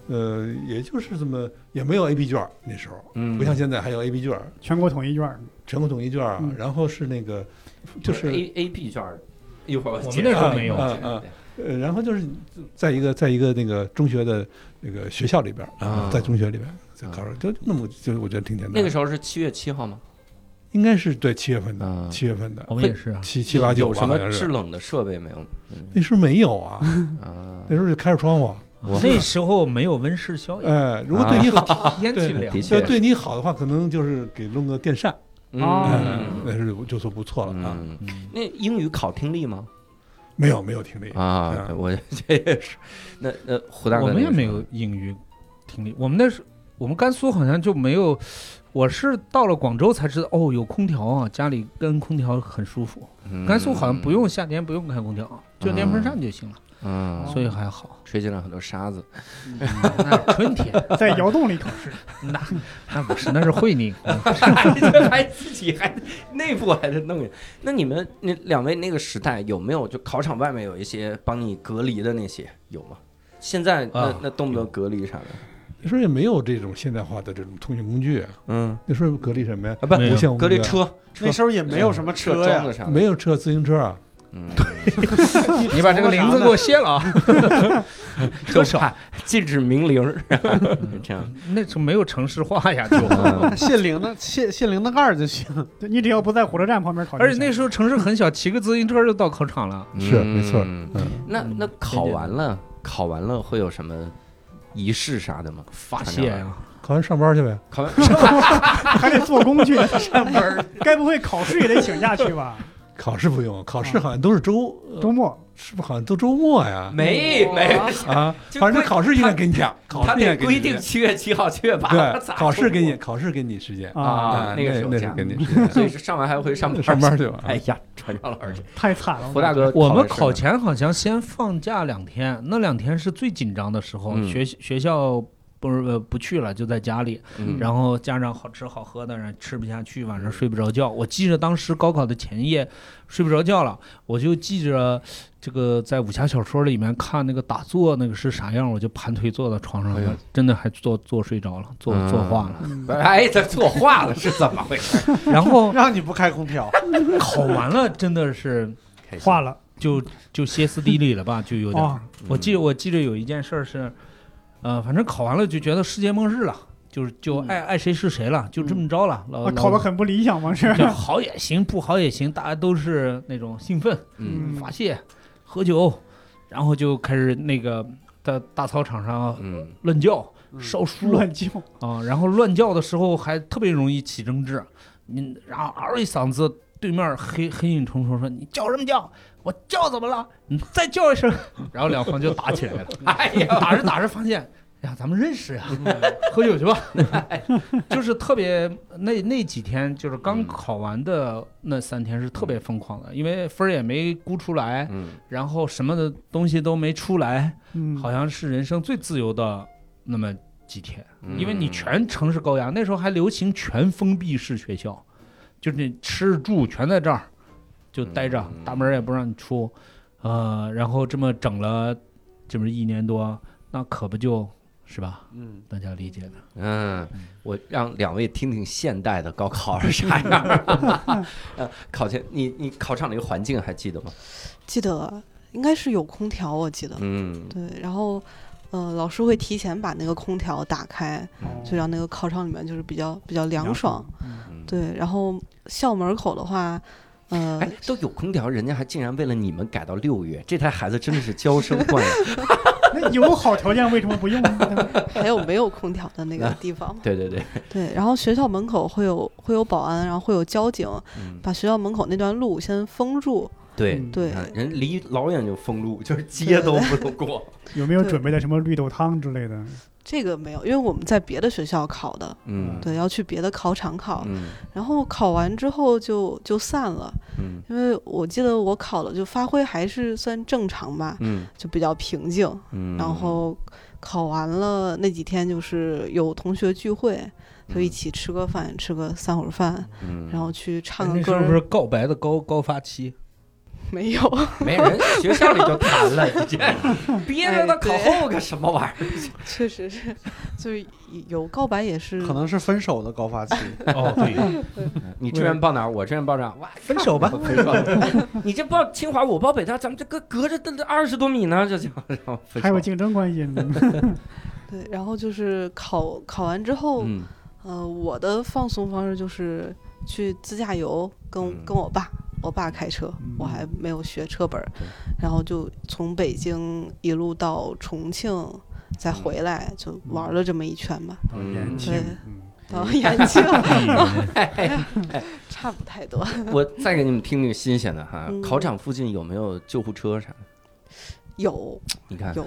E: 嗯，
D: 呃，也就是这么，也没有 A B 卷儿那时候，
A: 嗯，
D: 不像现在还有 A B 卷儿，
B: 全国统一卷儿，
D: 全国统一卷儿啊
B: 嗯，
D: 然后是那个，
A: 就
D: 就
A: 是是嗯 A A B 卷儿，一会儿
E: 我们
A: 解
E: 那时候
A: 释
E: 没有
A: 啊啊
D: 呃，然后就是在一个在一个那个中学的那个学校里边儿
A: 啊
D: 在中学里边儿在
A: 啊
D: 考试，就那么就我觉得挺简单的。
A: 那个时候是七月七号吗？
D: 应该是对七月份的，
E: 嗯
A: 啊，
D: 七月份的
E: 我们 也是啊。
D: 七七八九
A: 有
D: 吧
A: 什
D: 好
A: 么
D: 像
A: 制
D: 是
A: 冷的设备没有？
D: 那时候没有啊，
A: 啊
D: 那时候就开着窗户。
A: 我
E: 那时候没有温室效应，
D: 哎，如果对你
A: 啊
D: 好，
E: 天气
D: 对
E: 凉
A: 的。确
D: 要对你好的话，可能就是给弄个电扇，哎
A: 嗯
D: 那是就算不错了啊。
A: 嗯，
E: 嗯
A: 那英语考听力吗？
D: 没有没有听力，
A: 啊，
D: 啊
A: 对我 这也是。那那胡大哥，
E: 我们也没有。英语听力，我们那时我们甘肃好像就没有。我是到了广州才知道，哦，有空调啊，家里跟空调很舒服。
A: 嗯
E: 甘肃好像不用。夏天不用开空调，啊就电风扇就行了，
A: 嗯，
E: 所以还好。
A: 吹进了很多沙 子。
E: 嗯那春天
B: 在窑洞里考试，
E: 那那不是，那是会 你。
A: 还自己还内部还得弄一。那你们那两位那个时代有没有就考场外面有一些帮你隔离的那些有吗？现在那、
E: 啊
A: 那动不动隔离啥的，
D: 那时候也没有这种现代化的这种通讯工具啊。
A: 嗯
D: 那时候隔离什么呀？
A: 啊不
E: 没有
D: 无线网
A: 隔离
D: 络啊，
A: 车
C: 那时候也没有什么车
A: 装
C: 呀
A: 的， 啥的，
D: 没有车，自行车啊。
A: 嗯，
E: 你把这个铃子 给我卸了 啊！
A: 就怕禁止鸣铃 儿，这样
E: 那是没有城市化呀，就。
C: 卸铃铛卸卸铃铛盖儿就行。
B: 对你只要不在火车站旁边考就行，
E: 而且那时候城市很小，骑个自行车就到考场了。
D: 是没错
A: 嗯
D: 嗯
A: 那那考完了，考完了会有什么仪式啥的吗？发
E: 谢呀，
D: 考完上班去呗。
A: 考完
B: 还得做工具上班，该不会考试也得请假去 吧？
D: 考试不用，
A: 啊
D: 考试好像都是周，
A: 嗯
D: 呃
B: 周末
D: 是不是好像都周末呀？
A: 没没，
D: 啊，
A: 就
D: 反正
A: 规
D: 考试一定给你讲，考
A: 他
D: 试一
A: 得
D: 定
A: 规
D: 给你时
A: 定
D: 间
A: 七月七号、七月八号，
D: 对，
A: 咋
D: 考试给你，
A: 都
D: 考试给你时间
A: 啊那个时候
D: 那
A: 讲，
D: 是给你时间
A: 所以是上完还会上班
D: 上班去吧
A: 哎呀，船长老师，
B: 太惨了，
A: 嗯胡大哥，
E: 我们考
A: 考
E: 前好像先放假两天，那两天是最紧张的时候，
A: 嗯
E: 学学校。不是呃不去了，就在家里，
A: 嗯
E: 然后家长好吃好喝的，然后吃不下去，晚上睡不着觉。我记着当时高考的前夜睡不着觉了，我就记着这个在武侠小说里面看那个打坐那个是啥样，我就盘腿坐到床上，
A: 哎啊呀
E: 真的还坐坐睡着了，坐坐化了。
B: 嗯
A: 哎，这错话了是怎么回 事？
E: 然后
C: 让你不开空调，
E: 考完了，真的是
A: 开心
B: 化了
E: 就就歇斯底里了吧，就有点儿。
B: 啊！
E: 我记得我记得有一件事儿是，呃，反正考完了就觉得世界末日了，就是就
C: 嗯
E: 爱爱谁是谁了，就这么着了。老
B: 啊考
E: 老
B: 得很不理想吗？是，
E: 就好也行，不好也行，大家都是那种兴奋、
A: 嗯
B: 嗯
E: 发泄、喝酒，然后就开始那个在大操场上
A: 嗯
E: 乱叫、
C: 嗯
E: 烧书
B: 乱叫，
E: 啊，然后乱叫的时候还特别容易起争执，你然后嗷一嗓子，对面黑黑影重重说你叫什么叫？我叫怎么了？你再叫一声， 然后两方就打起来了。 哎呀，打着打着发现。哎呀，咱们认识呀、喝酒 去吧。就是特别那那几天，就是刚
A: 嗯
E: 考完的那三天是特别疯狂的，因为分儿也没估出来，
A: 嗯
E: 然后什么的东西都没出来，
B: 嗯，
E: 好像是人生最自由的那么几天。
A: 嗯，
E: 因为你全城市高压，那时候还流行全封闭式学校，就是你吃住全在这儿，就待着
A: 嗯，
E: 大门也不让你出，呃，然后这么整了，这么一年多，那可不就是吧？
C: 嗯，
E: 大家理解的，
A: 嗯，我让两位听听现代的高考是啥样 儿。呃，考前你你考场那个环境还记得吗？
G: 记得应该是有空调，我记得。
A: 嗯
G: 对，然后，呃，老师会提前把那个空调打开，就让那个考场里面就是比较比较凉爽。
A: 嗯，
G: 对，然后校门口的话，呃，
A: 哎，都有空调，人家还竟然为了你们改到六月，这代孩子真的是娇生惯 养。
B: 那有好条件为什 么不用呢？对吧
G: 还有没有空调的那个地方嘛？
A: 对对对，
G: 对，然后学校门口会有会有保安，然后会有交警，
A: 嗯，
G: 把学校门口那段路先封住。
A: 对
B: 嗯
G: 对，
A: 啊人离老远就封 路，就是街都不能过。
B: 有没有
G: 对
B: 准备的什么绿豆汤之类的？
G: 这个没有，因为我们在别的学校考的，
A: 嗯
G: 对，要去别的考场考，
A: 嗯
G: 然后考完之后就就散了，
A: 嗯
G: 因为我记得我考了就发挥还是算正常吧，
A: 嗯
G: 就比较平静，
A: 嗯，
G: 然后考完了那几天就是有同学聚会，就一起吃个饭，吃个散伙饭，
A: 嗯，
G: 然后去唱个
F: 哎那
G: 歌
F: 是
G: 儿，
F: 不是告白的高高发期？
G: 没有，
A: 没人学校里就谈了，已 经憋着呢，
G: 哎
A: 考
G: 对
A: 后个什么玩意儿？
G: 确实 是，就是有告白也是
C: 可能是分手的高发 期。
F: 哦，对，
A: 你志愿报哪儿？我志愿报哪儿？哇，
F: 分手吧。
A: 分手！哎你这报清华，我报北大，咱们这隔隔着这二十多米呢，这就 然后分手
B: 还有竞争关系 呢？
G: 对，然后就是考考完之后，
A: 嗯
G: 呃，我的放松方式就是去自驾游，跟、
A: 嗯
G: 跟我爸，我爸开车，
F: 嗯
G: 我还没有学车本儿，然后就从北京一路到重庆，再回来，就玩了这么一圈吧，
A: 嗯
B: 延
G: 对
B: 庆，嗯
G: 到延 庆，哎呀哦差不太多。
A: 我再给你们听听新鲜的哈，
G: 嗯
A: 考场附近有没有救护车啥的？
G: 有
A: 你看，
G: 有，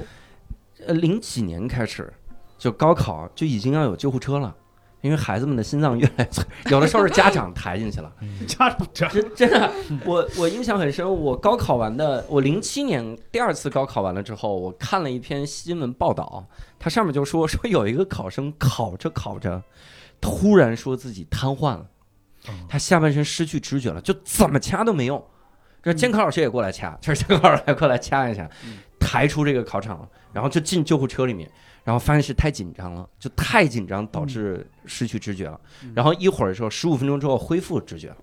A: 呃，零几年开始就高考就已经要有救护车了。因为孩子们的心脏越来越，有的时候是家长抬进去了，
B: 嗯家长
A: 真真的，我我印象很深。我高考完的，我零七年第二次高考完了之后，我看了一篇新闻报道，它上面就说 说有一个考生考着考着，突然说自己瘫痪了，他下半身失去知觉了，就怎么掐都没用。这监考老师也过来掐，这监考老师也过来掐一下，抬出这个考场了，然后就进救护车里面，然后发现是太紧张了，就太紧张导致失去知觉了。然后一会儿的时候，十五分钟之后恢复知觉了。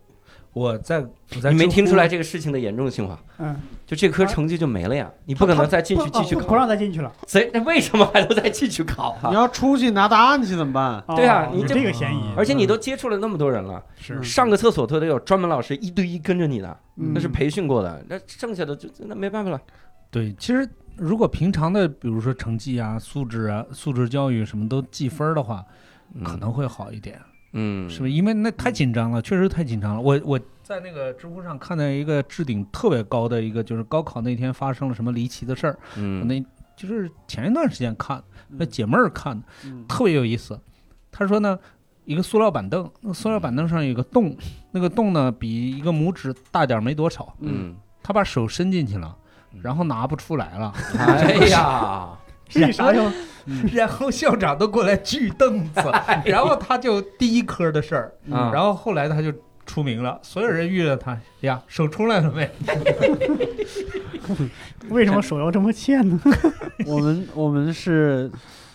E: 我在我在
A: 你没
E: 知乎
A: 听出来这个事情的严重性吗？啊
B: 嗯，
A: 就这科成绩就没了呀，你不可能再进去继续
B: 不不不让嗯
A: 考。
B: 再进去了。
A: 谁？那为什么还能再进去考
C: 嗯你
A: 啊？
C: 要出去拿答案去怎么办？
B: 哦
A: 对啊你
B: 有
A: 这
B: 这个嫌疑，
A: 而且你都接触了那么多人了，
B: 是
A: 上个厕所都得有专门老师一对一跟着你的，
B: 嗯
A: 那是培训过的，那剩下的就那没办法了。
E: 对，其实如果平常的，比如说成绩啊、素质啊、素质教育什么都记分儿的话，可能会好一点。
A: 嗯，
E: 嗯是不是？因为那太紧张了，确实太紧张了。我我在那个知乎上看到一个置顶特别高的一个，就是高考那天发生了什么离奇的事儿。
A: 嗯，
E: 那就是前一段时间看，那姐妹儿看的，
C: 嗯
E: 特别有意思。她说呢，一个塑料板凳，那个塑料板凳上有一个洞，那个洞呢比一个拇指大点儿没多少。
A: 嗯，
E: 她把手伸进去了，然后拿不出来了。
A: 哎呀，
B: 为啥要
A: 嗯
E: 然后校长都过来锯凳 子，
A: 哎
E: 然后他就第一科的事儿，
A: 嗯
E: 然后后来他就出名了，所有人遇到他呀，手出来了没？
A: 哎
B: 为什么手要这么欠呢？
C: 我们我们是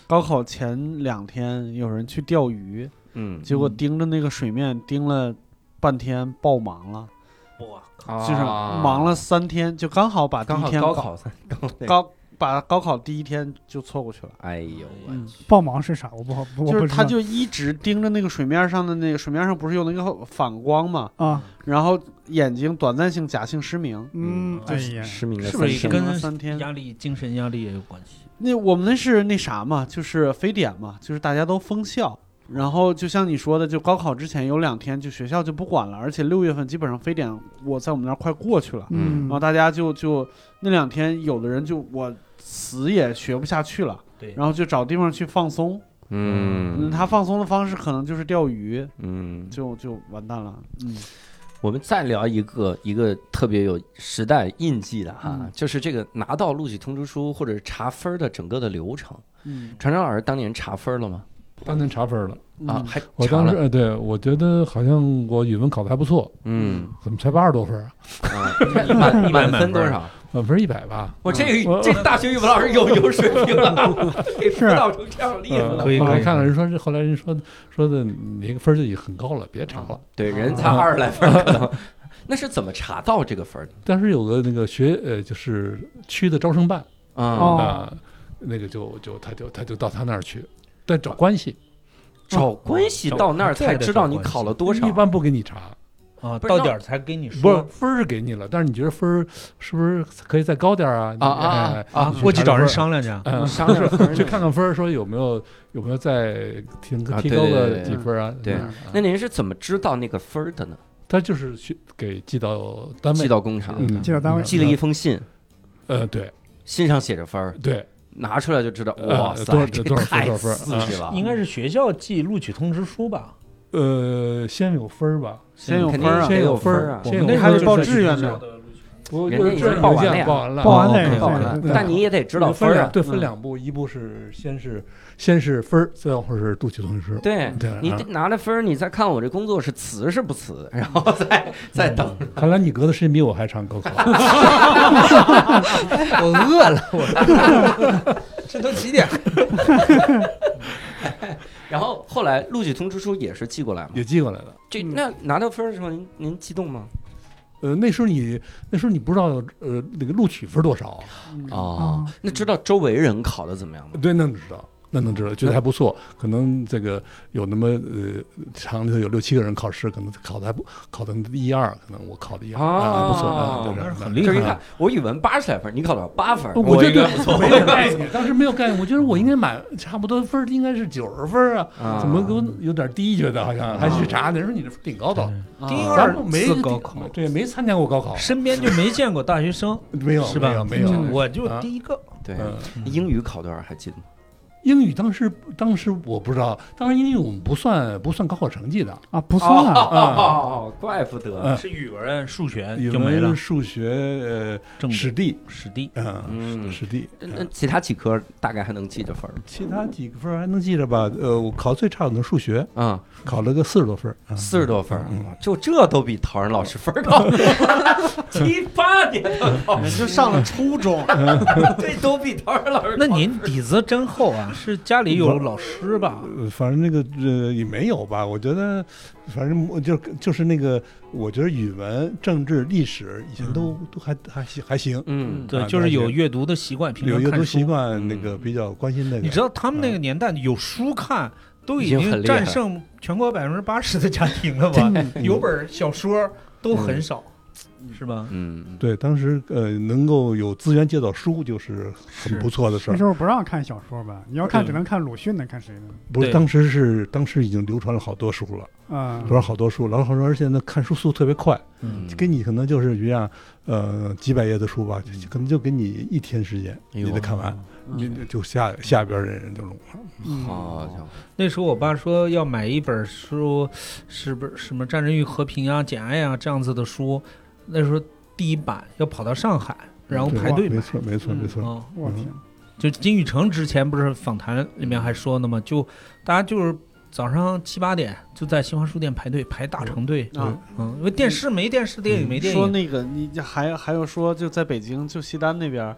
C: 高考前两天有人去钓鱼，
A: 嗯，
C: 结果盯着那个水面盯了半天，爆忙了，
A: 啊
C: 就是忙了三天，就刚好把第
A: 刚
C: 一
A: 好
C: 天
A: 高考三，刚好那个
C: 高把高考第一天就错过去了。
A: 哎呦我
C: 嗯，
B: 爆盲是啥？我不好，我不
C: 就是
B: 知
C: 他
B: 道
C: 就一直盯着那个水面上的那个水面上不是有那个反光嘛，
B: 啊，
C: 然后眼睛短暂性假性失明，
B: 嗯，哎
C: 就是
B: 呀，
A: 失明了
E: 是
A: 三
E: 不是
A: 天
C: 跟
A: 了，
C: 了
E: 跟
C: 三天
E: 压力、精神压力也有关系？
C: 那我们那是那啥嘛，就是非典嘛，就是大家都封校，然后就像你说的，就高考之前有两天，就学校就不管了，而且六月份基本上非典我在我们那儿快过去了，
B: 嗯
C: 然
D: 哦
C: 后大家就就那两天，有的人就我死也学不下去了，
E: 对
C: 然后就找地方去放松，嗯，
A: 嗯
C: 他放松的方式可能就是钓鱼，
A: 嗯，
C: 就就完蛋了，嗯
A: 我们再聊一个一个特别有时代印记的哈，
C: 嗯
A: 就是这个拿到录取通知书或者是查分儿的整个的流程。
C: 嗯
A: 船长老师当年查分儿了吗？
D: 当年查分了，
A: 啊，
C: 嗯
A: 还
D: 我
A: 查
D: 当时
A: 了，
D: 呃，对我觉得好像我语文考的还不错，
A: 嗯
D: 怎么才八十多分儿啊？
A: 啊，满满分多少？嗯
D: 满分一呃百吧？
A: 我这
D: 我
A: 个这个大学语文老师有有水平啊 了，给辅导成这样的例子
D: 呃
A: 了。
E: 可以
D: 后来
E: 可以
D: 看了人说是，后来人说说的你那个分儿就已经很高了，别
A: 啊
D: 查了。
A: 对，人才二十来分儿，可 能那是怎么查到这个分儿的
D: 当时有个那个学呃，就是区的招生办
A: 啊？
B: 哦
D: 啊、那个就就他就他就到他那儿去，但找关系，
A: 找关系到那儿才知道你考了多少
D: 一。般不给你查，
E: 啊，
A: 不是
E: 到
A: 那
E: 点儿才给你
D: 不是
E: 说。
D: 分儿是给你了，但是你觉得分儿是不是可以再高点儿啊？
A: 啊啊啊
D: 哎
E: 啊，过去找人商量去。
D: 嗯，
A: 商量 分儿
D: 去看看分儿，说有没有有没有再提
A: 啊
D: 提
A: 对
D: 高
A: 对
D: 个
A: 对
D: 几分儿啊？
A: 对
D: 嗯
A: 那您是怎么知道那个分儿的呢？
D: 他就是去给寄到单位，
A: 寄到工厂，
D: 嗯
B: 寄到单位
A: 寄了一封信，
D: 呃，对
A: 信上写着分儿，
D: 对，
A: 拿出来就知道。
D: 呃
A: 哇
D: 多
A: 塞，
D: 少
A: 这
D: 多少分
A: 太
D: 多少分
A: 刺激了！
E: 应该是学校寄录取通知书吧？
D: 呃，先有分儿吧，
C: 先有
A: 肯
C: 分
A: 定
C: 儿啊
A: 得
D: 先
A: 有
D: 分
A: 分
D: 儿
A: 啊
D: 先
E: 我们
D: 有
E: 那
D: 分
E: 时
C: 还
D: 儿
E: 候
C: 得
E: 就
C: 报
E: 是
C: 志愿
E: 学
C: 者
E: 校的录取
A: 人家
D: 不就
A: 已
D: 是
A: 经
D: 这
A: 报
D: 邮
A: 完了呀
D: 件报完了，
B: 报完
A: 哦
B: 了对
A: 报完了
B: 对，对
A: 但你也得知道分
D: 分
A: 儿啊。
D: 对，分
C: 嗯
D: 两步，一步是先是先是分儿，再或者是录取通知书。
A: 对
D: 对，
A: 你
D: 啊
A: 得拿着分儿，你再看我这工作是辞是不辞，然后再再等。
D: 看来你隔的时间比我还长，高考。
H: 我饿了，我 这都几点？
E: 啊
A: 然后后来录取通知书也是寄过来嘛。
D: 也寄过来了。
A: 这
B: 嗯
A: 那拿到分儿的时候，您您激动吗？
D: 呃，那时候你那时候你不知道呃那个录取分多少，啊
A: 哦
B: 哦，
A: 那知道周围人考的怎么样吗？
D: 对，那能知道，那能知道，觉得还不错。可能这个有那么呃厂里头有六七个人考试，可能考的还不考的一二，可能我考的一二、啊不错，啊、对
E: 那
D: 对
E: 是
D: 对
E: 很
A: 就
E: 厉害
A: 是一
E: 的。
A: 看我语文八十来分儿，你考到八分儿，
D: 我
A: 觉
D: 觉得
A: 得不错。
D: 没有概念，当时没有概 念，我觉得我应该满差不多分儿应该是九十分儿啊，
A: 啊
D: 怎么给我有点低？觉得好像还去查呢，说你这分儿挺高的，
C: 啊
D: 咱们没
E: 次高考
D: 对，没参加过高考，
E: 身边就没见过大学生，
D: 没有，
E: 是吧？嗯
D: 没有，没有。
E: 我就第一个。
A: 对，
D: 嗯，
A: 英语考多少还记得吗？
D: 英语当时当时我不知道，当时英语我们不算不算高考成绩的，
B: 啊，不算 啊，
D: 啊，
A: 哦，怪不得。
D: 嗯
E: 是语文、数学
D: 语
E: 呃就没了
D: 文、，数学、
E: 政
D: 呃、史
E: 治、
D: 地，
E: 史地。
D: 嗯，
A: 嗯，
D: 史地。
A: 那
D: 嗯
A: 其他几科大概还能记着分儿吗
D: 其他几个分儿还能记着吧？呃，我考最差的可能数学，
A: 啊，
D: 考了个四十多分儿。嗯
A: 四十多分儿
D: 嗯，
A: 就这都比陶然老师分儿 高，七八年的考试
C: 就上了初中，
A: 这都比陶然老师
E: 那
A: 高
E: 您底子真厚啊！是家里有老师吧？
D: 呃反正那个呃也没有吧，我觉得，反正我就就是那个，我觉得语文、政治、历史以前
E: 嗯
D: 都都还还行还行，
A: 嗯，
E: 对，
D: 啊
E: 就是有
D: 了解
E: 阅读的习惯，平
D: 有
E: 常
D: 阅读
E: 看
D: 习
E: 书。
D: 惯，
A: 嗯
D: 那个比较关心那个。
E: 你知道他们那个年代有书看，都
A: 已
E: 已
A: 经很
E: 经
A: 厉害
E: 战胜全国百分之八十的家庭了吧？有本小说都很少，是吧？
A: 嗯，
D: 对，当时呃，能够有资源借到书就是嗯很不错的事
B: 那
D: 儿
B: 时。候不让看小说吧？你要看
E: 对
B: 只能看鲁迅的，看谁的？
D: 不是，
E: 对
D: 当时是当时已经流传了好多书了，
B: 啊
D: 流，传好多书，然后好多而且呢，看书速度特别快，
A: 嗯
D: 给你可能就是一样，呃，几百页的书吧，
E: 嗯
D: 就可能就给你一天时间，
A: 哎呦
D: 你得看完，
C: 嗯
E: 嗯
D: 你就下下边的人就聋了。
B: 嗯
A: 好家伙，
E: 那时候我爸说要买一本书，是不是什么《战争与和平》啊、《简爱》啊这样子的书，那时候第一版要跑到上海，然后
D: 对
E: 排队
D: 没
E: 买。
D: 错，没错，
C: 嗯
D: 没错。
E: 啊、
B: 我天，
E: 就金宇澄之前不是访谈里面还说呢嘛，就大家就是早上七八点就在新华书店排队排大长队，
C: 啊，
E: 嗯，因为电视没电视，电影没电
C: 说
E: 影，
C: 那个，你这还还有说，就在北京，就西单那边儿，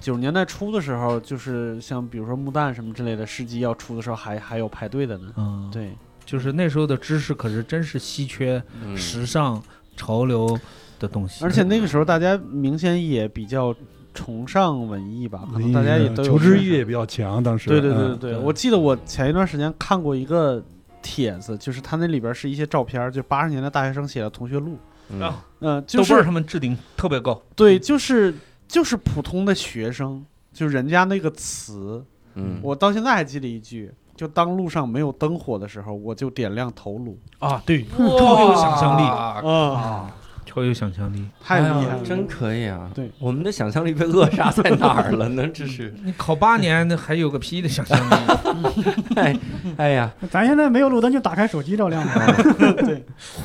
C: 九十年代初的时候，就是像比如说木蛋什么之类的市集要出的时候还，还有排队的呢。
E: 嗯，，
C: 对，
E: 就是那时候的知识可是真是稀缺、
A: 嗯
E: 时尚、潮流的东 西，
C: 而且那个时候大家明显也比较崇尚文艺吧，可
D: 文
C: 能
D: 艺
C: 大家也
D: 的
C: 都
B: 嗯
C: 有
D: 求知
C: 这
D: 欲也比较强，当时
C: 对对对
D: 嗯
C: 对，
E: 对
C: 我记得我前一段时间看过一个帖子，就是他那里边是一些照片儿，就八十年代大学生写的同学录，
A: 嗯
C: 嗯、就
E: 豆瓣儿
C: 是
E: 他们置顶特别高，
C: 对，就是就是普通的学生，就人家那个词，
A: 嗯，
C: 我到现在还记得一句。就当路上没有灯火的时候，我就点亮头颅
E: 啊，对，
I: 哇
E: 有想象力
C: 啊！
E: 超有想象力。
C: 太厉
A: 哎
C: 害
A: 呀
C: 了，
A: 真可以啊！
C: 对，
A: 我们的想象力被扼杀在哪儿了呢？这是，
E: 你考八年，那还有个屁的想象力！
A: 哎呀，
B: 咱现在没有路灯，就打开手机照亮嘛。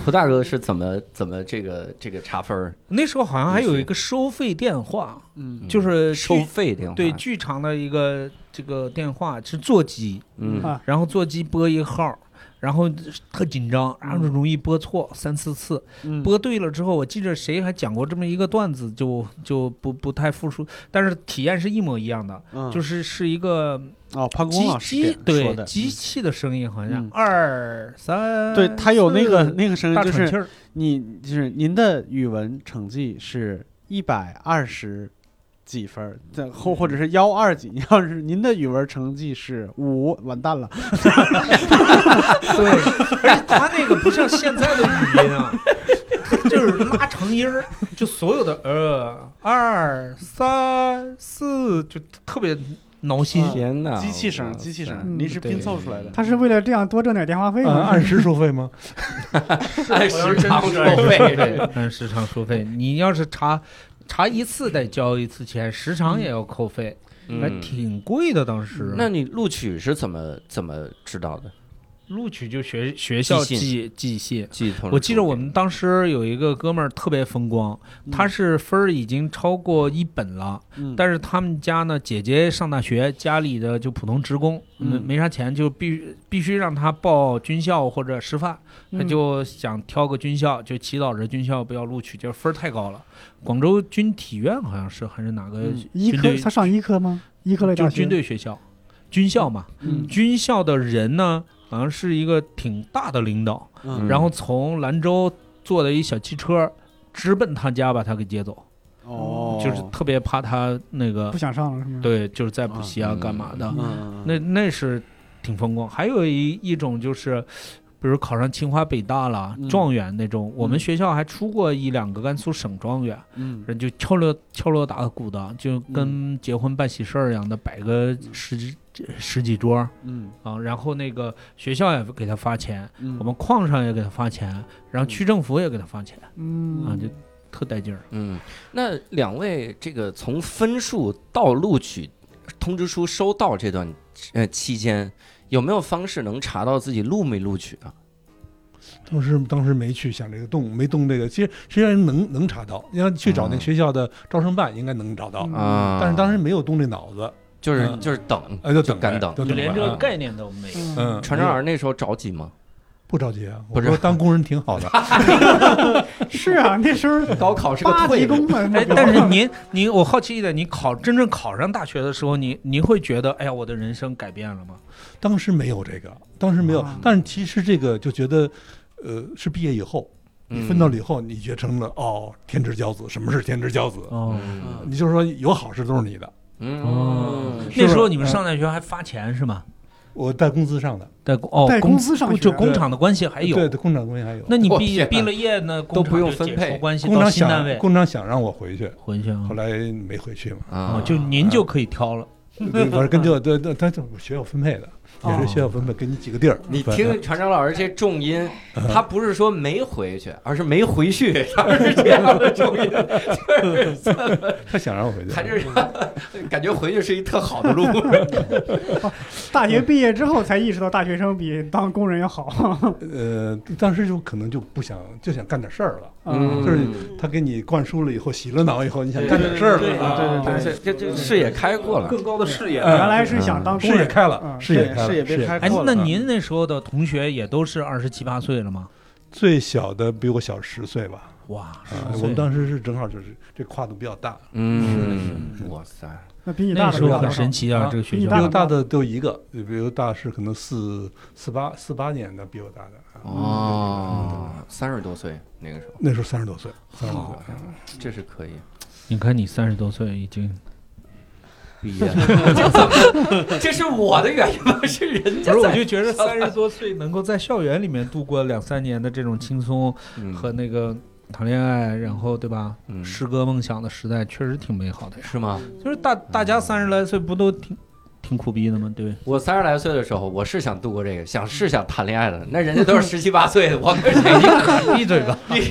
A: 胡大哥是怎么怎么这个这个查分儿？
E: 那时候好像还有一个收费电话，
C: 嗯
A: 嗯
E: 就是剧
A: 收费电话，嗯
E: 对剧场的一个这个电话是座机，
A: 嗯
B: 啊
E: 然后座机拨一号，然后特紧张，然后容易拨错三四次，
C: 嗯
E: 拨对了之后，我记着谁还讲过这么一个段子，就就不不太复述，但是体验是一模一样的，
C: 嗯
E: 就是是一个
C: 哦，潘公
E: 机
C: 老师
E: 机
C: 给说
E: 对
C: 的
E: 机器的声音，好像
C: 嗯
E: 二三，
C: 对他有那个
E: 四
C: 那个声音，
E: 大
C: 就
E: 喘气
C: 是
E: 儿，
C: 你就是您的语文成绩是一百二十几分儿，这或或者
E: 嗯
C: 是幺二几，要是您的语文成绩是五，完蛋了。
E: 对， 而且他那个不像现在的语音啊， 他就是拉长音儿，就所有的呃二三四就特别挠心。
C: 啊
A: 天哪，
C: 机器声，
A: 哇
C: 机器
A: 塞
C: 声，临时
E: 啊对
C: 拼凑出来的。
B: 他是为了这样多挣点电话费
D: 按
B: 吗？
D: 呃按时收费吗？
A: 按哎时长收 费，
E: 按嗯时长收费，你要是查查一次得交一次钱，时长也要扣费，还
A: 嗯，
E: 挺贵的。当时
A: 那你录取是怎么怎么知道的？
E: 录取就学学校
A: 寄信
E: 寄寄信，
A: 记通知
E: 我记得我们当时有一个哥们儿特别风光，
A: 嗯
E: 他是分儿已经超过一本了，
C: 嗯
E: 但是他们家呢，姐姐上大学，家里的就普通职工，没、
C: 嗯
E: 没啥钱，就必必须让他报军校或者师范，
B: 嗯
E: 他就想挑个军校，就祈祷着军校不要录取，就是分儿太高了。广州军体院好像是还是哪个
C: 嗯
B: 医
E: 军
B: 科
E: 队，
B: 他上医科吗？医科类
E: 就
B: 大
E: 是
B: 学
E: 军，队学校，军校嘛，
C: 嗯
E: 军校的人呢，好像是一个挺大的领导。
C: 嗯
E: 然后从兰州坐的一小汽车，直奔他家把他给接走，
C: 哦，
E: 就是特别怕他那个
B: 不，想上了是吗？
E: 对，就是在补习啊
A: 嗯
E: 干嘛的，
C: 嗯，
E: 那那是挺风光。还有一一种就是。比如考上清华北大了
C: 嗯，
E: 状元那种，我
C: 嗯
E: 们学校还出过一两个甘肃省状元，
C: 嗯
E: 人就敲锣敲锣打鼓的，就跟结婚办喜事儿一样的，摆个十几十几桌儿
C: 嗯
E: 啊，然后那个学校也给他发钱，
C: 嗯，
E: 我们矿上也给他发钱，然后区政府也给他发钱啊，
B: 嗯
E: 就，特带劲儿。
A: 嗯，那两位这个从分数到录取通知书收到这段呃期间，有没有方式能查到自己录没录取啊？
D: 当时当时没去想这个动，没动这个，其实实际上能能查到，要去找那
E: 啊
A: 嗯
D: 个学校的招生办应该能找到，
B: 嗯
A: 啊，
D: 但是当时没有动这脑子，
A: 就是、
D: 嗯
A: 就是等。
D: 呃，就等
A: 干
D: 呗
A: 等
D: 就
E: 就
D: 等
E: 连
D: 呗
E: 这个
D: 啊
E: 概念都没有。
D: 嗯，
A: 船长儿那时候着急吗？
D: 不着急啊，
A: 不
D: 我
A: 是
D: 说当工人 挺好的，
B: 是啊，那时 候
A: 高考是
B: 八级工嘛，
E: 哎，但是您您，我好奇一点，你考真正考上大学的时候，你您会觉得，哎呀，我的人生改变了吗？
D: 当时没有这个，当时没有
B: 啊，
D: 但是其实这个就觉得，呃，是毕业以后，
E: 嗯
D: 你
A: 嗯
D: 分到了以后，你觉成了哦，天之骄子，什么是天之骄子？
E: 哦
A: 嗯
D: 你就是说有好事都是你的，
A: 嗯
E: 哦
A: 嗯
D: 是
E: 那时候
D: 吧
E: 你们上大学还发钱是吗？
D: 我带工资上的，
E: 在公哦，
B: 带
E: 公
B: 工资上学
E: 就工厂的关系还有。
D: 对对，工厂工人还有，
E: 那你
A: 我
E: 毕业
A: 天哪
E: 毕了业呢，
A: 都不用分配
E: 工厂就解除关系
D: 工
E: 到
D: 厂
E: 新单位
D: 想工厂想让我回去，
E: 回去啊
D: 后。来没回去嘛，
A: 啊
E: 哦，就您就可以挑了。
D: 嗯反正跟这这这他这学校分配的，也
E: 哦
D: 是学校分配，给你几个地儿，
A: 你
D: 反嗯
A: 听船长老师这重音，他不是说没回去，而是没回 去，他是这样的重音，就是
D: 他想让我回去，
A: 他这是感觉回去是一特好 的路。
B: 大
E: 嗯
B: 学毕业之后才意识到大学生比当工人要好。
D: 呃，当时就可能就不想就想干点事儿了，
B: 嗯
D: 就是他给你灌输了以后，洗了脑以后，你想干点事儿了啊。
C: 对对对，
A: 这这这视野开阔了，
E: 高的视野
B: 原来是想当工
D: 视野
B: 人，
D: 开了，
B: 嗯
D: 视野开了，
C: 视野别开
E: 哎
C: 啊阔，了。
E: 那您那时候的同学也都是二十七八岁了吗？
D: 最小的比我小十岁吧，
E: 哇，
D: 啊
E: 10岁
D: 我们当时是正好就是这跨度比较大，
A: 嗯，哇塞，
B: 那比你大
E: 那
B: 的
E: 时候
B: 多
E: 很
B: 了
E: 神奇啊
D: 啊，
E: 这个学
B: 比你
D: 比
E: 校
B: 大
D: 我大的都有一个，比我大是可能四四八四八年的比我大的，啊
A: 哦，三十多岁那个时候，
D: 那时候三十多岁，三十多岁，
A: 这是可以。
E: 你看你三十多岁已经
A: 毕业了， 这是我的原因吗？是人家
E: 不是，我
A: 在
E: 就觉 得三十多岁能够在校园里面度过两三年的这种轻松
A: 嗯
E: 和那个谈恋爱，然后对吧？
A: 嗯
E: 诗歌梦想的时代确实挺美好的呀。
A: 是吗？
E: 就是大大家三十来岁不都挺挺苦逼的吗？ 对不对？
A: 我三十来岁的时候，我是想度过这个，想是想谈恋爱的，那人家都是十七八岁的，我跟谁
E: 闭嘴吧！
A: 你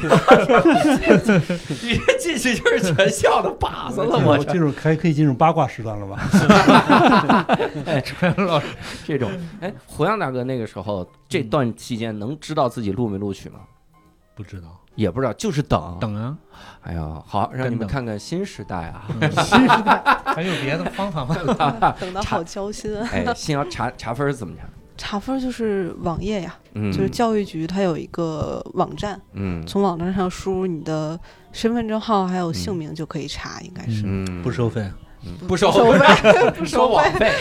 A: 你这进去就是全校的靶子了，我
D: 进入可以可以进入八卦时段了吧？
E: 老师，
A: 这种。哎，胡杨大哥那个时候这段期间能知道自己录没录取吗？
E: 不知道，
A: 也不知道，就是等。
E: 等 啊，
A: 哎呀，好，让你
E: 真
A: 们
E: 等
A: 看看新时代 啊！
E: 还有别的方 法吗？
G: 等的好焦心啊！
A: 哎，新要查查分儿怎么 查？
G: 查分儿就是网页呀，
A: 嗯，
G: 就是教育局它有一个网站，
A: 嗯
G: 从网站上输入你的身份证号还有姓名就可以查，应该 是。
A: 嗯，
E: 不收费，
A: 不收
G: 收
A: 费， 不
G: 收
A: 网费，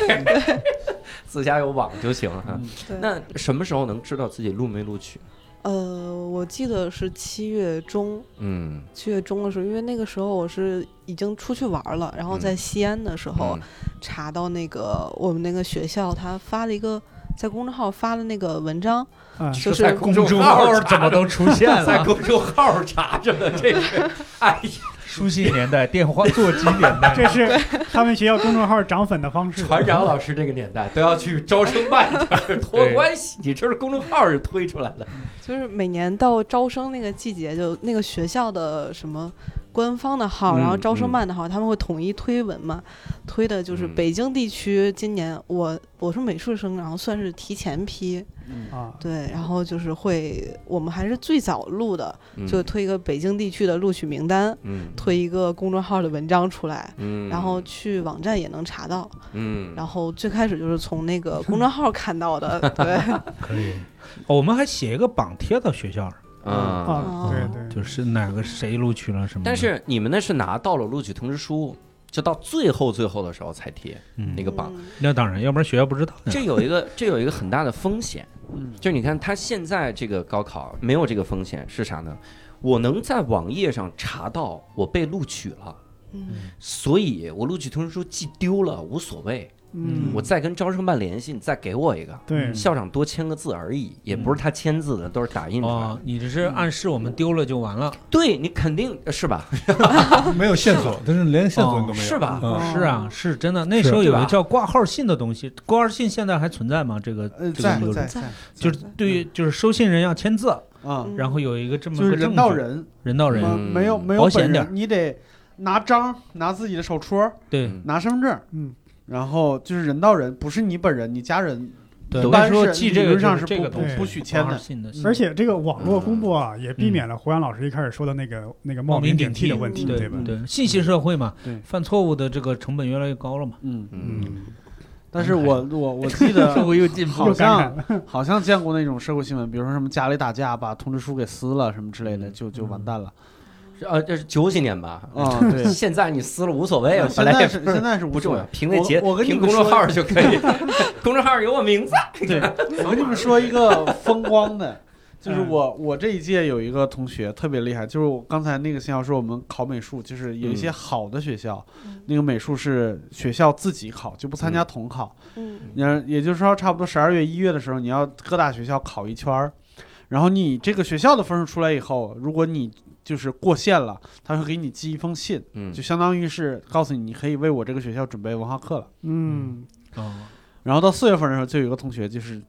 A: 自家有网就行了哈。
G: 对
A: 那什么时候能知道自己录没录取？
G: 呃，我记得是七月中，
A: 嗯，
G: 七月中的时候，因为那个时候我是已经出去玩儿了，然后在
A: 嗯
G: 西安的时
A: 哦
G: 候、查到那个我们那个学校，他发了一个在公众号发了那个文章，
B: 啊，
A: 就
G: 就是
A: 在公众号查
E: 怎么都出现
A: 嗯 在
E: 了？
A: 公众号查着的这 个，哎呀，
E: 书信年代、电话座机年代，
B: 这是他们学校公众号涨粉的方式。
A: 船长老师这个年代都要去招生办这儿托关系，你这是公众号是推出来的。
G: 就是每年到招生那个季节，就那个学校的什么官方的号，
A: 嗯
G: 然后招生办的号，他们会统一推文嘛，推的就是
A: 嗯
G: 北京地区今年我我是美术生，然后算是提前批，
B: 啊，
G: 对，然后就是会我们还是最早录的，就推一个北京地区的录取名单，
A: 嗯
G: 推一个公众号的文章出来。
A: 嗯
G: 然后去网站也能查到，
A: 嗯，
G: 然后最开始就是从那个公众号看 到的，对，
E: 可以。哦我们还写一个榜贴到学校上，
A: 后啊，
B: 啊，对对，
E: 嗯就是哪个谁录取了什么的。
A: 但是你们那是拿到了录取通知书，就到最后最后的时候才贴
E: 嗯
A: 那个榜。
G: 嗯
E: 那当然，要不然学校不知道呀。
A: 这有一个， 这有一个很大的风险，
C: 嗯
A: 就是你看他现在这个高考没有这个风险是啥呢？我能在网页上查到我被录取了，
G: 嗯
A: 所以我录取通知书寄丢了无所谓，
B: 嗯，
A: 我再跟招生办联系，你再给我一个。
G: 嗯
B: 对
A: 校长多签个字而已，也不是他签字的，都是打印出来
E: 哦
C: 嗯
A: 的。，
E: 你只是暗示我们丢了就完了，
A: 对你肯定呃是吧？
D: 没有线索，但是连线索你都没有，
A: 哦是吧？
D: 嗯？
E: 是啊，是真的。那时候有个叫挂号信的东西，挂号信现在还存在吗？这个
C: 呃，
E: 这个
C: 在
E: 流
C: 在
E: 程
G: 在
C: 在
E: 就是对于，就是收信人要签字，
C: 啊，
G: 嗯
E: 然后有一个这么
C: 就是
E: 个
C: 人
E: 证
C: 到
E: 据
C: 人，
E: 人到人，
A: 嗯
C: 嗯，没有没有
E: 保险
C: 本
E: 点
C: 人，你得拿章，拿自己的手戳，
E: 对
C: 拿身份证，
B: 嗯，
C: 然后就是人到人，不是你本人，你家人，
E: 对，
C: 一
E: 那
C: 般
E: 时候
C: 嗯是
E: 记
C: 理
E: 这个
C: 论上
E: 就是这个
C: 不
E: 东西
C: 不许签
E: 挂号
C: 的，嗯
E: 信的，
B: 而且这个网络公布啊，也避免了胡杨老师一开始说的那个那个冒
E: 嗯名
B: 顶
E: 替
B: 的问题，
E: 对
B: 吧？嗯
E: 对，信息社会嘛
C: 对，
E: 犯错误的这个成本越来越高了嘛。
C: 嗯，
A: 嗯，
C: 但是我我我记得
E: 会又进
C: 好
B: 又感
C: 像好像见过那种社会新闻，比如说什么家里打架把通知书给撕了什么之类的，就就完蛋了
A: 呃，这是九几年吧？。
C: 啊，对
A: 现在你撕了无所谓了，
C: 现
A: 本来
C: 在
A: 也
C: 是现在是无
A: 不重
C: 所
A: 要
C: 谓，
A: 凭那节
C: 我我跟你
A: 凭
C: 们
A: 公众
C: 说
A: 号就可 以，公众号有我名字。
C: 对，我跟你们说一个风光的，就是
A: 嗯
C: 我我这一届有一个同学特别厉害，就是我刚才那个新瑶说我们考美术，就是有一些
A: 嗯
C: 好的学校，
G: 嗯
C: 那个美术是学校自己考，就不参加统考。
G: 嗯
C: 你要也就是说，差不多十二月一月的时候，你要各大学校考一圈儿，然后你这个学校的分数出来以后，如果你就是过线了，他会给你寄一封信，
A: 嗯
C: 就相当于是告诉你你可以为我这个学校准备文化课了。
B: 嗯，
E: 啊，
C: 然后到四月份的时候，就有一个同学就是，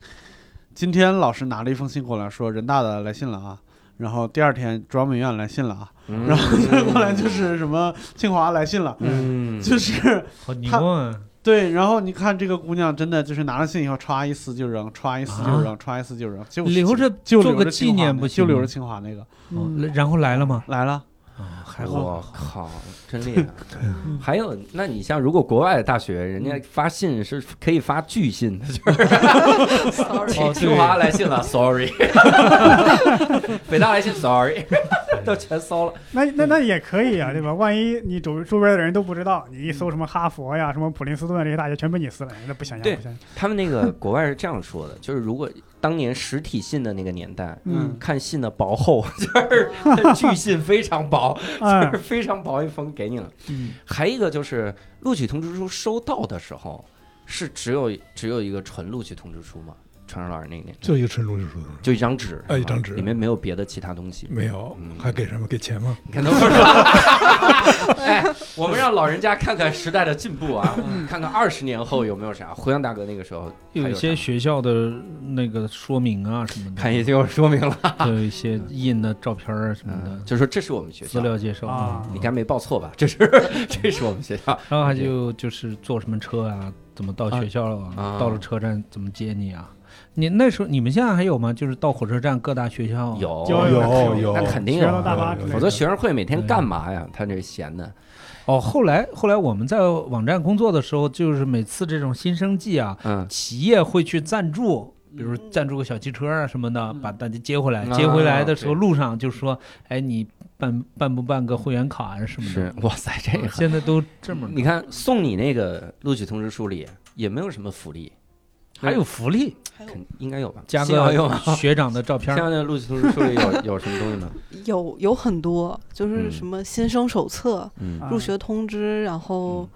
C: 今天老师拿了一封信过来，说人大的来信了啊。然后第二天中央美院来信了啊，然 后再过来就是什么清华来信了，
A: 嗯，
C: 就是
E: 好牛啊！
C: 对。然后你看这个姑娘真的就是拿了信以后，歘一撕就扔，歘一撕就
E: 啊
C: 扔，歘一撕就扔，就
E: 留着
C: 就
E: 做
C: 留
E: 个
C: 着
E: 纪
C: 清华
E: 念
C: 那
E: 不
C: 就
E: 行
C: 留
E: 吗
C: 着？清华那个
B: 嗯
E: 哦然后来了吗？
C: 来了，
E: 啊，还
C: 哎
E: 好。
A: 我靠，真厉害！还有，那你像如果国外的大学，人家发信是可以发拒信的，
C: 哦
A: 就是清华来信了，sorry；北大来信，sorry。 都全骚了。
B: 那那那也可以啊，对吧？万一你周周边的人都不知道，你一搜什么哈佛呀、什么普林斯顿这些大学，全被你撕了，那不想象，
A: 对
B: 不想 象。
A: 他们那个国外是这样说的，就是如果当年实体信的那个年代，
B: 嗯
A: 看信的薄厚， 就是巨信非常薄，
J: 嗯
B: 哎
A: 就是非常薄一封给你了。
B: 嗯
A: 还一个就是录取通知书收到的时候，是只有只有一个纯录取通知书吗？传上老师那个年代
J: 就一个纯录制书，
A: 就一张纸，
J: 哎
A: 是吧
J: 一张纸
A: 里面没有别的其他东西。
J: 没有
A: 嗯，
J: 还给什么？给钱吗？
A: 你看都说 说 哎，我们让老人家看看时代的进步啊，
J: 嗯
A: 看看二十年后有没有啥。胡杨大哥那个时候还
E: 有一
A: 啥
E: 些学校的那个说明啊什么的，
A: 看也就说明了，
E: 还有一些印的照片儿什么
A: 嗯，
E: 的
A: 就说这是我们学
E: 资
A: 校，
E: 料介绍
B: 啊
A: 你该没报错吧？这 是这是我们学校，
E: 然后还有就是坐什么车啊，怎么到学校啊，
A: 啊
E: 到了车站怎么接你啊？你那时候你们现在还有吗？就是到火车站各大学校
A: 嗯有
B: 有
J: 有
B: 有
J: 有，
A: 那肯定
B: 学校大巴
J: 有
B: 之类
A: 否
B: 的
A: 则学生会每天干嘛呀？他这闲的，
E: 哦。后来后来我们在网站工作的时候，就是每次这种新生季啊，
A: 嗯，
E: 企业会去赞助，比如赞助个小汽车啊什么的，把大家接回来。
A: 啊
E: 接回来的时候，
A: 对
E: 路上就说：“哎，你办办不办个会员卡啊什么
A: 是
E: 的哎
A: 哇塞，这？”个
E: 现在都这么
A: 你看送你那个录取通知书里也没有什么福利，
E: 还有福利，
G: 还有
A: 肯应该有吧？
E: 加
A: 新阳有
E: 个
A: 吗？
E: 学长的照
A: 现
E: 片儿。
A: 在那录取通知书里有有什么东西吗？
G: 有有很多，就是
A: 嗯
G: 什么新生手册、
A: 嗯
B: 啊
G: 入学通知，然后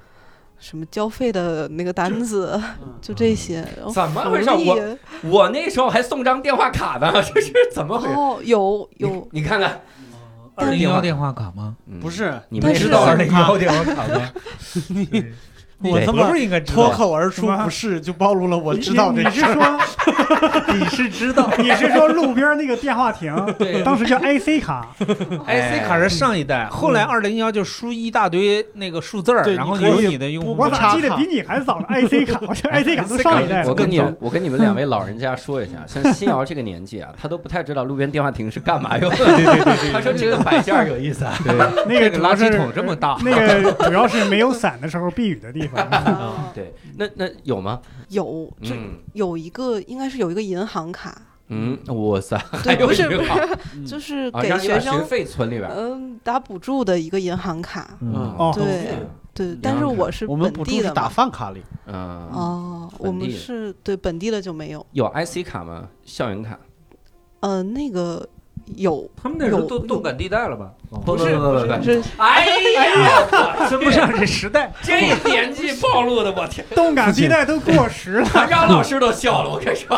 G: 什么交费的那个单子，
A: 嗯
G: 就这些。哦然后
A: 怎么回事？
G: 福利
A: 我我那时候还送张电话卡呢， 这是怎么回事？
G: 哦，有
A: 你
G: 有，
A: 你看看，
E: 二零幺电话卡吗？
A: 嗯
C: 不是，
A: 你
G: 但
A: 们
G: 是
A: 知道
G: 二
A: 那
E: 零幺电话卡吗？
C: 我
A: 对
C: 他
E: 不
C: 妈
E: 是应该知
C: 脱
E: 道？
C: 口而出
B: 什么
C: 不是，就暴露了我
B: 你
C: 知道
B: 你
C: 这
B: 你是
C: 事儿。
B: 说
E: 你是知道
B: 你是说路边那个电话亭
A: 对，
B: 当时叫 IC 卡，
E: ？IC 哎卡是上一代，后来二零幺就输一大堆那个数字儿，
C: 对
E: 然后
C: 你可
E: 有
C: 以
E: 你的用户
B: 我
E: 名
B: 咋记得比你还早呢？IC 卡，我这 IC 卡都上一代了。
A: 我跟你我跟你们两位老人家说一 下，像新瑶这个年纪啊，他都不太知道路边电话亭是干
E: 哎
A: 嘛用的。 对对对他说这个摆件儿有意思啊，
B: 那
A: 这
B: 个
A: 个
B: 主
A: 垃
B: 要
A: 圾
B: 是
A: 桶这么大。
B: 那个主要是没有伞的时候避雨的地方。
G: 啊
A: 对，那那有吗？
G: 有就
A: 嗯
G: 有一个应该是有一个银行卡，
A: 嗯，哇塞， 还
G: 对，
A: 有
G: 不是
A: 银
G: 不
A: 行
G: 是， 就是
A: 啊，
G: 给
A: 让你把
G: 学
A: 学
G: 生
A: 费啊存里边儿。
G: 嗯打补助的一个银行卡。
E: 嗯，
B: 哦
G: 对对，但是我是
C: 我们
G: 本
C: 补助
G: 地
C: 是
G: 的
C: 打
G: 嘛。
C: 饭卡里，
A: 嗯，
G: 哦，
A: 本
G: 我们
A: 地的
G: 是对本地的就没有。
A: 有 IC 卡吗？校园卡？
G: 呃，那个有
E: 他们那时候
G: 有
E: 都
G: 有
E: 动感地带了吧？
A: 不是哦不是不是，
G: 是
A: 哎呀，
E: 跟不上这时代。
A: 这年纪暴露的，我天！
B: 动感地带都过时了，
A: 让老师都笑了，我跟你说，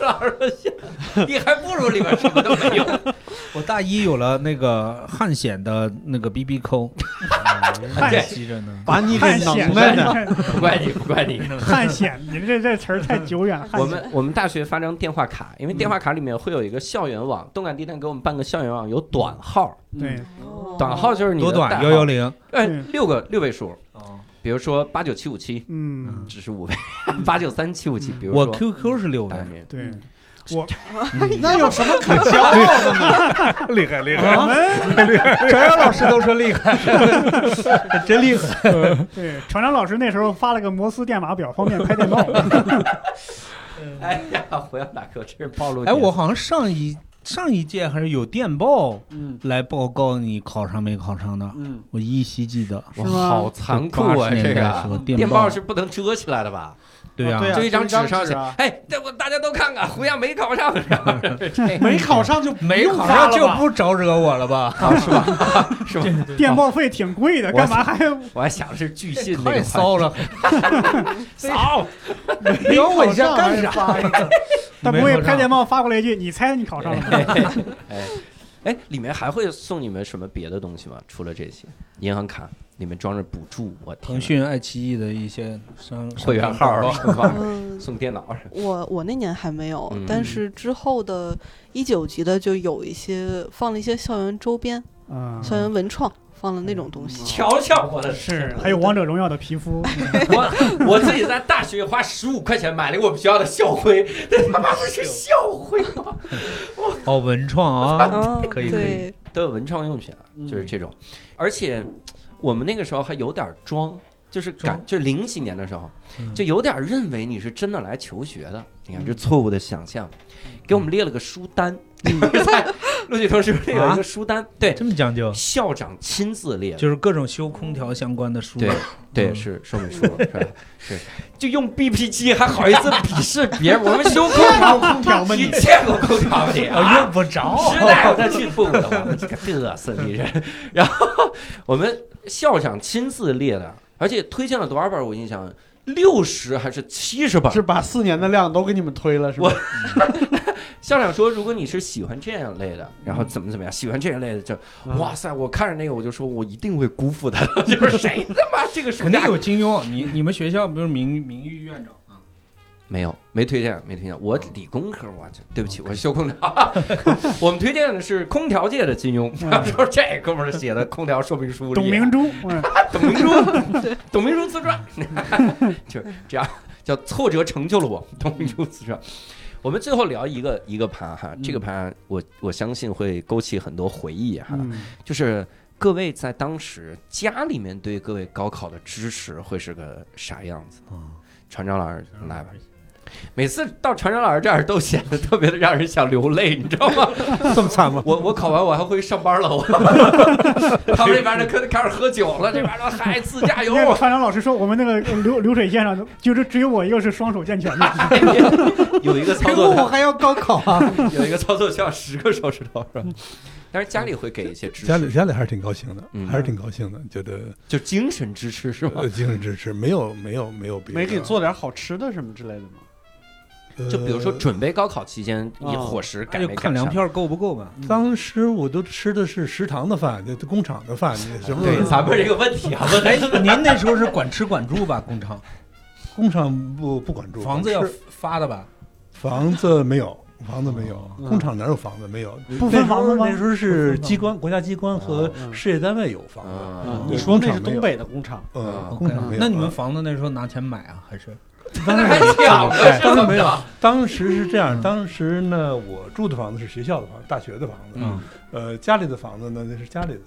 A: 老师都笑，你还不如里边什么都没有。
E: 我大一有了那个汉显的那个 BB 扣，
B: 汉
E: 还
A: 对
E: 记着呢。
C: 把你
B: 汉
C: 给
B: 显
C: 能耐的。
A: 不怪你，不怪 你。
B: 汉显，你这这词儿太久远了。汉
A: 我
B: 显
A: 们我们大学发张电话卡，因为电
B: 嗯
A: 话卡里面会有一个校园网，动感地带给我们办个校园网，有短号，
B: 对，
A: 短号就是你
E: 多
A: 的
E: 短？
A: 代
E: 幺
A: 号
E: 幺，零。
A: 哎，
B: 嗯
A: 六个六位数，
E: 哦，
A: 比如说八九七五七，
B: 嗯，
A: 只是五位，八九三七五七，比如说
E: 我 QQ 是六
A: 大
E: 的，嗯
A: 名
B: 对。
C: 那有什么可骄傲的呢？
F: 厉害厉害，
B: 我们
F: 陈阳老师都说厉害，真厉害。
B: 对船长老师那时候发了个摩斯电码表，方便拍电报。
A: 哎呀，胡杨大哥，这是暴露
E: 哎，
A: 点。
E: 我好像上一上一届还是有电报
C: 嗯
E: 来报告你考上没考上的，
C: 嗯，
E: 我依稀记得。
A: 我好残酷啊！
E: 80年
A: 这
E: 代的时候
A: 个
E: 电
A: 报
E: 报
A: 是不能遮起来的吧？
E: 对呀
C: 对，啊
A: 就一张纸上
C: 就一
A: 写
C: 张纸啊，
A: 哎，这我大家都看看，胡杨没考上，
C: 没考上就
E: 没考上就不招惹我了吧？
A: 啊是吧？是吧？
B: 电报费挺贵的，
A: 我
B: 干嘛还
A: 我还想的是巨信那
E: 太
A: 个
E: 骚了，
A: 骚，
C: 没
E: 聊我一
C: 考
E: 下
C: 上
E: 干啥？
C: 啥？
B: 他不
E: 没
B: 会
E: 考
B: 拍
E: 上
B: 电报发过来一句：“你猜你考上 了吗
A: 哎哎，里面还会送你们什么别的东西吗？除了这些，银行卡里面装着补助，我天
E: 腾讯、爱奇艺的一些商
A: 会员号儿，哦是吧
G: 嗯，
A: 送电脑儿，
G: 我我那年还没有
A: 嗯，
G: 但是之后的一九级的就有一些放了一些校园周边、？”
B: 嗯，
G: 校园文创，放了那种东西。
A: 瞧瞧我的
B: 是，嗯还有王者荣耀的皮肤，
A: 我 我自己在大学花十五块钱买了一个我们学校的校徽， 这他妈的是校徽吗？
E: 哦，文 创啊，
G: 啊，
E: 可以可以
G: 对，
A: 都有文创用品啊，就是这种。而且我们那个时候还有点装，就是感，就零几年的时候，
E: 嗯
A: 就有点认为你是真的来嗯 求学的。你看这错误的想象，给我们列了个书单，在录取通知里有一
E: 啊
A: 个书单，对，
E: 这么讲究，
A: 校长亲自列的。
E: 就是各种修空调相关的书。
A: 对对，
E: 嗯
A: 是说明书，是吧？ 是，就用 BP 机还好意思鄙视别人？我们修空调，空调吗？你见过空调吗？你
E: 啊，
A: 啊
E: 用不着。
A: 实在我再去不的，我们这个 嘚瑟的人。然后我们校长亲自列的，而且推荐了多少本儿？我印象六十还是七十本儿？
C: 是把四年的量都给你们推了，是吧
A: 我？校长说，如果你是喜欢这样类的，然后怎么怎么样，喜欢这样类的，就
C: 嗯
A: 哇塞！我看着那个，我就说我一定会辜负他。 就是谁他妈这个暑
E: 肯定
A: 假
E: 有金庸，你你们学校不是名名誉院长啊 吗？
A: 没有，没推荐，没推荐。我理工科，我这对不起，我是修空调。 我们推荐的是空调界的金庸，说这哥们儿写的空调说明书里，啊
B: 董明珠，嗯，
A: 董明珠，对，董明珠自传， 就是这样，叫挫折成就了我，董明珠自传。我们最后聊一个一个盘哈，这个盘我我相信会勾起很多回忆哈，
B: 嗯
A: 就是各位在当时家里面对各位高考的支持会是个啥样子？
F: 嗯
A: 船长老师来吧。每次到船长老师这儿都显得特别的让人想流泪，你知道吗？
F: 这么惨吗？
A: 我我考完我还回去上 班了，我他们那边的开开始喝酒了，这边说嗨自驾游
B: 因，为船长老师说，我们那个流流水线上，就是只有我一个是双手健全的，
A: 有一个操
F: 因为
A: 作
E: 哎
F: 我
A: 的，
F: 还要高考啊！
A: 有一个操作需要十个手指头，是吧？但是家里会给一些支
J: 家里
A: 持，
J: 家里还是挺高兴的，
A: 嗯
J: 还是挺高兴的，觉得
A: 就精神支持是吧
J: 呃？精神支持没有没有没有别的，
C: 没给做点好吃的什么之类的吗？
J: 呃，
A: 就比如说准备高考期间，
C: 哦
A: 以伙食
E: 那
A: 改
E: 就
A: 没
E: 看
A: 赶上
E: 粮，票够不够吧。
J: 当时我都吃的是食堂的饭，就工厂的饭，你什么时
A: 对
J: 候
A: 咱们这个问题啊，问
E: 哎，您那时候是管吃管住吧？工 厂
J: 工厂不不管住，
E: 房子要
J: 是
E: 发的吧？
J: 房子没有。房子没有，
C: 嗯
J: 工厂哪有房子？没有，
B: 不分房子吗
J: 哦那时候是机关、国家机关和
C: 嗯
J: 事业单位有房子，
A: 啊，
C: 你
J: 对
C: 说那
J: 工
C: 是
J: 厂没
C: 东
J: 有
C: 北的工厂，
J: 嗯，
A: 嗯
J: 工厂没有。
E: 那你们房子那时候拿钱买啊？还是
J: 当然
A: 还抢
J: 哎
A: 了，
J: 当然没有
A: 有，
J: 当时是这
E: 嗯
J: 样，当时呢，我住的房子是学校的房子，大学的房子，
E: 嗯，
J: 呃，家里的房子呢，那是家里的，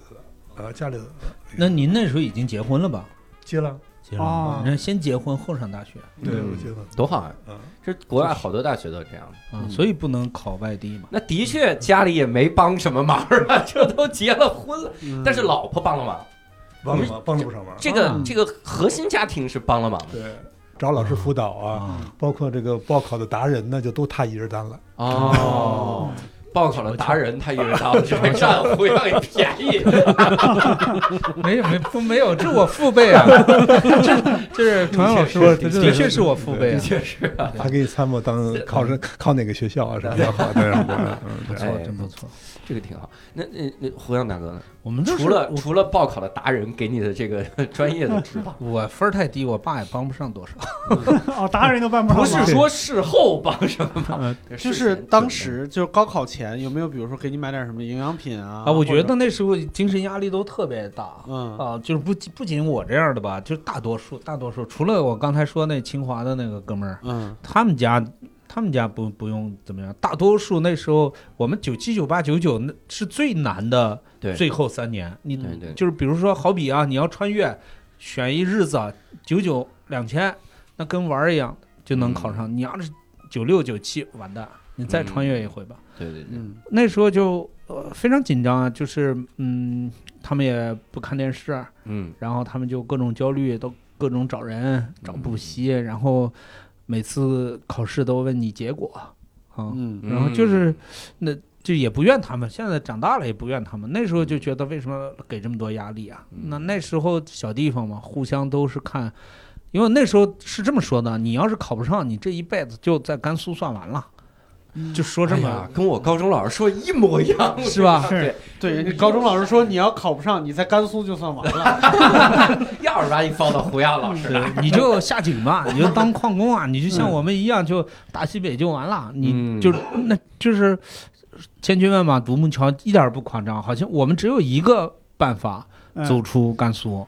J: 呃，家里的
E: 那您那时候已经结婚了吧？啊
J: 接了，
E: 结
B: 了
E: 了
B: 哦，
E: 人家先结婚后上大学啊
J: 对
A: 嗯
J: 我接了，
A: 多好啊！
J: 嗯，
A: 这国外好多大学都这样。
E: 啊，所以不能考外地嘛。
A: 那的确家里也没帮什么忙 啊，这都结了婚了，但是老婆帮了忙，
J: 帮了忙，帮了不少忙，
A: 这个
E: 啊
A: 这个核心家庭是帮了忙的
J: 对，找老师辅导啊，
A: 嗯
E: 啊，
J: 包括这个报考的达人呢，就都他一人担了。
A: 哦。报考了达人，他一人当这个战虎让你便宜，
E: 没有没不没有，这我父辈 啊，这这是
J: 常阳老师
E: 的
J: 这
E: 确
J: 真
E: 的
J: 的
E: 确
J: 是
E: 是我父辈 啊。
A: 确实啊。
J: 他给你参谋当考
A: 嗯
J: 上考哪个学校啊什么的，好的， 嗯，
E: 不
J: 对
E: 错，
A: 哎
E: 真不错。
A: 这个挺好。那那那胡杨大哥呢？
E: 我们就是
A: 除了
E: 我
A: 除了报考了达人给你的这个专业的指导，
E: 我分儿太低，我爸也帮不上多少。
B: 哦，达人都办不上
A: 不
B: 忙。
A: 是说事后帮什么忙
J: 嗯，
C: 就是当时就是高考前有没有比如说给你买点什么营养品啊？
E: 啊，我觉
C: 或者
E: 得那时候精神压力都特别大。
C: 嗯
E: 啊，就是不仅不仅我这样的吧，就是大多数大多数，除了我刚才说那清华的那个哥们儿，
C: 嗯
E: 他们家他们家不不用怎么样，大多数那时候我们九七九八九九那是最难的
A: 对
E: 最后三年，你
A: 对对
E: 就是比如说好比啊，你要穿越，选一日子啊，九九两千，那跟玩儿一样就能考
A: 嗯
E: 上，你要是九六九七完蛋，你再穿越一回吧。
A: 对对对，
C: 嗯
E: 那时候就呃非常紧张啊，就是嗯，他们也不看电视，啊
A: 嗯
E: 然后他们就各种焦虑，都各种找人找补习，
A: 嗯
E: 然后每次考试都问你结果啊，
C: 嗯
E: 然后就是那就也不怨他们，现在长大了也不怨他们，那时候就觉得为什么给这么多压力啊？
A: 嗯
E: 那那时候小地方嘛，互相都是看。因为那时候是这么说的，你要是考不上，你这一辈子就在甘肃算完了，就说这
A: 哎
E: 么、
A: 呀，跟我高中老师说一模一样，
E: 是吧？
A: 对，
C: 对，人家高中老师说你要考不上，你在甘肃就算完了。
A: 要是把你放到胡杨老师那儿，
E: 对，你就下井吧，你就当矿工啊，你就像我们一样，就大西北就完了，
A: 嗯
E: 你就那就是千军万马独木桥，一点儿不夸张，好像我们只有一个办法
B: 嗯
E: 走出甘肃，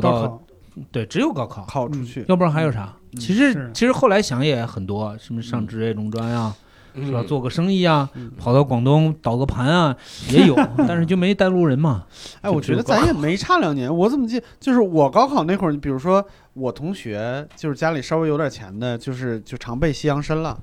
B: 高
E: 到
B: 考
E: 对，只有高考，
C: 考出去，
E: 要不然还有啥？其实
B: 是
E: 其实后来想也很多，什么上职业中专啊，是吧？
A: 嗯
E: 做个生意啊
C: 嗯，
E: 跑到广东倒个盘啊，也 有，但是就没带路人 嘛。
C: 哎，我觉得咱也没差两年。我怎么记？就是我高考那会儿，你比如说我同学，就是家里稍微有点钱的，就是就常备西洋参了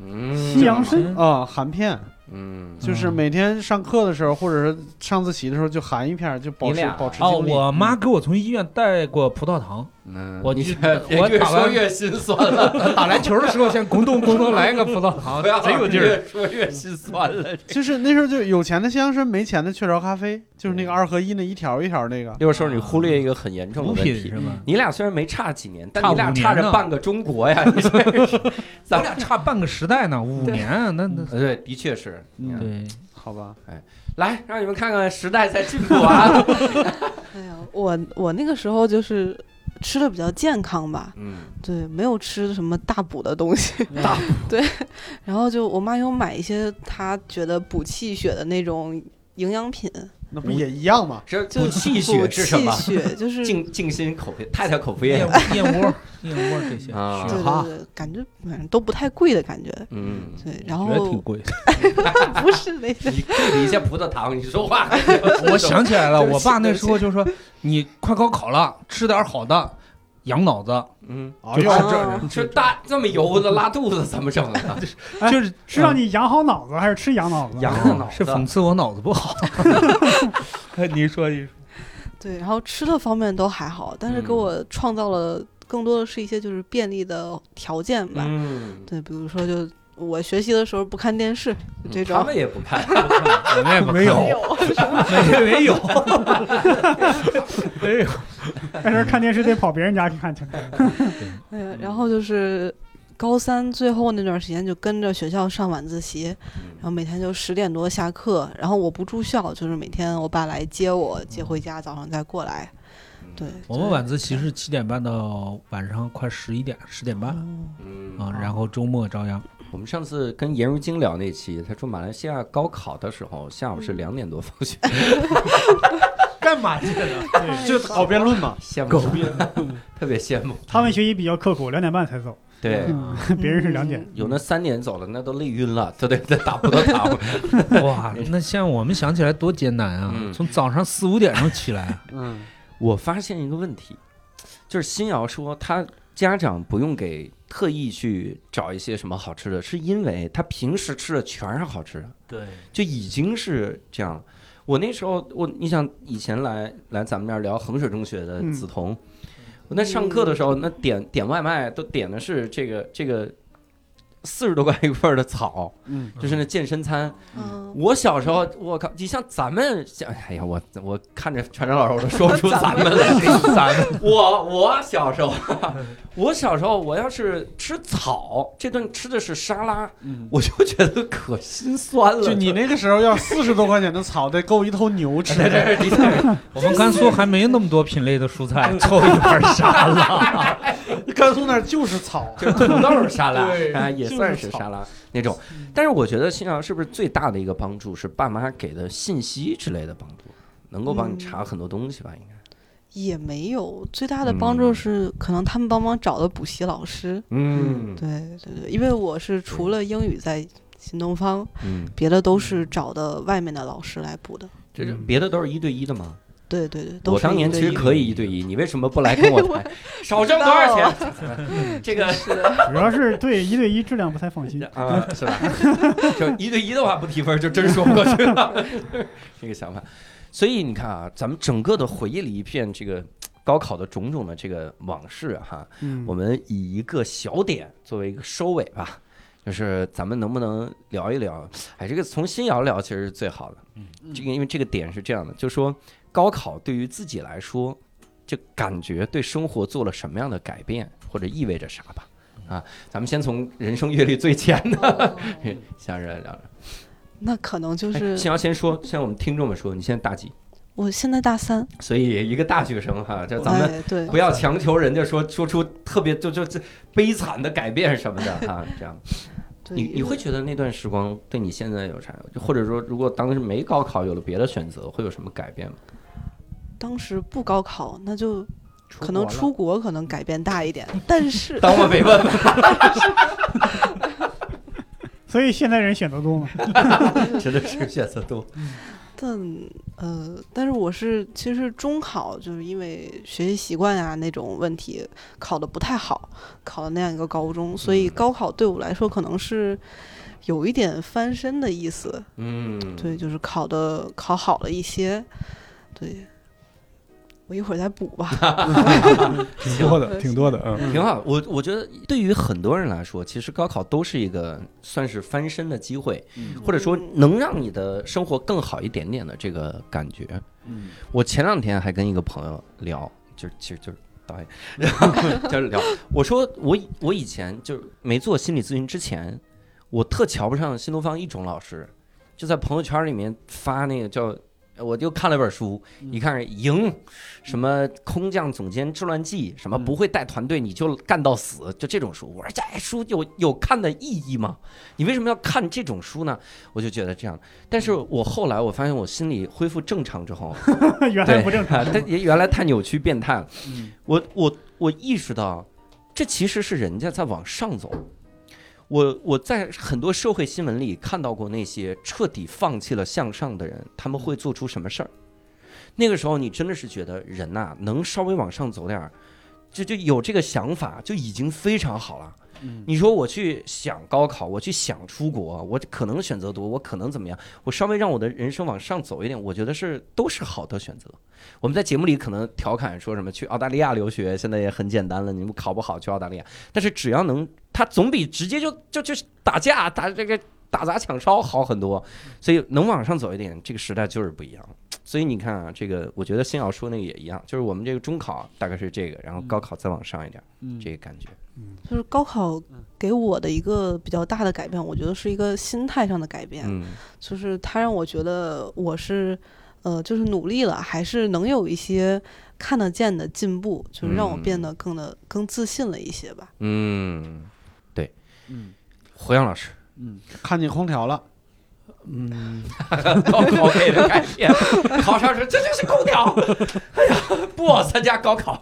A: 嗯
E: 哎哦
B: 西洋参
C: 啊、含片。
A: 嗯，
C: 就是每天上课的时候，或者是上自习的时候，就含一片儿，就保
A: 你
C: 持
A: 俩
C: 保持
E: 哦，
C: 精力。嗯
E: 我妈给我从医院带过葡萄糖，
A: 嗯
E: 我
F: 你
E: 去
F: 看别
E: 我
F: 越
E: 打
F: 说
E: 完
F: 越心酸了，
E: 打篮球
F: 球的时候先滚动滚动来一个葡 萄糖，
A: 不要
F: 贼有劲儿。
A: 越说越心酸了。
C: 就是那时候就有钱的香参，没钱的雀巢咖啡，就是那个二合一那一条一条那个。
A: 六叔，你忽略一个很严重的
E: 补
A: 问
E: 品
A: 题
E: 是。吧？
A: 你俩虽然没差几年，但
E: 差
A: 你俩
E: 五年
A: 差着
E: 呢
A: 半个中国呀！你这是
E: 我
A: 咱
E: 俩 差半个时代呢，五年啊，那那
A: 呃对，的确是。
C: 嗯
E: 对，
C: 好吧，
A: 来，让你们看看时代在进步啊！
G: 哎呀，我我那个时候就是吃的比较健康吧，
A: 嗯，
G: 对，没有吃什么大补的东西，大补对，然后就我妈有买一些她觉得补气血的那种营养品，
C: 那不也一样吗？
A: 这
G: 就
A: 补气
G: 补
A: 血是什
G: 气
A: 么？
G: 血嗯就是
A: 静静心口服液，太太口服液
E: 燕。窝燕窝燕窝这些，
A: 啊
G: 对哦
E: 雪
G: 对
E: 哈，
G: 对，感觉反正都不太贵的感觉，
A: 嗯，
G: 对，然
E: 觉得挺
G: 后
E: 贵。
G: 不是那些，
A: 你对比一下葡萄糖，你说话。
E: 我想起来了，
A: 对不
E: 我
A: 起
E: 爸
A: 对
E: 那
A: 不
E: 时候就说：“你快高考了，吃点好的，养脑子。
A: 嗯，
C: 啊
E: 就
C: 哟
E: 是
G: 这样
A: 这大这么油的拉肚子怎么整 啊？
B: 哎”
E: 就是
B: 是让你养好脑子还是吃养脑子？啊
A: 养
E: 嗯
A: 好脑
E: 是
A: 子。
E: 讽刺我脑子不 好。
C: 你说你说，
G: 对，然后吃的方面都还好，但是给
A: 嗯
G: 我创造了更多的是一些就是便利的条件吧，
A: 嗯，
G: 对，比如说就我学习的时候不看电视，就这种
A: 他。们也不 看，
E: 我们也不
J: 没
E: 看
J: 有
E: 没没有，
B: 那时候看电视得跑别人家去看去。
G: 哎呀，然后就是高三最后那段时间，就跟着学校上晚自习，
A: 嗯
G: 然后每天就十点多下课，然后我不住校，就是每天我爸来接我，接回家，早上再过来。对，
E: 我们晚自习是七点半到晚上快十一点，十点半
G: 嗯
A: 嗯
E: 啊，然后周末朝阳。
A: 我们上次跟颜如晶聊那期，她说马来西亚高考的时候下午
G: 嗯
A: 是两点多放学，
E: 干嘛去了？
C: 就搞辩论嘛。
A: 羡慕死了，特别羡慕。
B: 他们学习比较刻苦，两点半才走，
A: 对，
G: 嗯
B: 别人是两点。
A: 有那三点走了，那都累晕了，都得在打葡萄糖。
E: 哇，那像我们想起来多艰难啊！
A: 嗯
E: 从早上四五点钟起来，
C: 嗯，
A: 我发现一个问题，就是新瑶说她家长不用给特意去找一些什么好吃的，是因为她平时吃的全是好吃的，
E: 对，
A: 就已经是这样了。我那时候，我你想以前来来咱们这儿聊衡水中学的
B: 嗯
A: 梓潼，我那上课的时候，那点点外卖都点的是这个这个四十多块一份儿的草，
C: 嗯，
A: 就是那健身餐。
G: 嗯，
A: 我小时候，我靠，你像咱们像，哎呀，我我看着船长老师，我都说不出咱们 来。
E: 咱们
A: 我我小时候， 我小时候，我要是吃草，这顿吃的是沙拉，
C: 嗯
A: 我就觉得可心酸
G: 嗯
A: 了。
C: 就你那个时候要四十多块钱的草，得够一头牛 吃
A: 在这儿，
C: 的。
A: 你在这儿
E: 我们甘肃还没那么多品类的蔬菜，凑一盘沙拉。
C: 甘肃那儿就是草，啊
A: 就是土豆沙拉
C: 对
A: 啊，也算是嗯沙拉那种。但是我觉得新阳是不是最大的一个帮助是爸妈给的信息之类的帮助，能够帮你查很多东西吧？应该，
G: 也没有最大的帮助
A: 嗯
G: 是可能他们帮忙找的补习老师。
A: 嗯
G: 对对对，因为我是除了英语在新东方，
A: 嗯，
G: 别的都是找的外面的老师来补的。
A: 就是别的都是一对一的吗？
G: 对对对，都
A: 我
G: 是
A: 当
G: 一
A: 年
G: 对
A: 其实
G: 一
A: 可以一对一，你为什么不来跟 我谈？少挣多少钱？这个是
B: 主要是对一对一质量不太放心。
A: 啊， 是吧？就一对一的话不提分，就真说不过去了。 这个想法，所以你看啊，咱们整个的回忆了一片这个高考的种种的这个往事啊哈。
B: 嗯
A: 我们以一个小点作为一个收尾吧，就是咱们能不能聊一聊？哎，这个从新瑶聊其实是最好的。嗯，这个因为这个点是这样的，就说高考对于自己来说，这感觉对生活做了什么样的改变，或者意味着啥吧？啊，咱们先从人生阅历最浅的 下人来聊聊。
G: 那可能就
A: 哎
G: 是
A: 新瑶先说，先我们听众们说，你现在大几？
G: 我现在大三，
A: 所以一个大学生哈，这咱们
G: 哎对
A: 不要强求人家说说出特别就就这悲惨的改变什么 的啊，这样
G: 对，
A: 你你
G: 因
A: 会
G: 为
A: 觉得那段时光对你现在有啥？或者说，如果当时没高考，有了别的选择，会有什么改变吗？
G: 当时不高考，那就可能
A: 国了
G: 出国可能改变大 一点，但是
A: 当我没 问吧。
B: 所以现在人选择多嘛？
A: 真的是选择多。
G: 但呃，但是我是其实中考就是因为学习习惯啊那种问题考的不太好，考了那样一个高中，所
A: 嗯
G: 以高考对我来说可能是有一点翻身的意思。
A: 嗯，
G: 对，就是考的考好了一些，对。我一会儿再补 吧。
J: 挺多的，挺多的，嗯，
A: 挺好。我我觉得对于很多人来说，其实高考都是一个算是翻身的机会，或者说能让你的生活更好一点点的这个感觉。
C: 嗯，
A: 我前两天还跟一个朋友聊，就是其实就是导演，然后就是聊，我说我以我以前就是没做心理咨询之前，我特瞧不上新东方一种老师，就在朋友圈里面发那个叫。我就看了本书，一看是赢，什么空降总监致乱记，什么不会带团队你就干到死，就这种书。我说这书有有看的意义吗？你为什么要看这种书呢？我就觉得这样。但是我后来我发现我心理恢复正常之后，
B: 原来
A: 对，
B: 不正常
A: 啊，但也原来太扭曲变态了。
C: 嗯
A: 我我我意识到，这其实是人家在往上走。我我在很多社会新闻里看到过那些彻底放弃了向上的人，他们会做出什么事儿？那个时候你真的是觉得人呐、能稍微往上走点儿，就就有这个想法就已经非常好了。
C: 嗯
A: 你说我去想高考，我去想出国，我可能选择多，我可能怎么样？我稍微让我的人生往上走一点，我觉得是都是好的选择。我们在节目里可能调侃说什么去澳大利亚留学，现在也很简单了，你们考不好去澳大利亚，但是只要能，他总比直接就就就是打架打这个打砸抢烧好很多，所以能往上走一点，这个时代就是不一样。所以你看啊，这个我觉得新瑶说那个也一样，就是我们这个中考大概是这个，然后高考再往上一点，
C: 嗯
A: 这个感觉。
G: 就是高考
A: 嗯
G: 给我的一个比较大的改变，我觉得是一个心态上的改变。
A: 嗯
G: 就是他让我觉得我是，呃，就是努力了，还是能有一些看得见的进步，就是让我变得更的、更自信了一些吧。
A: 嗯，
C: 嗯
A: 胡杨老师，
C: 嗯，看见空调了，
E: 嗯，
A: 高考给的哦改变，考上时这就是空调。哎呀，不参加高考。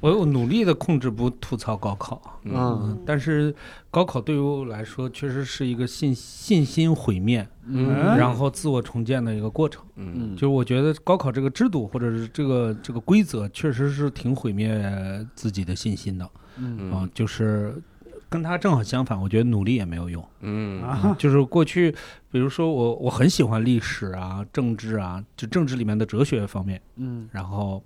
E: 我我努力的控制不吐槽高考，
C: 嗯
G: 嗯
E: 但是高考对于我来说确实是一个信信心毁灭，
B: 嗯
E: 然后自我重建的一个过程。
A: 嗯
E: 就是我觉得高考这个制度或者是这个这个规则，确实是挺毁灭自己的信心的
C: 嗯
E: 啊、就是跟他正好相反，我觉得努力也没有用。
A: 嗯
B: 啊，
E: 就是过去，比如说我我很喜欢历史啊、政治啊，就政治里面的哲学方面，
C: 嗯
E: 然后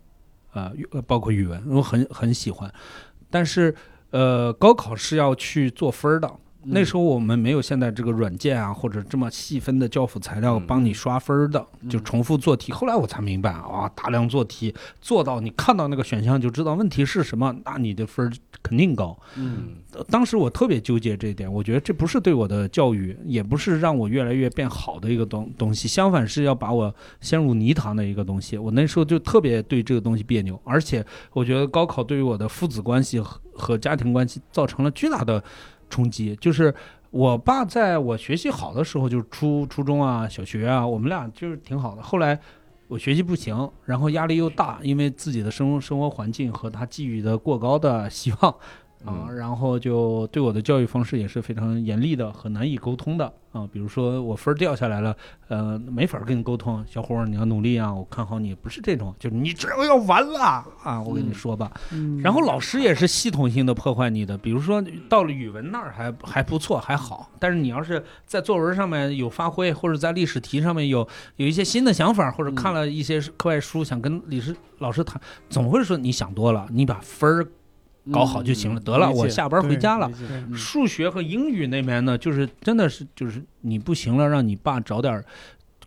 E: 呃语呃包括语文，我很很喜欢。但是呃，高考是要去做分儿的。
C: 嗯
E: 那时候我们没有现在这个软件啊，或者这么细分的教辅材料
A: 嗯
E: 帮你刷分儿的，就重复做题。后来我才明白啊，大量做题做到你看到那个选项就知道问题是什么，那你的分儿肯定高。
C: 嗯
E: 呃当时我特别纠结这一点，我觉得这不是对我的教育，也不是让我越来越变好的一个东东西，相反是要把我陷入泥塘的一个东西。我那时候就特别对这个东西别扭，而且我觉得高考对于我的父子关系和和家庭关系造成了巨大的冲击，就是。我爸在我学习好的时候，就是初初中啊、小学啊，我们俩就是挺好的。后来我学习不行，然后压力又大，因为自己的生生活环境和他寄予的过高的希望，啊，然后就对我的教育方式也是非常严厉的，很难以沟通的啊。比如说我分儿掉下来了，呃，没法儿跟你沟通，小伙儿你要努力啊，我看好你，不是这种，就是你这要完了啊，我跟你
C: 嗯
E: 说吧。
B: 嗯
E: 然后老师也是系统性的破坏你的，比如说到了语文那儿还还不错还好，但是你要是在作文上面有发挥，或者在历史题上面有有一些新的想法，或者看了一些课外书想跟李师老师谈，总会说你想多了，你把分儿搞好就行了，得了，我下班回家了。
B: 对
C: 嗯
E: 数学和英语那边呢，就是真的是就是你不行了，让你爸找点儿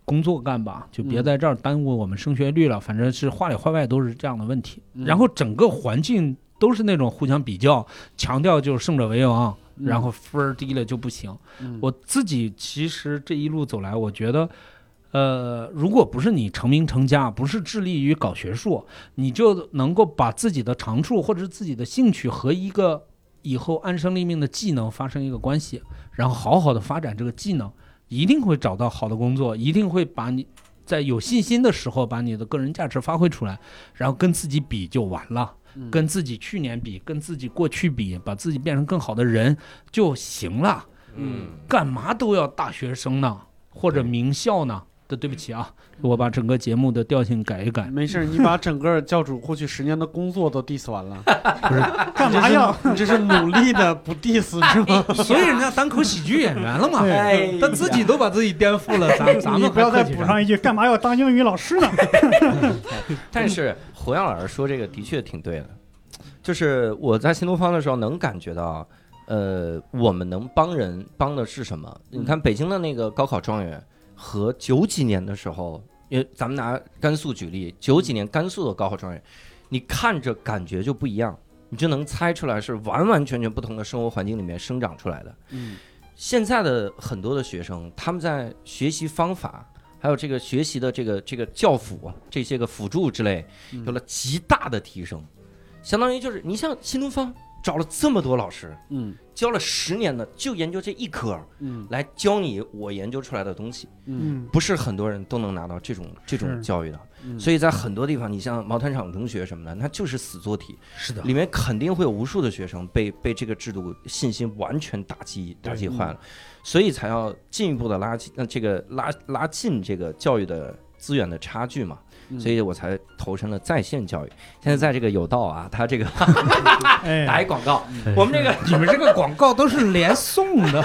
E: 工作干吧，就别
C: 嗯
E: 在这儿耽误我们升学率了。反正是话里话外都是这样的问题，
C: 嗯
E: 然后整个环境都是那种互相比较，强调就是胜者为王，
C: 嗯
E: 然后分儿低了就不行。
C: 嗯
E: 我自己其实这一路走来，我觉得。呃，如果不是你成名成家，不是致力于搞学术，你就能够把自己的长处或者是自己的兴趣和一个以后安身立命的技能发生一个关系，然后好好的发展这个技能，一定会找到好的工作，一定会把你在有信心的时候把你的个人价值发挥出来，然后跟自己比就完了，
C: 嗯
E: 跟自己去年比，跟自己过去比，把自己变成更好的人就行了，
A: 嗯
E: 干嘛都要大学生呢，或者名校呢？对对不起啊，
B: 嗯
E: 我把整个节目的调性改 一改。
C: 没事儿，你把整个教主过去十年的工作都 diss 完 了，
E: 不是哎
C: 干
B: 嘛要？
C: 你这是努力的不 diss 是吗？
E: 所以人家当口喜剧演员了嘛，他自己都把自己颠覆了，咱咱
B: 哎你
E: 们
B: 不要
E: 还
B: 再
E: 客气
B: 补
E: 啥
B: 上一句，干嘛要当英语老师呢？
A: 但是胡杨老师说这个的确挺对的，就是我在新东方的时候能感觉到，呃，我们能帮人帮的是什么？你看北京的那个高考状元和九几年的时候，因为咱们拿甘肃举例，九几年甘肃的高考状元，你看着感觉就不一样，你就能猜出来是完完全全不同的生活环境里面生长出来的。
C: 嗯，
A: 现在的很多的学生，他们在学习方法，还有这个学习的这个这个教辅啊，这些个辅助之类，
C: 嗯
A: 有了极大的提升，相当于就是你像新东方找了这么多老师，
C: 嗯
A: 教了十年的，就研究这一科儿
C: 嗯
A: 来教你我研究出来的东西，
C: 嗯
B: 嗯，
A: 不是很多人都能拿到这种这种
B: 是
A: 教育的。
C: 嗯，
A: 所以在很多地方，你像毛坦厂中学什么的，那就是死做题，
E: 是的，
A: 里面肯定会有无数的学生被被这个制度信心完全打击打击坏了，
E: 嗯
A: 所以才要进一步的拉近呃这个拉拉近这个教育的资源的差距嘛，
C: 嗯
A: 所以我才投身了在线教育。现在在这个有道啊，他这个打
B: 哎
A: 一，广告，
E: 嗯
A: 我们这个
K: 你们这个广告都是连送的，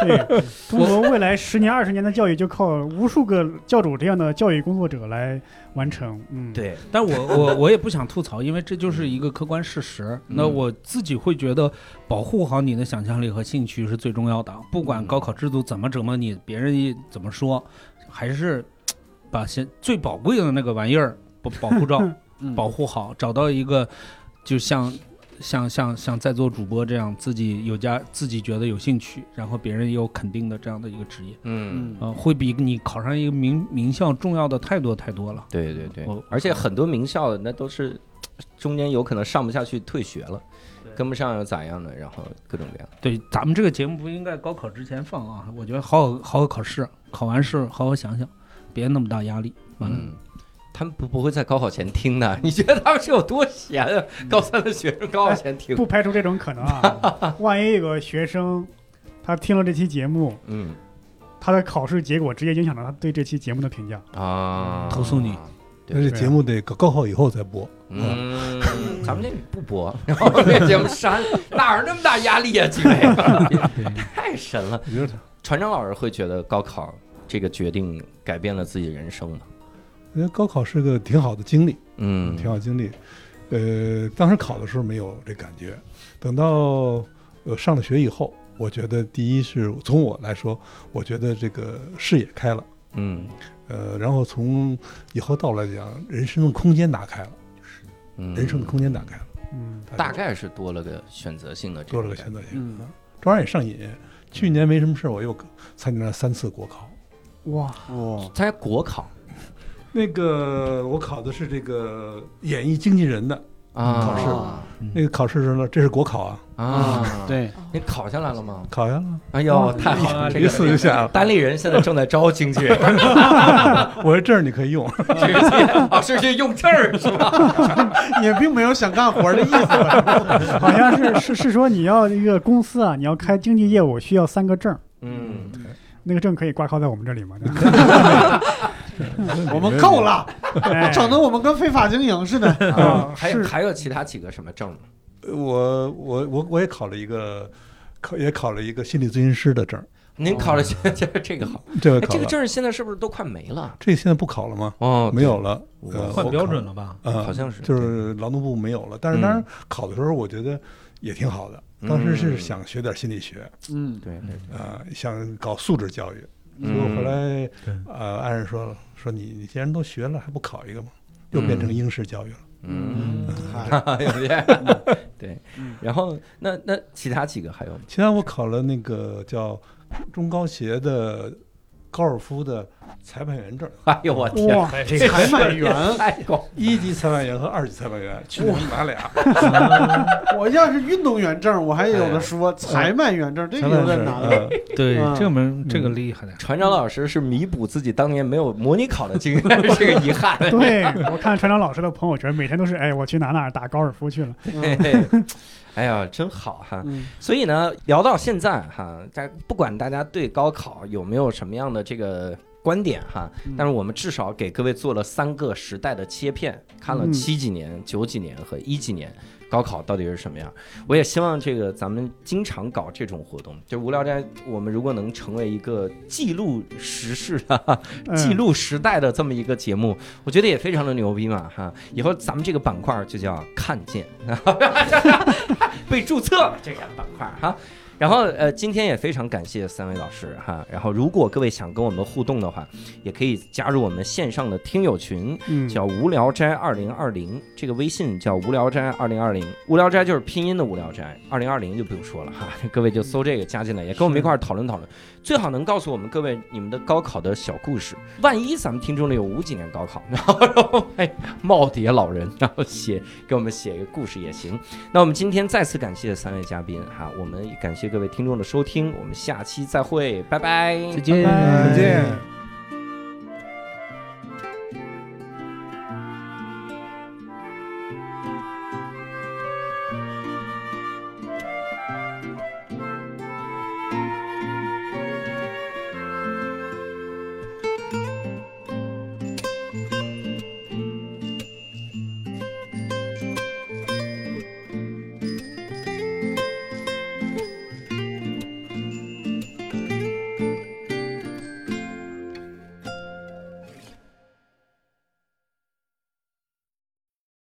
B: 对，中国未来十年、二十年的教育就靠无数个教主这样的教育工作者来完成。嗯，，
A: 对
E: 但我我我也不想吐槽，因为这就是一个客观事实。那我自己会觉得，保护好你的想象力和兴趣是最重要的。啊不管高考制度怎么折磨你，别人也怎么说，还是把先最宝贵的那个玩意儿保保护照
C: 嗯
E: 保护好，找到一个就像。像像像在做主播这样，自己有家自己觉得有兴趣，然后别人也有肯定的这样的一个职业，
A: 嗯。
C: 嗯
E: 呃，会比你考上一个名名校重要的太多太多了。
A: 对对对
E: 我，
A: 而且很多名校的那都是中间有可能上不下去，退学了，跟不上又咋样的，然后各种各样。
E: 对，咱们这个节目不应该高考之前放啊，我觉得好好好好考试，考完试好好想想，别那么大压力。完了，
A: 嗯，他们不不会在高考前听的， 你觉得他们是有多闲啊？高三的学生高考前听，
B: 不排除这种可能 啊。万一有个学生，他听了这期节目，
A: 嗯
B: 他的考试结果直接影响了他对这期节目的评价。
A: 啊，
E: 投诉你，
A: 对
D: 但是节目得高高考以后再播，
A: 嗯， 咱们这里不播，然后这节目删，哪有那么大压力啊？几位， 太神了！
D: 我觉得
A: 船长老师会觉得高考这个决定改变了自己人生吗？
D: 我觉得高考是个挺好的经历，
A: 嗯，
D: 挺好的经历。呃，当时考的时候没有这感觉，等到呃上了学以后，我觉得第一是从我来说，我觉得这个视野开了，
A: 嗯
D: 呃，然后从以后到来讲，人生的空间打开了，
A: 嗯，
D: 人生的空间打开了，
B: 嗯，
A: 大概是多了个选择性的这
D: 多
A: 种
D: 了
A: 感
D: 个
A: 觉，
D: 选择性。
C: 嗯
D: 当然也上瘾。去年没什么事儿，我又参加了三次国考。
B: 哇，
C: 哇
A: 参加国考
D: 那个我考的是这个演艺经纪人的
A: 啊，
D: 考试
C: 啊
D: 那个考试时候，这是国考啊，
A: 啊，，
C: 对，
A: 你考下来了吗？
D: 考 下了，
A: 哎呦，太好了！这
D: 一
A: 个
D: 次就下了。
A: 单立人现在正在招经纪人，
D: 我说这儿你可以用，
A: 直接老师去用证儿是吧？
C: 也并没有想干活的意思 吧。
B: 好像是是是说你要一个公司啊，你要开经纪业务需要三个证儿，
A: 嗯，
B: 那个证可以挂靠在我们这里吗？
C: 我们够了，
B: 哎
C: 整得我们跟非法经营似 的。
B: 啊
A: 还有
B: 是
A: 还有其他几个什么证吗？
D: 我我我我也考了一个，考也考了一个心理咨询师的证儿，
A: 您考了这个 这个哦好，
D: 这个
A: 哎
D: 考
A: 这个
D: 了，
A: 证儿现在是不是都快没了？
D: 这现在不考了吗？
A: 哦
D: 没有了，呃
E: 换标准，了吧？
D: 我考
A: 对嗯
D: 嗯，
A: 好像是
D: 就是劳动部没有了。但是当然考的时候，我觉得也挺好的。
A: 嗯
D: 当时是想学点心理学，
C: 嗯
A: 对对对，
D: 啊，想搞素质教育，结
A: 嗯
D: 果回来
E: 对，
D: 呃，爱人说了，说你你既然都学了，还不考一个吗？又变成英式教育了。
A: 嗯，
C: 嗨
A: 有点 对。然后那那其他几个还 有吗？
D: 其他我考了那个叫中高协的高尔夫的裁判员证，
A: 哎呦我天，
B: 哇，
A: 这个
C: 裁判员
A: 这也太高，
D: 一级裁判员和二级裁判员，去年拿俩。
C: 我要是运动员证，我还有
E: 哎
C: 的说；裁判员证，这个
D: 裁判
C: 有点
D: 员证
C: 难了。
D: 呃
E: 对
C: 啊
E: 这个门这个厉害的，
A: 船长老师是弥补自己当年没有模拟考的经 验，这个遗憾。
B: 对我看船长老师的朋友圈，每天都是哎，我去哪哪儿打高尔夫去了。
A: 嘿嘿哎呀，真好哈！
C: 嗯
A: 所以呢，聊到现在哈，大不管大家对高考有没有什么样的这个观点哈
C: 嗯，
A: 但是我们至少给各位做了三个时代的切片，看了
B: 嗯
A: 七几年、九几年和一几年高考到底是什么样。我也希望这个咱们经常搞这种活动，就无聊斋，我们如果能成为一个记录时事的、
B: 嗯
A: 记录时代的这么一个节目，我觉得也非常的牛逼嘛哈。以后咱们这个板块就叫看见， 被注册了这个板块哈。然后呃，今天也非常感谢三位老师哈。然后如果各位想跟我们互动的话，也可以加入我们线上的听友群，
B: 嗯，
A: 叫无聊斋二零二零，这个微信叫无聊斋二零二零，无聊斋就是拼音的无聊斋，二零二零就不用说了哈， 各位就搜这个加进来，也跟我们一块儿讨论讨论，最好能告诉我们各位你们的高考的小故事，万一咱们听众里有五几年高考，然后 然后哎耄耋老人，然后写给我们写一个故事也行。那我们今天再次感谢三位嘉宾哈，我们也感谢各位听众的收听，我们下期再会，拜拜，
B: 哎嗯
E: 再见
B: 拜拜
D: 再见。